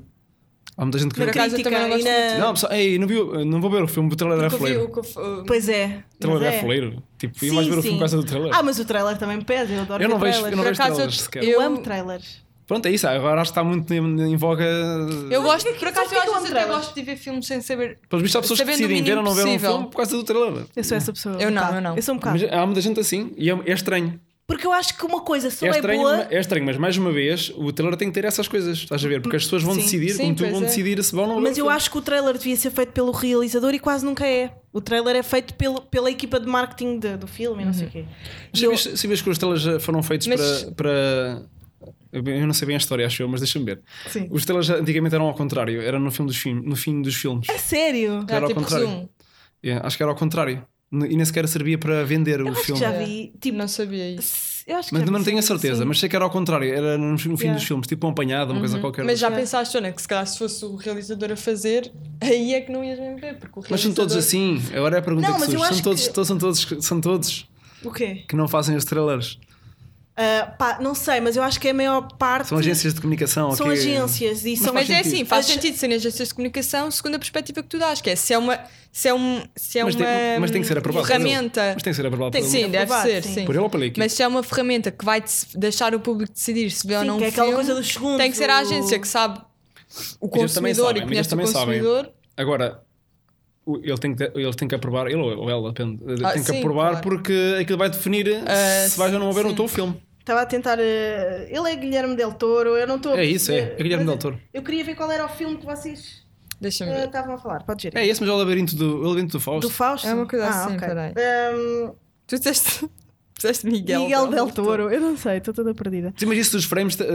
[SPEAKER 3] Há muita gente que
[SPEAKER 4] Por
[SPEAKER 3] vê.
[SPEAKER 4] acaso eu
[SPEAKER 2] Crítica
[SPEAKER 4] também não
[SPEAKER 2] e
[SPEAKER 4] gosto
[SPEAKER 2] na-
[SPEAKER 4] muito.
[SPEAKER 3] Não, pessoal, ei, não, viu, não vou ver o filme, o trailer é
[SPEAKER 4] Porque eu vi
[SPEAKER 3] foleiro.
[SPEAKER 4] o que eu-
[SPEAKER 2] Pois é.
[SPEAKER 3] O trailer
[SPEAKER 2] mas
[SPEAKER 3] é,
[SPEAKER 2] é.
[SPEAKER 3] foleiro. Tipo, e
[SPEAKER 2] Sim,
[SPEAKER 3] vais ver o filme
[SPEAKER 2] sim.
[SPEAKER 3] por causa do trailer.
[SPEAKER 2] Ah, mas o trailer também pede, eu adoro
[SPEAKER 3] Eu não
[SPEAKER 2] ver
[SPEAKER 3] vejo-
[SPEAKER 2] trailers.
[SPEAKER 3] eu não
[SPEAKER 4] Por
[SPEAKER 3] vejo
[SPEAKER 4] acaso,
[SPEAKER 3] trailers sequer.
[SPEAKER 2] Eu,
[SPEAKER 4] eu-
[SPEAKER 2] amo trailers.
[SPEAKER 3] Pronto, é isso. Agora acho que está muito em, em voga.
[SPEAKER 4] Eu
[SPEAKER 2] Mas
[SPEAKER 4] gosto, por
[SPEAKER 2] porquê que-
[SPEAKER 4] acaso eu
[SPEAKER 2] porquê que é eu
[SPEAKER 4] às vezes
[SPEAKER 2] amo
[SPEAKER 4] até
[SPEAKER 2] trailers?
[SPEAKER 4] gosto de ver filmes sem saber.
[SPEAKER 3] Pelos vistos, há pessoas que
[SPEAKER 4] Sabendo o
[SPEAKER 3] decidem ver ou não ver um
[SPEAKER 4] mínimo
[SPEAKER 3] filme por causa do trailer.
[SPEAKER 2] Eu sou essa pessoa.
[SPEAKER 4] Eu
[SPEAKER 2] um
[SPEAKER 4] não,
[SPEAKER 2] bocado.
[SPEAKER 4] eu não.
[SPEAKER 2] Eu sou um bocado.
[SPEAKER 3] Mas há muita gente assim. E é, é estranho.
[SPEAKER 2] Porque eu acho que uma coisa só
[SPEAKER 3] É
[SPEAKER 2] é,
[SPEAKER 3] estranho,
[SPEAKER 2] boa.
[SPEAKER 3] ma- é estranho, mas mais uma vez, o trailer tem que ter essas coisas. Estás a ver? Porque as pessoas vão
[SPEAKER 2] Sim.
[SPEAKER 3] decidir,
[SPEAKER 4] Sim,
[SPEAKER 3] como tu
[SPEAKER 4] pois
[SPEAKER 3] vão
[SPEAKER 4] é.
[SPEAKER 3] decidir se vão ou não ver o
[SPEAKER 2] Mas eu
[SPEAKER 3] filme.
[SPEAKER 2] acho que o trailer devia ser feito pelo realizador e quase nunca é. O trailer é feito pelo, pela equipa de marketing
[SPEAKER 4] Uhum.
[SPEAKER 2] de- do filme e não sei o quê. E eu-
[SPEAKER 3] Sabias, sabias que os trailers eh, foram feitos
[SPEAKER 4] Mas-
[SPEAKER 3] para, para Eu bem- eu não sei bem a história, acho eu, mas deixa-me ver.
[SPEAKER 2] Sim.
[SPEAKER 3] Os trailers antigamente eram ao contrário, era no, filme dos filmes, no fim dos filmes.
[SPEAKER 2] A sério?
[SPEAKER 4] Já,
[SPEAKER 3] Era ao
[SPEAKER 4] tipo
[SPEAKER 3] contrário.
[SPEAKER 4] resumo.
[SPEAKER 3] É, acho que era ao contrário. N- E nem sequer servia para vender o
[SPEAKER 2] Eu acho que
[SPEAKER 3] filme.
[SPEAKER 2] já vi. Tipo,
[SPEAKER 4] É. Não sabia isso.
[SPEAKER 2] eu acho que
[SPEAKER 3] Mas
[SPEAKER 2] já vi
[SPEAKER 3] não tenho a
[SPEAKER 2] isso, é
[SPEAKER 3] certeza,
[SPEAKER 2] sim.
[SPEAKER 3] mas sei que era ao contrário, era no, no fim
[SPEAKER 2] Yeah. Uhum.
[SPEAKER 3] dos filmes, tipo um apanhado, uma coisa qualquer.
[SPEAKER 4] Mas já
[SPEAKER 2] Yeah.
[SPEAKER 4] pensaste, Ana, que se calhar se fosse o realizador a fazer, aí é que não ias mesmo ver. Porque o
[SPEAKER 3] Mas são todos
[SPEAKER 4] realizador-
[SPEAKER 3] assim, agora é a pergunta
[SPEAKER 2] Não,
[SPEAKER 3] que
[SPEAKER 2] mas eu
[SPEAKER 3] surge. São
[SPEAKER 2] acho
[SPEAKER 3] todos,
[SPEAKER 2] que-
[SPEAKER 3] todos- são todos, são todos
[SPEAKER 2] O quê?
[SPEAKER 3] que não fazem os trailers.
[SPEAKER 2] Ah, pá, não sei, mas eu acho que é a maior parte.
[SPEAKER 3] São agências de comunicação.
[SPEAKER 2] São
[SPEAKER 3] ok?
[SPEAKER 2] agências e são.
[SPEAKER 4] Mas é
[SPEAKER 3] sentido.
[SPEAKER 4] assim, faz
[SPEAKER 2] Acho-
[SPEAKER 4] sentido serem agências de comunicação segundo a perspectiva que tu dás, que é se é uma, se é um, se é
[SPEAKER 3] Mas
[SPEAKER 4] uma
[SPEAKER 3] tem- mas tem que ser aprovado,
[SPEAKER 4] ferramenta.
[SPEAKER 3] Mas tem que ser aprovado
[SPEAKER 2] hum, Tem
[SPEAKER 3] por,
[SPEAKER 2] que
[SPEAKER 4] sim,
[SPEAKER 2] ser
[SPEAKER 4] deve
[SPEAKER 2] aprovado,
[SPEAKER 4] ser,
[SPEAKER 2] sim.
[SPEAKER 4] sim.
[SPEAKER 3] por ele ou pela equipe.
[SPEAKER 4] Mas se é uma ferramenta que vai dec- deixar o público decidir se vê ou
[SPEAKER 2] Sim,
[SPEAKER 4] não
[SPEAKER 2] que é
[SPEAKER 4] um
[SPEAKER 2] aquela
[SPEAKER 4] filme,
[SPEAKER 2] coisa dos segundos,
[SPEAKER 4] Tem que ser a
[SPEAKER 2] o-
[SPEAKER 4] agência que sabe o
[SPEAKER 3] Mas eles também
[SPEAKER 4] consumidor
[SPEAKER 3] sabem,
[SPEAKER 4] e
[SPEAKER 3] mas eles
[SPEAKER 4] conhece o
[SPEAKER 3] também sabem.
[SPEAKER 4] consumidor.
[SPEAKER 3] Agora, o- ele tem, que, ele tem que aprovar, ele ou ela, depende, eh,
[SPEAKER 4] Ah,
[SPEAKER 3] tem que
[SPEAKER 4] sim,
[SPEAKER 3] aprovar
[SPEAKER 4] claro.
[SPEAKER 3] porque aquilo vai definir
[SPEAKER 2] Ah,
[SPEAKER 3] se vais ou não ver o teu filme.
[SPEAKER 2] Estava a tentar. eh, ele é Guilherme Del Toro, eu não estou. a
[SPEAKER 3] É isso, é.
[SPEAKER 2] perceber,
[SPEAKER 3] É Guilherme
[SPEAKER 2] mas
[SPEAKER 3] Del Toro.
[SPEAKER 2] Eu queria ver qual era o filme que vocês
[SPEAKER 4] Deixa-me
[SPEAKER 2] eh,
[SPEAKER 4] ver.
[SPEAKER 2] estavam a falar. Pode gerir.
[SPEAKER 3] É esse, mas é o labirinto do, o labirinto do Fausto.
[SPEAKER 2] Do Fausto? Ah,
[SPEAKER 4] É uma coisa assim,
[SPEAKER 2] ok.
[SPEAKER 4] peraí.
[SPEAKER 2] Ehm,
[SPEAKER 4] Tu disseste, disseste Miguel.
[SPEAKER 2] Miguel Del Toro, eu não sei, estou toda perdida.
[SPEAKER 3] Sim, mas isso dos frames, eh,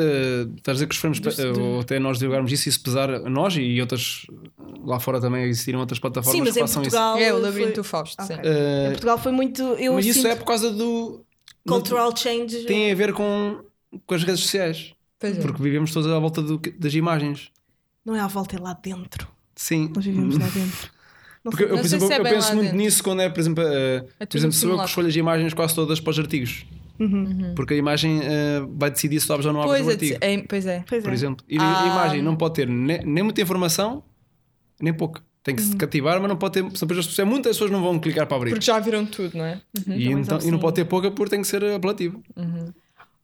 [SPEAKER 3] estás a dizer que os frames, eh, ou até nós divulgarmos isso, isso pesar a nós e outras lá fora também existiram outras plataformas
[SPEAKER 2] Sim, mas
[SPEAKER 3] que
[SPEAKER 2] em
[SPEAKER 3] façam
[SPEAKER 2] Portugal.
[SPEAKER 4] É, o
[SPEAKER 2] foi- Ah,
[SPEAKER 4] labirinto do Fausto,
[SPEAKER 2] Ok.
[SPEAKER 4] sim.
[SPEAKER 3] Eh,
[SPEAKER 2] Em Portugal foi muito. Eu
[SPEAKER 3] mas isso
[SPEAKER 2] sinto
[SPEAKER 3] é por causa do.
[SPEAKER 2] cultural change.
[SPEAKER 3] Tem a ver com, com as redes sociais.
[SPEAKER 4] Pois é.
[SPEAKER 3] Porque vivemos todos à volta do que- das imagens.
[SPEAKER 2] Não é à volta, é lá dentro.
[SPEAKER 3] Sim.
[SPEAKER 2] Nós vivemos lá dentro. Não
[SPEAKER 3] Porque eu,
[SPEAKER 2] sei.
[SPEAKER 3] por
[SPEAKER 4] Não sei
[SPEAKER 3] exemplo,
[SPEAKER 4] se é
[SPEAKER 3] eu
[SPEAKER 4] bem
[SPEAKER 3] penso
[SPEAKER 4] lá
[SPEAKER 3] muito
[SPEAKER 4] dentro.
[SPEAKER 3] nisso quando é, por exemplo, eh, por exemplo sou
[SPEAKER 4] tudo
[SPEAKER 3] eu que
[SPEAKER 4] simulado. Uhum.
[SPEAKER 3] escolho as imagens quase todas para os artigos. Porque a imagem eh, vai decidir se tu abres ou não abres
[SPEAKER 4] Pois
[SPEAKER 3] o
[SPEAKER 4] é,
[SPEAKER 3] artigo.
[SPEAKER 4] é, pois é.
[SPEAKER 2] Pois
[SPEAKER 3] por
[SPEAKER 2] é.
[SPEAKER 3] exemplo. E
[SPEAKER 4] Ah.
[SPEAKER 3] a imagem não pode ter ne- nem, muita informação, nem pouco. Tem que se cativar, mas não pode ter. senão depois as pessoas- é, muitas pessoas não vão clicar para abrir.
[SPEAKER 4] Porque já viram tudo, não é?
[SPEAKER 3] e, então, e não pode ter pouca porque tem que ser apelativo.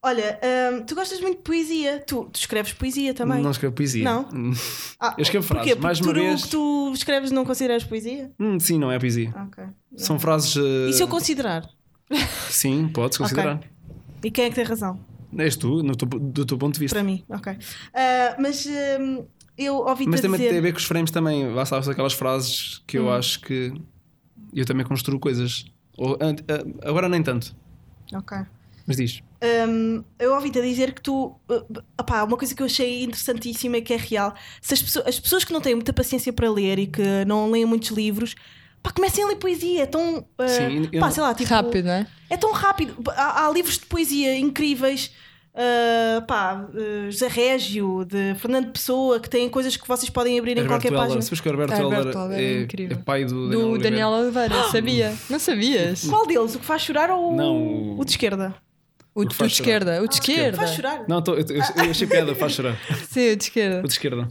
[SPEAKER 2] Olha, hum, tu gostas muito de poesia. Tu, tu escreves poesia também.
[SPEAKER 3] Não escrevo poesia.
[SPEAKER 2] Não? Ah,
[SPEAKER 3] Eu escrevo
[SPEAKER 2] porquê?
[SPEAKER 3] frases,
[SPEAKER 2] Porque
[SPEAKER 3] mais
[SPEAKER 2] tu,
[SPEAKER 3] uma vez.
[SPEAKER 2] o que tu escreves não consideras poesia?
[SPEAKER 3] Hum, sim, não é poesia.
[SPEAKER 2] Ok.
[SPEAKER 3] São frases. eh,
[SPEAKER 2] E se Ah, eu considerar?
[SPEAKER 3] Sim, podes considerar.
[SPEAKER 2] E quem é que tem razão?
[SPEAKER 3] És tu, no teu- do teu ponto de vista.
[SPEAKER 2] Para mim, ok. Ah, mas hum, eu ouvi-te
[SPEAKER 3] Mas
[SPEAKER 2] a
[SPEAKER 3] também tem a
[SPEAKER 2] dizer.
[SPEAKER 3] ver com os frames também. Lá sabes aquelas frases que eu acho que eu também construo coisas. Ou, an- a- agora nem tanto.
[SPEAKER 2] Ok.
[SPEAKER 3] Mas diz.
[SPEAKER 2] Hum, eu ouvi-te a dizer que tu. Uh, opá, uma coisa que eu achei interessantíssima e que é real. Se as, pessoas, as pessoas que não têm muita paciência para ler e que não leem muitos livros, pá, comecem a ler poesia. É tão. uh,
[SPEAKER 3] Sim, eu-
[SPEAKER 2] pá, sei lá, tipo,
[SPEAKER 4] Rápido, não é?
[SPEAKER 2] É tão rápido. Há, há livros de poesia incríveis. uh, pá, uh, José Régio, de Fernando Pessoa, que têm coisas que vocês podem abrir em
[SPEAKER 3] Alberto
[SPEAKER 2] qualquer
[SPEAKER 3] Heller.
[SPEAKER 2] página.
[SPEAKER 3] Sabes que o Alberto
[SPEAKER 4] Alberto
[SPEAKER 3] Heller
[SPEAKER 4] Heller é
[SPEAKER 3] é,
[SPEAKER 4] incrível.
[SPEAKER 3] é pai do Daniel
[SPEAKER 4] Do
[SPEAKER 3] Oliveira.
[SPEAKER 4] Daniel Oliveira, sabia? Não sabias?
[SPEAKER 2] Qual deles? O que faz chorar ou o-
[SPEAKER 3] Não, o-
[SPEAKER 2] o de esquerda?
[SPEAKER 4] O
[SPEAKER 3] Porque
[SPEAKER 4] de
[SPEAKER 3] faz chorar.
[SPEAKER 4] esquerda, o de esquerda.
[SPEAKER 2] Faz chorar?
[SPEAKER 3] Não, tô- eu, eu, eu achei piada, faz chorar.
[SPEAKER 4] Sim, o de esquerda.
[SPEAKER 3] O de esquerda.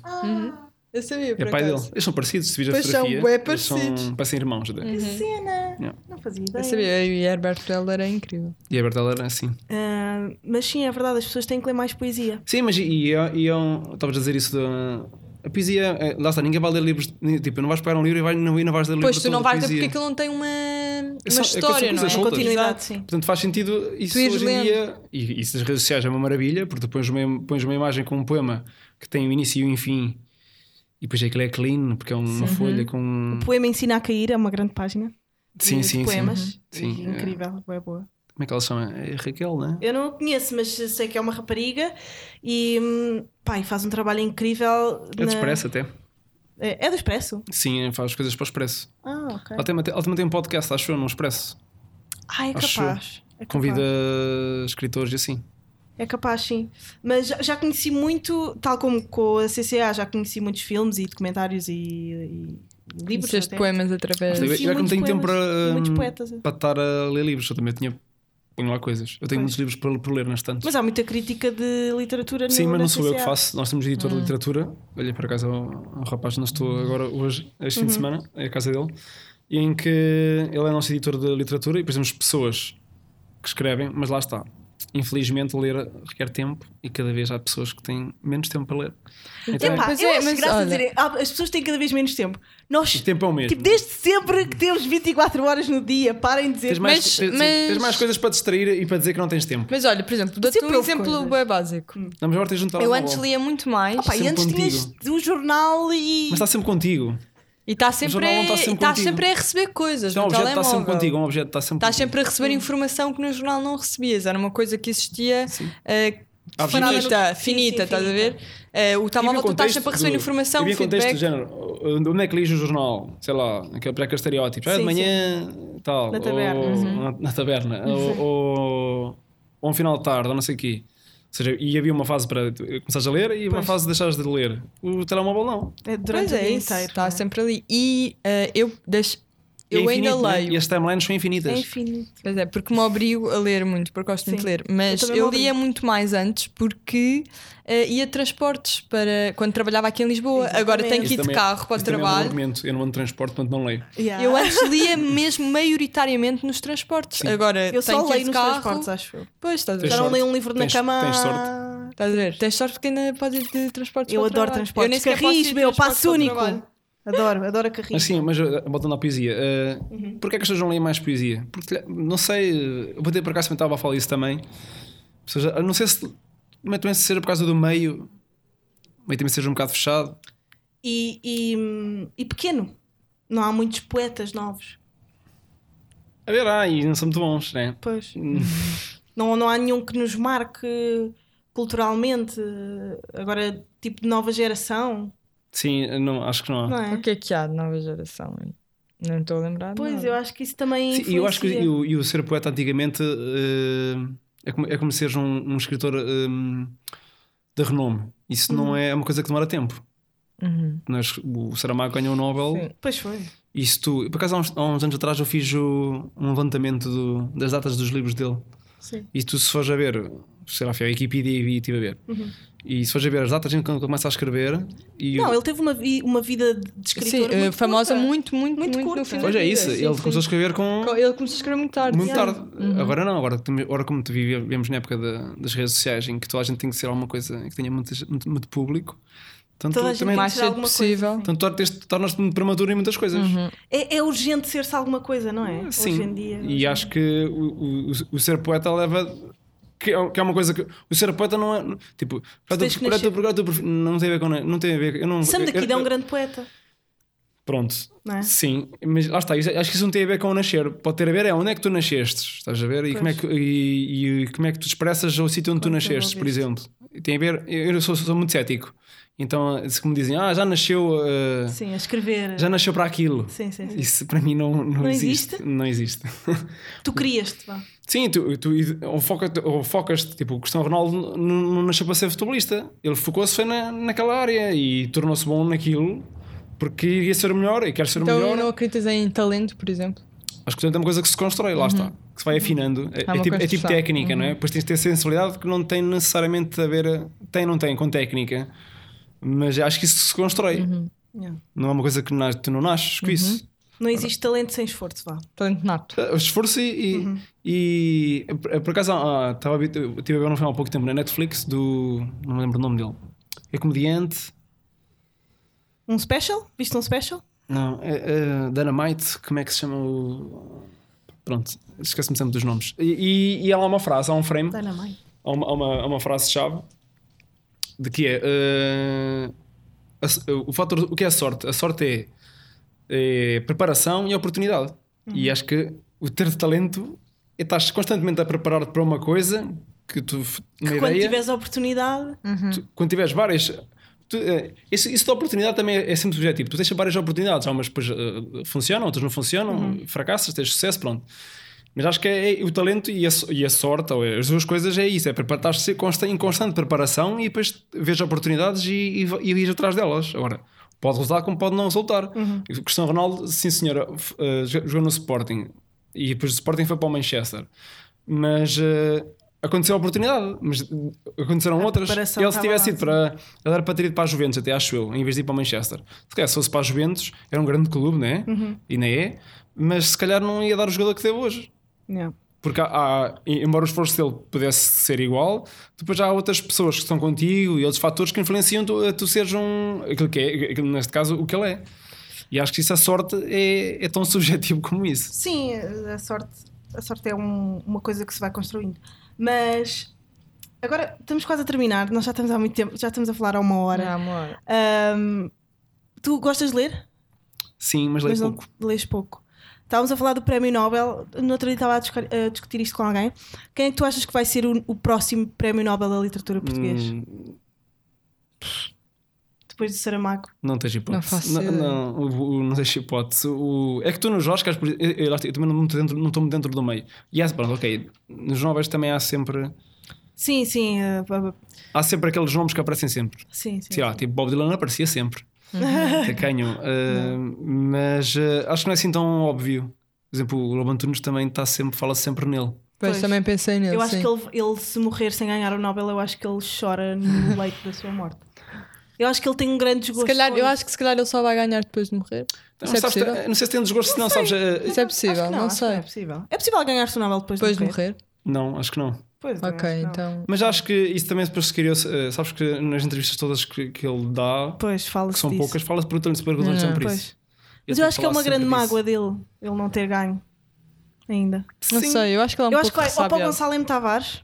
[SPEAKER 4] Eu sabia, Ah, por
[SPEAKER 3] É pai dele.
[SPEAKER 4] acaso.
[SPEAKER 3] Eles são parecidos, se vires a
[SPEAKER 4] Pois são,
[SPEAKER 3] fotografia.
[SPEAKER 4] bué
[SPEAKER 3] eles são-
[SPEAKER 4] parecidos. Uhum.
[SPEAKER 3] Parecem irmãos. né? até.
[SPEAKER 2] Que cena!
[SPEAKER 3] Yeah.
[SPEAKER 2] Não fazia
[SPEAKER 4] Eu
[SPEAKER 2] ideia.
[SPEAKER 4] sabia, e Herbert Heller é incrível.
[SPEAKER 3] E a Alberto Heller é assim.
[SPEAKER 2] Ah, mas sim, é verdade, as pessoas têm que ler mais poesia.
[SPEAKER 3] Sim, mas e, e, é- e é um- estavas a dizer isso da. A poesia, é- lá está, ninguém vai ler livros. ni- Tipo, não vais pegar um livro e, vai, não, e não vais ler livro
[SPEAKER 4] Pois tu
[SPEAKER 3] todo
[SPEAKER 4] não
[SPEAKER 3] de
[SPEAKER 4] vais ver
[SPEAKER 3] poesia.
[SPEAKER 4] porque aquilo não tem uma, uma
[SPEAKER 3] É só- é que são
[SPEAKER 4] história, não é?
[SPEAKER 3] coisas
[SPEAKER 2] A
[SPEAKER 3] soltas.
[SPEAKER 2] continuidade, sim.
[SPEAKER 3] Portanto, faz sentido isso
[SPEAKER 4] Tu ires
[SPEAKER 3] hoje em
[SPEAKER 4] lendo.
[SPEAKER 3] dia. E isso das redes sociais é uma maravilha, porque tu pões uma, pões uma imagem com um poema que tem o início e um fim, e depois aquilo é clean, porque é uma folha com.
[SPEAKER 4] Uhum.
[SPEAKER 2] O poema Ensina a Cair é uma grande página. de-
[SPEAKER 3] Hum. Sim,
[SPEAKER 2] de
[SPEAKER 3] sim,
[SPEAKER 2] poemas.
[SPEAKER 3] sim. Sim,
[SPEAKER 2] E
[SPEAKER 3] é.
[SPEAKER 2] Incrível, é boa.
[SPEAKER 3] Como é que ela se chama? É Raquel, né?
[SPEAKER 2] Eu não a conheço, mas sei que é uma rapariga e hum, pá, e faz um trabalho incrível.
[SPEAKER 3] É de expresso até.
[SPEAKER 2] É, é do Expresso?
[SPEAKER 3] Sim, faz coisas para o expresso.
[SPEAKER 2] Ah, ok.
[SPEAKER 3] Ela também, tem- ela também tem um podcast, acho eu, no expresso.
[SPEAKER 2] Ah, é
[SPEAKER 3] Acho
[SPEAKER 2] capaz. É capaz.
[SPEAKER 3] Convida escritores e assim.
[SPEAKER 2] É capaz, sim. Mas já, já conheci muito, tal como com a CCA, já conheci muitos filmes e documentários e, e livros.
[SPEAKER 4] Livros de
[SPEAKER 2] até.
[SPEAKER 4] poemas através.
[SPEAKER 3] Eu- eu é que não
[SPEAKER 2] Ah, muitos
[SPEAKER 3] tenho tempo
[SPEAKER 2] poemas
[SPEAKER 3] para,
[SPEAKER 2] e muitos
[SPEAKER 3] hum,
[SPEAKER 2] poetas. é.
[SPEAKER 3] Para estar a ler livros, eu também tinha. Ponho lá coisas. Eu
[SPEAKER 2] Pois.
[SPEAKER 3] tenho muitos livros para, para ler na estante.
[SPEAKER 2] Mas há muita crítica de literatura no
[SPEAKER 3] Sim, mas
[SPEAKER 2] na
[SPEAKER 3] não sou eu que
[SPEAKER 2] CCA.
[SPEAKER 3] faço. Nós temos
[SPEAKER 4] Ah.
[SPEAKER 3] editor de literatura. Olhei para casa um rapaz onde estou agora hoje, este
[SPEAKER 4] Uhum.
[SPEAKER 3] fim de semana, é a casa dele, em que ele é nosso editor de literatura e depois temos pessoas que escrevem, mas lá está. Infelizmente, ler requer tempo e cada vez há pessoas que têm menos tempo para ler. Então,
[SPEAKER 2] Epá,
[SPEAKER 4] Pois
[SPEAKER 2] eu
[SPEAKER 4] é,
[SPEAKER 2] acho
[SPEAKER 4] mas
[SPEAKER 2] graça a
[SPEAKER 4] olha-
[SPEAKER 2] dizer, ah, as pessoas têm cada vez menos tempo. Nós,
[SPEAKER 3] o tempo é o mesmo.
[SPEAKER 2] tipo, desde sempre que temos 24 horas no dia, parem de dizer.
[SPEAKER 3] tens, mais,
[SPEAKER 4] mas-
[SPEAKER 3] tens-
[SPEAKER 4] mas-
[SPEAKER 3] tens mais coisas para distrair e para dizer que não tens tempo.
[SPEAKER 4] Mas olha, por exemplo, dou-te
[SPEAKER 2] Sempre
[SPEAKER 4] um
[SPEAKER 2] houve
[SPEAKER 4] exemplo
[SPEAKER 2] coisas.
[SPEAKER 4] bem básico.
[SPEAKER 3] Não, mas agora tens de juntar
[SPEAKER 4] Eu
[SPEAKER 3] uma
[SPEAKER 4] antes
[SPEAKER 3] bola.
[SPEAKER 4] lia muito mais
[SPEAKER 2] Opa, e
[SPEAKER 3] sempre
[SPEAKER 2] antes tinhas o jornal e.
[SPEAKER 3] Mas tá está sempre contigo.
[SPEAKER 4] e está
[SPEAKER 3] O
[SPEAKER 4] sempre,
[SPEAKER 3] jornal não
[SPEAKER 4] a-
[SPEAKER 3] está sempre
[SPEAKER 4] e tá
[SPEAKER 3] contigo.
[SPEAKER 4] sempre a receber coisas.
[SPEAKER 3] Então, um
[SPEAKER 4] no
[SPEAKER 3] objeto está sempre
[SPEAKER 4] telemóvel. Tá
[SPEAKER 3] contigo. Um objeto está sempre
[SPEAKER 4] Estás sempre a receber informação que no jornal não recebias. Era uma coisa que existia eh,
[SPEAKER 3] Há
[SPEAKER 4] finita,
[SPEAKER 3] vestimentas-
[SPEAKER 4] finita,
[SPEAKER 6] Sim, sim,
[SPEAKER 4] estás a ver?
[SPEAKER 6] finita.
[SPEAKER 4] Eh, o
[SPEAKER 3] Ah, E havia
[SPEAKER 4] telemóvel tu estás
[SPEAKER 3] contexto
[SPEAKER 4] sempre a receber
[SPEAKER 3] do-
[SPEAKER 4] informação,
[SPEAKER 3] havia contexto
[SPEAKER 4] feedback.
[SPEAKER 3] do género. Onde onde é que lias o jornal? Sei lá, aquele pré estereótipo. Ah, de
[SPEAKER 2] Sim,
[SPEAKER 3] manhã, tal.
[SPEAKER 2] Na taberna. uhum.
[SPEAKER 3] Ou, na, na taberna. Ou, ou, ou um final de tarde, ou não sei o quê. Ou seja, e havia uma fase para tu começares a ler e uma fase de deixares de ler. O telemóvel não.
[SPEAKER 2] É durante
[SPEAKER 4] Pois
[SPEAKER 2] o
[SPEAKER 4] é,
[SPEAKER 2] dia
[SPEAKER 4] isso,
[SPEAKER 2] inteiro.
[SPEAKER 4] está
[SPEAKER 2] não é?
[SPEAKER 4] sempre ali. E eh, eu, deixo,
[SPEAKER 3] E é
[SPEAKER 4] eu
[SPEAKER 3] infinito,
[SPEAKER 4] ainda
[SPEAKER 3] não é?
[SPEAKER 4] leio.
[SPEAKER 3] E as timelines são infinitas.
[SPEAKER 2] É infinito.
[SPEAKER 4] Pois é, porque me obrigo a ler muito, porque gosto muito de
[SPEAKER 2] Sim.
[SPEAKER 4] ler. Mas
[SPEAKER 2] Eu
[SPEAKER 4] eu,
[SPEAKER 2] também me
[SPEAKER 4] lia muito mais antes porque eh, ia de transportes para quando trabalhava aqui em Lisboa. Agora tenho que
[SPEAKER 3] Isso
[SPEAKER 4] ir de
[SPEAKER 3] também-
[SPEAKER 4] carro para o
[SPEAKER 3] isso também É um
[SPEAKER 4] trabalho.
[SPEAKER 3] argumento. Eu não ando de transporte, portanto não leio.
[SPEAKER 2] Yeah.
[SPEAKER 4] eu antes lia mesmo maioritariamente nos transportes. Agora
[SPEAKER 2] Eu só
[SPEAKER 4] tenho que ir
[SPEAKER 2] leio
[SPEAKER 4] de
[SPEAKER 2] nos
[SPEAKER 4] carro.
[SPEAKER 2] transportes, acho eu.
[SPEAKER 4] Pois, estás a ver.
[SPEAKER 3] Tens
[SPEAKER 2] Já não
[SPEAKER 3] sorte.
[SPEAKER 2] leio um livro na
[SPEAKER 3] Tens-
[SPEAKER 2] cama.
[SPEAKER 3] tens sorte.
[SPEAKER 4] Estás a ver? Tens sorte porque ainda podes ir de transportes
[SPEAKER 2] Eu
[SPEAKER 4] para
[SPEAKER 2] adoro
[SPEAKER 4] o trabalho.
[SPEAKER 2] transportes.
[SPEAKER 4] Eu nem sequer posso ir
[SPEAKER 2] carris,
[SPEAKER 4] de
[SPEAKER 2] meu,
[SPEAKER 4] transportes
[SPEAKER 2] passo
[SPEAKER 4] para o
[SPEAKER 2] único.
[SPEAKER 4] trabalho.
[SPEAKER 2] Adoro, adoro carris.
[SPEAKER 3] Mas sim, mas uh, voltando à poesia, uh, porquê é que as pessoas não leem mais poesia? Porque, não sei, uh, eu vou ter por acaso também estava a falar isso também. Ou seja, eu não sei se, mas também se seja por causa do meio, o meio também seja um bocado fechado.
[SPEAKER 2] E, e, e pequeno. Não há muitos poetas novos.
[SPEAKER 3] A ver, ah, e não são muito bons, né?
[SPEAKER 2] Pois. não, não há nenhum que nos marque culturalmente. Agora, tipo de nova geração.
[SPEAKER 3] Sim, não, acho que não há.
[SPEAKER 2] Não é?
[SPEAKER 4] O que é que há de nova geração? aí? Não estou a lembrar. de
[SPEAKER 2] Pois,
[SPEAKER 4] nada.
[SPEAKER 2] eu acho que isso também.
[SPEAKER 3] Sim, e eu acho que
[SPEAKER 2] influencia.
[SPEAKER 3] e o, e o ser poeta antigamente uh, é, como, é como seres um, um escritor um, de renome. Isso não é uma coisa que demora tempo.
[SPEAKER 4] Uhum.
[SPEAKER 3] Nós- o Saramago ganhou o Nobel.
[SPEAKER 4] Sim.
[SPEAKER 2] Pois foi.
[SPEAKER 3] E se tu, por acaso há uns, há uns anos atrás eu fiz o- um levantamento do- das datas dos livros dele.
[SPEAKER 2] Sim.
[SPEAKER 3] E tu se fores a ver, sei lá, fui à Wikipedia e estive a ver. E se fores a ver as datas em que ele começa a escrever. E
[SPEAKER 2] Uhum. Não, ele teve uma, vi- uma vida de escritor.
[SPEAKER 4] Sim, eh,
[SPEAKER 2] muito
[SPEAKER 4] famosa
[SPEAKER 2] curta.
[SPEAKER 4] muito, muito,
[SPEAKER 2] Muito
[SPEAKER 4] muito,
[SPEAKER 2] curta.
[SPEAKER 4] no fim da
[SPEAKER 3] Pois é
[SPEAKER 4] vida.
[SPEAKER 3] isso,
[SPEAKER 4] Sim,
[SPEAKER 3] ele
[SPEAKER 4] sim.
[SPEAKER 3] começou a escrever com
[SPEAKER 4] Ele começou a escrever muito tarde.
[SPEAKER 3] muito
[SPEAKER 4] sim.
[SPEAKER 3] tarde.
[SPEAKER 2] Uhum.
[SPEAKER 3] Agora não, agora, tem- agora como te vivemos na época da- das redes sociais em que toda a gente tem que ser alguma coisa que tenha muitas- muito, muito público. Portanto,
[SPEAKER 2] Toda a
[SPEAKER 3] tu
[SPEAKER 2] gente
[SPEAKER 3] também-
[SPEAKER 4] O mais
[SPEAKER 2] Tirar
[SPEAKER 4] cedo
[SPEAKER 2] alguma coisa,
[SPEAKER 4] possível.
[SPEAKER 3] portanto, tornas-te- tornas-te muito prematuro em muitas coisas.
[SPEAKER 2] É, é urgente ser-se alguma coisa, não é? Hoje em dia.
[SPEAKER 3] Ah, E acho que o, o, o ser poeta leva. Que é, que é uma coisa que. O ser poeta não é. Tipo, para
[SPEAKER 2] tens
[SPEAKER 3] tu,
[SPEAKER 2] que
[SPEAKER 3] para tu,
[SPEAKER 2] nascer-
[SPEAKER 3] para tu, não tem a ver com. Não tem a ver. Eu não,
[SPEAKER 2] Sam
[SPEAKER 3] eu-
[SPEAKER 2] da Kid
[SPEAKER 3] eu-
[SPEAKER 2] é um grande poeta.
[SPEAKER 3] Pronto.
[SPEAKER 2] Não é?
[SPEAKER 3] Sim, mas lá está. isso- Acho que isso não tem a ver com o nascer. Pode ter a ver é onde é que tu nasceste. Estás a ver? E, como é, que, e, e como é que tu expressas o sítio onde tu nasceste, por exemplo. E Tem a ver. Eu sou, sou muito cético. Então, se como dizem, ah, já nasceu. ah,
[SPEAKER 2] Sim, a escrever.
[SPEAKER 3] já nasceu para aquilo.
[SPEAKER 2] Sim, sim, sim.
[SPEAKER 3] Isso para mim não, não,
[SPEAKER 2] Não
[SPEAKER 3] existe.
[SPEAKER 2] existe?
[SPEAKER 3] Não existe.
[SPEAKER 2] Tu crias-te, vá.
[SPEAKER 3] Sim, tu, tu ou foca-te- ou focas-te, tipo, o Cristiano Ronaldo não não nasceu para ser futebolista. Ele focou-se foi na, naquela área e tornou-se bom naquilo porque ia ser o melhor e quer ser o
[SPEAKER 4] Então
[SPEAKER 3] melhor.
[SPEAKER 4] não acreditas em talento, por exemplo?
[SPEAKER 3] Acho que portanto, é uma coisa que se constrói, lá está, que se vai afinando. É, é
[SPEAKER 4] Há Uhum. Tá uma Uhum.
[SPEAKER 3] tipo, é tipo
[SPEAKER 4] construção.
[SPEAKER 3] técnica, não é? Depois tens de ter sensibilidade que não tem necessariamente a ver, tem, não tem, com técnica, mas acho que isso se constrói.
[SPEAKER 4] Uhum.
[SPEAKER 2] Yeah.
[SPEAKER 3] Não é uma coisa que nas- tu não nasces com isso.
[SPEAKER 2] Não existe talento sem esforço, vá.
[SPEAKER 4] Talento nato.
[SPEAKER 3] Uh, Esforço e. e- e, por- por acaso, ah, estava a ver- eu estive a ver um filme há pouco tempo na Netflix do. Não me lembro o nome dele. É comediante.
[SPEAKER 2] Um special? Viste um special?
[SPEAKER 3] Não, é, é, Dynamite. Como é que se chama o. Pronto, esqueço-me sempre dos nomes. E, e, e há lá uma frase, há um frame,
[SPEAKER 2] Está na mãe.
[SPEAKER 3] há uma, há uma, há uma frase-chave de que é. eh, a s- o, fator, o que é a sorte? A sorte é, é preparação e oportunidade.
[SPEAKER 2] Uhum.
[SPEAKER 3] E acho que o ter talento é estás constantemente a preparar-te para uma coisa que tu, f- uma
[SPEAKER 2] Que quando
[SPEAKER 3] ideia,
[SPEAKER 2] tiveres a oportunidade,
[SPEAKER 3] tu- quando tiveres várias. tu, eh, isso, isso da oportunidade também é, é sempre subjetivo. Tu tens várias oportunidades, algumas depois eh, funcionam, outras não funcionam, fracassas, tens sucesso, pronto. Mas acho que é, é o talento e a, so- e a sorte, ou é- as duas coisas, é isso: é preparar- estás consta- em constante preparação e depois vês oportunidades e, e, va- e ir atrás delas. Agora, pode resultar como pode não resultar.
[SPEAKER 2] Uhum.
[SPEAKER 3] O Cristiano Ronaldo, sim senhora, f- eh, jo- jogou no Sporting e depois do Sporting foi para o Manchester. Mas eh, aconteceu a oportunidade, mas eh, aconteceram outras.
[SPEAKER 2] preparação
[SPEAKER 3] Ele, se
[SPEAKER 2] estava lá,
[SPEAKER 3] tivesse ido para. Ele era para ter ido para a Juventus, até acho eu, em vez de ir para o Manchester. Se calhar, se fosse para a Juventus, era um grande clube, né?
[SPEAKER 2] Uhum.
[SPEAKER 3] E nem é. Mas se calhar não ia dar o jogador que deu hoje.
[SPEAKER 2] Hum.
[SPEAKER 3] Porque há, há- embora o esforço dele pudesse ser igual, depois há outras pessoas que estão contigo e outros fatores que influenciam tu, a tu seres um. aquilo que é, aquilo, neste caso, o que ele é. E acho que isso, a sorte, é, é tão subjetivo como isso.
[SPEAKER 2] sim, a sorte, a sorte é um- uma coisa que se vai construindo. Mas agora estamos quase a terminar, nós já estamos há muito tempo, já estamos a falar há uma hora.
[SPEAKER 4] Não, amor.
[SPEAKER 2] Ahm, tu gostas de ler?
[SPEAKER 3] Sim, mas leio
[SPEAKER 2] Mas
[SPEAKER 3] pouco.
[SPEAKER 2] não lês pouco. Estávamos a falar do Prémio Nobel. No outro dia estava a, discu- a discutir isto com alguém. Quem é que tu achas que vai ser o, o próximo Prémio Nobel da Literatura Portuguesa?
[SPEAKER 3] Hum,
[SPEAKER 2] Depois do Saramago.
[SPEAKER 3] não tens hipótese.
[SPEAKER 4] Não faço
[SPEAKER 3] não,
[SPEAKER 4] ideia.
[SPEAKER 3] não, o- o- não tens hipótese. O- é que tu nos Oscars, por- eu, eu, lá- eu também não estou dentro, não estou dentro do meio. E há, pronto, ok. Nos Nobres também há sempre.
[SPEAKER 2] Sim, sim. eh, b- b-
[SPEAKER 3] Há sempre aqueles nomes que aparecem sempre.
[SPEAKER 2] sim, Uhum. sim.
[SPEAKER 3] Sei lá, tipo Bob Dylan aparecia sempre. Uhum. Tacanho. Ah, mas ah, acho que não é assim tão óbvio. Por exemplo, o Lobo Antunes também está sempre, fala sempre nele.
[SPEAKER 4] Pois
[SPEAKER 2] Pois.
[SPEAKER 4] também pensei nele.
[SPEAKER 2] Eu acho
[SPEAKER 4] sim.
[SPEAKER 2] que ele, ele, se morrer sem ganhar o Nobel, eu acho que ele chora no leito da sua morte. Eu acho que ele tem um grande
[SPEAKER 4] Se
[SPEAKER 2] desgosto.
[SPEAKER 4] calhar,
[SPEAKER 2] com
[SPEAKER 4] eu
[SPEAKER 2] isso.
[SPEAKER 4] acho que se calhar ele só vai ganhar depois de morrer.
[SPEAKER 3] Então,
[SPEAKER 4] Isso é
[SPEAKER 3] sabes,
[SPEAKER 4] possível?
[SPEAKER 3] não sei se tem desgosto, se não, sabes. ah,
[SPEAKER 4] Isso é
[SPEAKER 2] Acho que
[SPEAKER 4] possível, não,
[SPEAKER 2] acho que
[SPEAKER 4] sei.
[SPEAKER 2] É possível. É possível ganhar-se o Nobel depois,
[SPEAKER 4] Depois
[SPEAKER 2] de morrer.
[SPEAKER 3] é- não, acho que não.
[SPEAKER 2] Pois, eu
[SPEAKER 4] Ok,
[SPEAKER 2] acho que não.
[SPEAKER 4] então.
[SPEAKER 3] Mas acho que isso também depois se criou. eh, Sabes que nas entrevistas todas que, que ele dá,
[SPEAKER 2] Pois,
[SPEAKER 3] que
[SPEAKER 2] fala-se
[SPEAKER 3] são
[SPEAKER 2] disso.
[SPEAKER 3] poucas, fala-se perguntando-lhe se perguntam
[SPEAKER 4] Não,
[SPEAKER 3] sempre
[SPEAKER 2] pois.
[SPEAKER 3] isso.
[SPEAKER 2] Mas
[SPEAKER 3] Ele
[SPEAKER 2] eu acho que é
[SPEAKER 3] fala
[SPEAKER 2] uma
[SPEAKER 3] sempre
[SPEAKER 2] grande
[SPEAKER 3] disso.
[SPEAKER 2] mágoa dele, ele não ter ganho ainda.
[SPEAKER 4] Não
[SPEAKER 3] Sim.
[SPEAKER 4] sei, eu acho que ele é um
[SPEAKER 2] eu acho
[SPEAKER 4] pouco
[SPEAKER 2] que vai ou para o
[SPEAKER 4] ressabiado.
[SPEAKER 2] Gonçalo M. Tavares.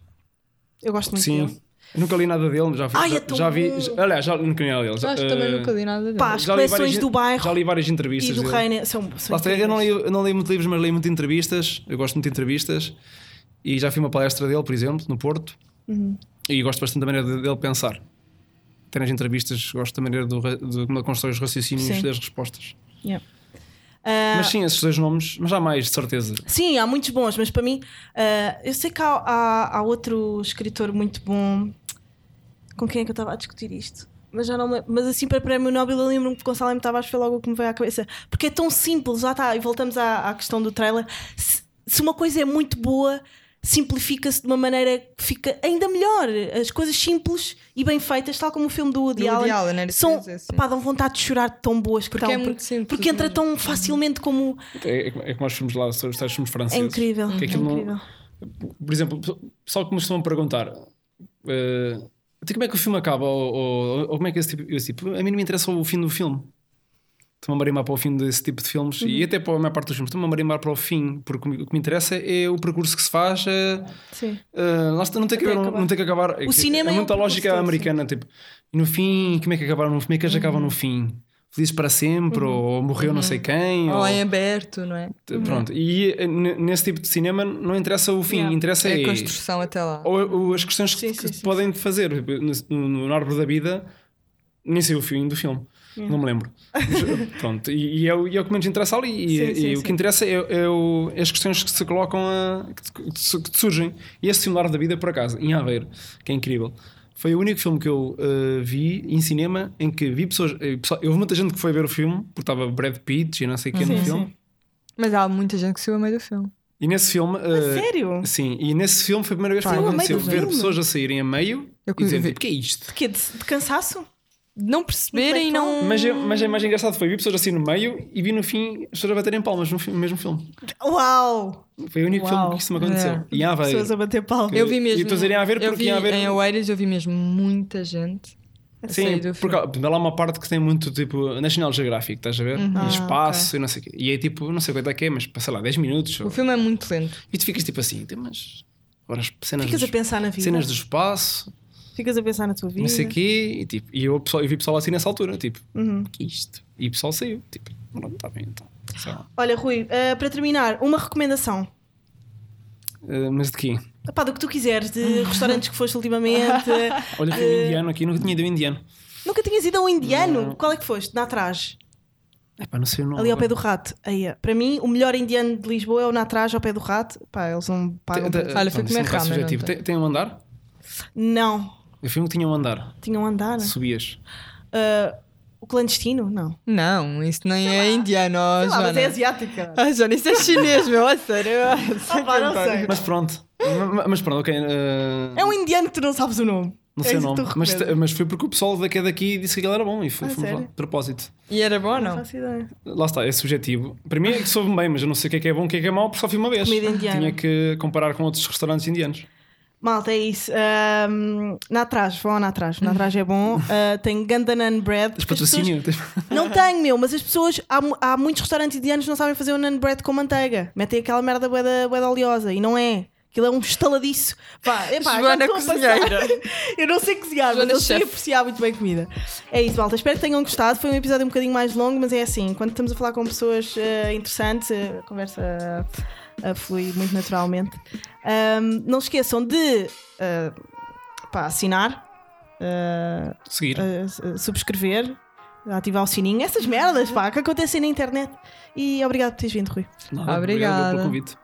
[SPEAKER 2] Eu gosto muito
[SPEAKER 3] Sim.
[SPEAKER 2] dele.
[SPEAKER 3] Eu nunca li nada dele, já, vi-
[SPEAKER 2] Ai,
[SPEAKER 3] já,
[SPEAKER 2] é tão
[SPEAKER 3] já vi.
[SPEAKER 2] bom.
[SPEAKER 3] já- Aliás, já nunca li nada dele. já-
[SPEAKER 4] Acho que também
[SPEAKER 3] eh,
[SPEAKER 4] nunca li nada dele.
[SPEAKER 2] Pá, as
[SPEAKER 3] Já li várias
[SPEAKER 2] coleções
[SPEAKER 3] gente-
[SPEAKER 2] do bairro
[SPEAKER 3] Já li várias
[SPEAKER 2] e
[SPEAKER 3] entrevistas.
[SPEAKER 2] do
[SPEAKER 3] dele.
[SPEAKER 2] reino são, são
[SPEAKER 3] é Lá está, eu,
[SPEAKER 2] incríveis.
[SPEAKER 3] não li, eu não li muito livros, mas li muito entrevistas. Eu gosto muito de entrevistas. E já fui uma palestra dele, por exemplo, no Porto.
[SPEAKER 2] Uhum.
[SPEAKER 3] E gosto bastante da maneira de- dele pensar. Até nas entrevistas, gosto da maneira do, ra- de como ele constrói os raciocínios
[SPEAKER 2] Sim.
[SPEAKER 3] das respostas.
[SPEAKER 2] Yeah. Ah,
[SPEAKER 3] Mas sim, esses dois nomes, mas há mais, de certeza.
[SPEAKER 2] Sim, há muitos bons, mas para mim, ah, eu sei que há, há- há outro escritor muito bom. Com quem é que eu estava a discutir isto? Mas já não me lembro. Mas assim, para Prémio Nobel, eu lembro-me que Gonçalo M. Tavares foi logo o que me veio à cabeça. Porque é tão simples, lá está, e voltamos à, à questão do trailer. Se, se uma coisa é muito boa, simplifica-se de uma maneira que fica ainda melhor. As coisas simples e bem feitas, tal como o filme do Woody
[SPEAKER 4] Do
[SPEAKER 2] Allen,
[SPEAKER 4] Woody Allen, era isso que eu ia
[SPEAKER 2] são,
[SPEAKER 4] dizer, sim.
[SPEAKER 2] pá, dão vontade de chorar de tão boas que
[SPEAKER 4] Porque
[SPEAKER 2] estão.
[SPEAKER 4] é muito simples
[SPEAKER 2] porque entra
[SPEAKER 4] mesmo.
[SPEAKER 2] tão facilmente como...
[SPEAKER 3] É, é como- é como nós fomos lá, os tais filmes
[SPEAKER 2] É
[SPEAKER 3] franceses.
[SPEAKER 2] incrível,
[SPEAKER 3] Que
[SPEAKER 2] é
[SPEAKER 3] aquilo não-
[SPEAKER 2] incrível.
[SPEAKER 3] Por exemplo, o pessoal começou a me perguntar. eh, até como é que o filme acaba? Ou, ou- ou como é que é esse tipo? Eu disse, tipo, a mim não me interessa o fim do filme. Estou-me a marimar para o fim desse tipo de filmes e até para a maior parte dos filmes. Estou-me a marimar para o fim, porque o que me interessa é o percurso que se faz. eh,
[SPEAKER 2] Sim.
[SPEAKER 3] eh, lá está, não, tem que
[SPEAKER 2] Até
[SPEAKER 3] haver um-
[SPEAKER 2] acabar.
[SPEAKER 3] não tem que acabar. É que-
[SPEAKER 2] cinema
[SPEAKER 3] é
[SPEAKER 2] é um
[SPEAKER 3] muita
[SPEAKER 2] percurso
[SPEAKER 3] lógica
[SPEAKER 2] todo,
[SPEAKER 3] americana. Tipo, e no fim, como é que acabaram? Como é que eles acabam no fim? Felizes para sempre? Ou morreu não sei quem?
[SPEAKER 4] Ou em aberto, não é?
[SPEAKER 3] T- Pronto, e eh, n- nesse tipo de cinema não interessa o fim,
[SPEAKER 2] Yeah.
[SPEAKER 3] interessa
[SPEAKER 4] É
[SPEAKER 3] é
[SPEAKER 4] a construção até lá.
[SPEAKER 3] ou, ou as questões
[SPEAKER 2] Sim,
[SPEAKER 3] que,
[SPEAKER 2] sim,
[SPEAKER 3] que
[SPEAKER 2] sim,
[SPEAKER 3] se podem fazer no, no, no Árvore da Vida. Nem sei o fim do filme, não me lembro. Mas, pronto, e, e é o, e é o que menos interessa ali. E,
[SPEAKER 2] Sim, sim,
[SPEAKER 3] e o
[SPEAKER 2] sim.
[SPEAKER 3] que interessa é, é o- é as questões que se colocam, a, que, se- que surgem. E esse filme, Árvore da Vida, por acaso, em Aveiro, que é incrível, foi o único filme que eu eh, vi em cinema em que vi pessoas. eh, pessoal- houve muita gente que foi ver o filme, porque estava Brad Pitt e não sei quem no
[SPEAKER 2] Sim,
[SPEAKER 3] filme.
[SPEAKER 2] sim.
[SPEAKER 4] Mas há muita gente que saiu a meio do filme.
[SPEAKER 3] E nesse filme. eh,
[SPEAKER 2] É Sério?
[SPEAKER 3] Sim, e nesse filme foi a primeira vez que
[SPEAKER 4] Pá,
[SPEAKER 3] me
[SPEAKER 4] eu amei
[SPEAKER 3] aconteceu
[SPEAKER 2] do
[SPEAKER 3] ver
[SPEAKER 2] filme.
[SPEAKER 3] pessoas a saírem a meio
[SPEAKER 4] Eu
[SPEAKER 3] e dizer
[SPEAKER 4] vi-
[SPEAKER 3] tipo, que é isto?
[SPEAKER 2] De quê? De, de cansaço?
[SPEAKER 4] Não perceberem e não.
[SPEAKER 3] Mas, eu- mas é mais engraçado foi, vi pessoas assim no meio e vi no fim as pessoas a baterem palmas no fi- mesmo filme.
[SPEAKER 2] Uau!
[SPEAKER 3] Foi o único
[SPEAKER 2] Uau.
[SPEAKER 3] filme que isso me aconteceu.
[SPEAKER 4] É.
[SPEAKER 3] E ah, há
[SPEAKER 2] Pessoas a
[SPEAKER 3] Aveiro.
[SPEAKER 2] bater palma.
[SPEAKER 4] Eu vi mesmo.
[SPEAKER 3] E estou a dizer em Aveiro
[SPEAKER 4] eu
[SPEAKER 3] porque um-
[SPEAKER 4] vi
[SPEAKER 3] em Aveiro-
[SPEAKER 4] Oeiras eu vi mesmo muita gente. a sair
[SPEAKER 3] Sim,
[SPEAKER 4] do
[SPEAKER 3] porque
[SPEAKER 4] filme.
[SPEAKER 3] há há lá uma parte que tem muito tipo National Geographic, estás a ver?
[SPEAKER 2] Ah,
[SPEAKER 3] E espaço e não sei o quê. E é tipo, não sei quanto é que é, mas sei lá, 10 minutos.
[SPEAKER 4] O
[SPEAKER 3] ou-
[SPEAKER 4] filme é muito lento.
[SPEAKER 3] E tu ficas tipo assim, "Então, mas agora as cenas,
[SPEAKER 2] Ficas a
[SPEAKER 3] do,
[SPEAKER 2] pensar na vida.
[SPEAKER 3] cenas do espaço,
[SPEAKER 2] Ficas a pensar na tua vida.
[SPEAKER 3] não sei o quê. E, tipo, e eu, pessoal- eu vi pessoal assim nessa altura, tipo,
[SPEAKER 2] Uhum.
[SPEAKER 3] que é isto? E o pessoal saiu. Tipo, pronto, está bem então. Sei lá.
[SPEAKER 2] Olha, Rui, ah, para terminar, uma recomendação.
[SPEAKER 3] Eh, mas de quê?
[SPEAKER 2] Epá, do que tu quiseres, de restaurantes que foste ultimamente.
[SPEAKER 3] Olha, fui
[SPEAKER 2] Eh,
[SPEAKER 3] um indiano aqui, nunca tinha ido um indiano.
[SPEAKER 2] Nunca tinhas ido a um indiano? Qual é que foste? Na atrás.
[SPEAKER 3] Epá, não sei o nome.
[SPEAKER 2] Ali ao pé do rato. Aí, é. para mim, o melhor indiano de Lisboa é o Natrás, ao pé do rato. Pá, eles não pagam.
[SPEAKER 3] Tem-
[SPEAKER 2] para-
[SPEAKER 3] tem-
[SPEAKER 4] Olha, fui
[SPEAKER 3] pronto,
[SPEAKER 4] comer
[SPEAKER 3] isso é um bocado
[SPEAKER 4] ramen
[SPEAKER 3] subjetivo.
[SPEAKER 4] ontem.
[SPEAKER 3] Tem, tem um andar?
[SPEAKER 2] Não.
[SPEAKER 3] Eu fui um que tinha um andar.
[SPEAKER 2] Tinham andar.
[SPEAKER 3] Subias.
[SPEAKER 2] Ah, o clandestino? Não.
[SPEAKER 4] Não, isso nem é indiano, ó,
[SPEAKER 2] Sei lá, mas é
[SPEAKER 4] Joana.
[SPEAKER 2] asiática.
[SPEAKER 4] Ah, Joana, isso é chinês, meu, a sério.
[SPEAKER 2] Ah, pá, não sei.
[SPEAKER 3] Mas pronto. Ma- mas pronto, ok. eh,
[SPEAKER 2] É um indiano que tu não sabes o nome.
[SPEAKER 3] Não
[SPEAKER 2] É
[SPEAKER 3] sei o
[SPEAKER 2] isso que
[SPEAKER 3] nome.
[SPEAKER 2] tu
[SPEAKER 3] Mas,
[SPEAKER 2] recomendas.
[SPEAKER 3] mas foi porque o pessoal daqui, é daqui disse que aquilo era bom e foi,
[SPEAKER 2] Ah,
[SPEAKER 3] fomos lá.
[SPEAKER 2] sério?
[SPEAKER 3] De propósito.
[SPEAKER 4] E era bom
[SPEAKER 2] Não
[SPEAKER 4] ou não?
[SPEAKER 2] faço ideia.
[SPEAKER 3] Lá está, é subjetivo. Para mim é que soube bem, mas eu não sei o que é que é bom o que é que é mau, porque só fui uma vez.
[SPEAKER 2] Comida indiana.
[SPEAKER 3] Tinha que comparar com outros restaurantes indianos.
[SPEAKER 2] Malta, é isso. Ahm, na atrás, vão na atrás. Na atrás é bom. Ah, tem Gandanan Bread.
[SPEAKER 3] Tens
[SPEAKER 2] As pessoas-
[SPEAKER 3] patrocínio? Tens-
[SPEAKER 2] Não tenho, meu, mas as pessoas. Há, mu- há muitos restaurantes indianos que não sabem fazer o nan bread com manteiga. Metem aquela merda boeda oleosa e não é. Aquilo é um estaladiço. Pá, epá, já
[SPEAKER 4] Joana
[SPEAKER 2] estou a passar.
[SPEAKER 4] Cozinheira.
[SPEAKER 2] eu não sei cozinhar, mas
[SPEAKER 4] Joana
[SPEAKER 2] eu sei
[SPEAKER 4] Chef.
[SPEAKER 2] apreciar muito bem comida. É isso, malta. Espero que tenham gostado. Foi um episódio um bocadinho mais longo, mas é assim. Quando estamos a falar com pessoas eh, interessantes, eh, a conversa eh, flui muito naturalmente. Ahm, não se esqueçam de eh, pá, assinar. eh,
[SPEAKER 3] Seguir.
[SPEAKER 2] a- a subscrever, a ativar o sininho, essas merdas, pá, que acontecem na internet. E obrigado por teres vindo, Rui.
[SPEAKER 3] Nada,
[SPEAKER 4] Obrigada.
[SPEAKER 3] pelo convite.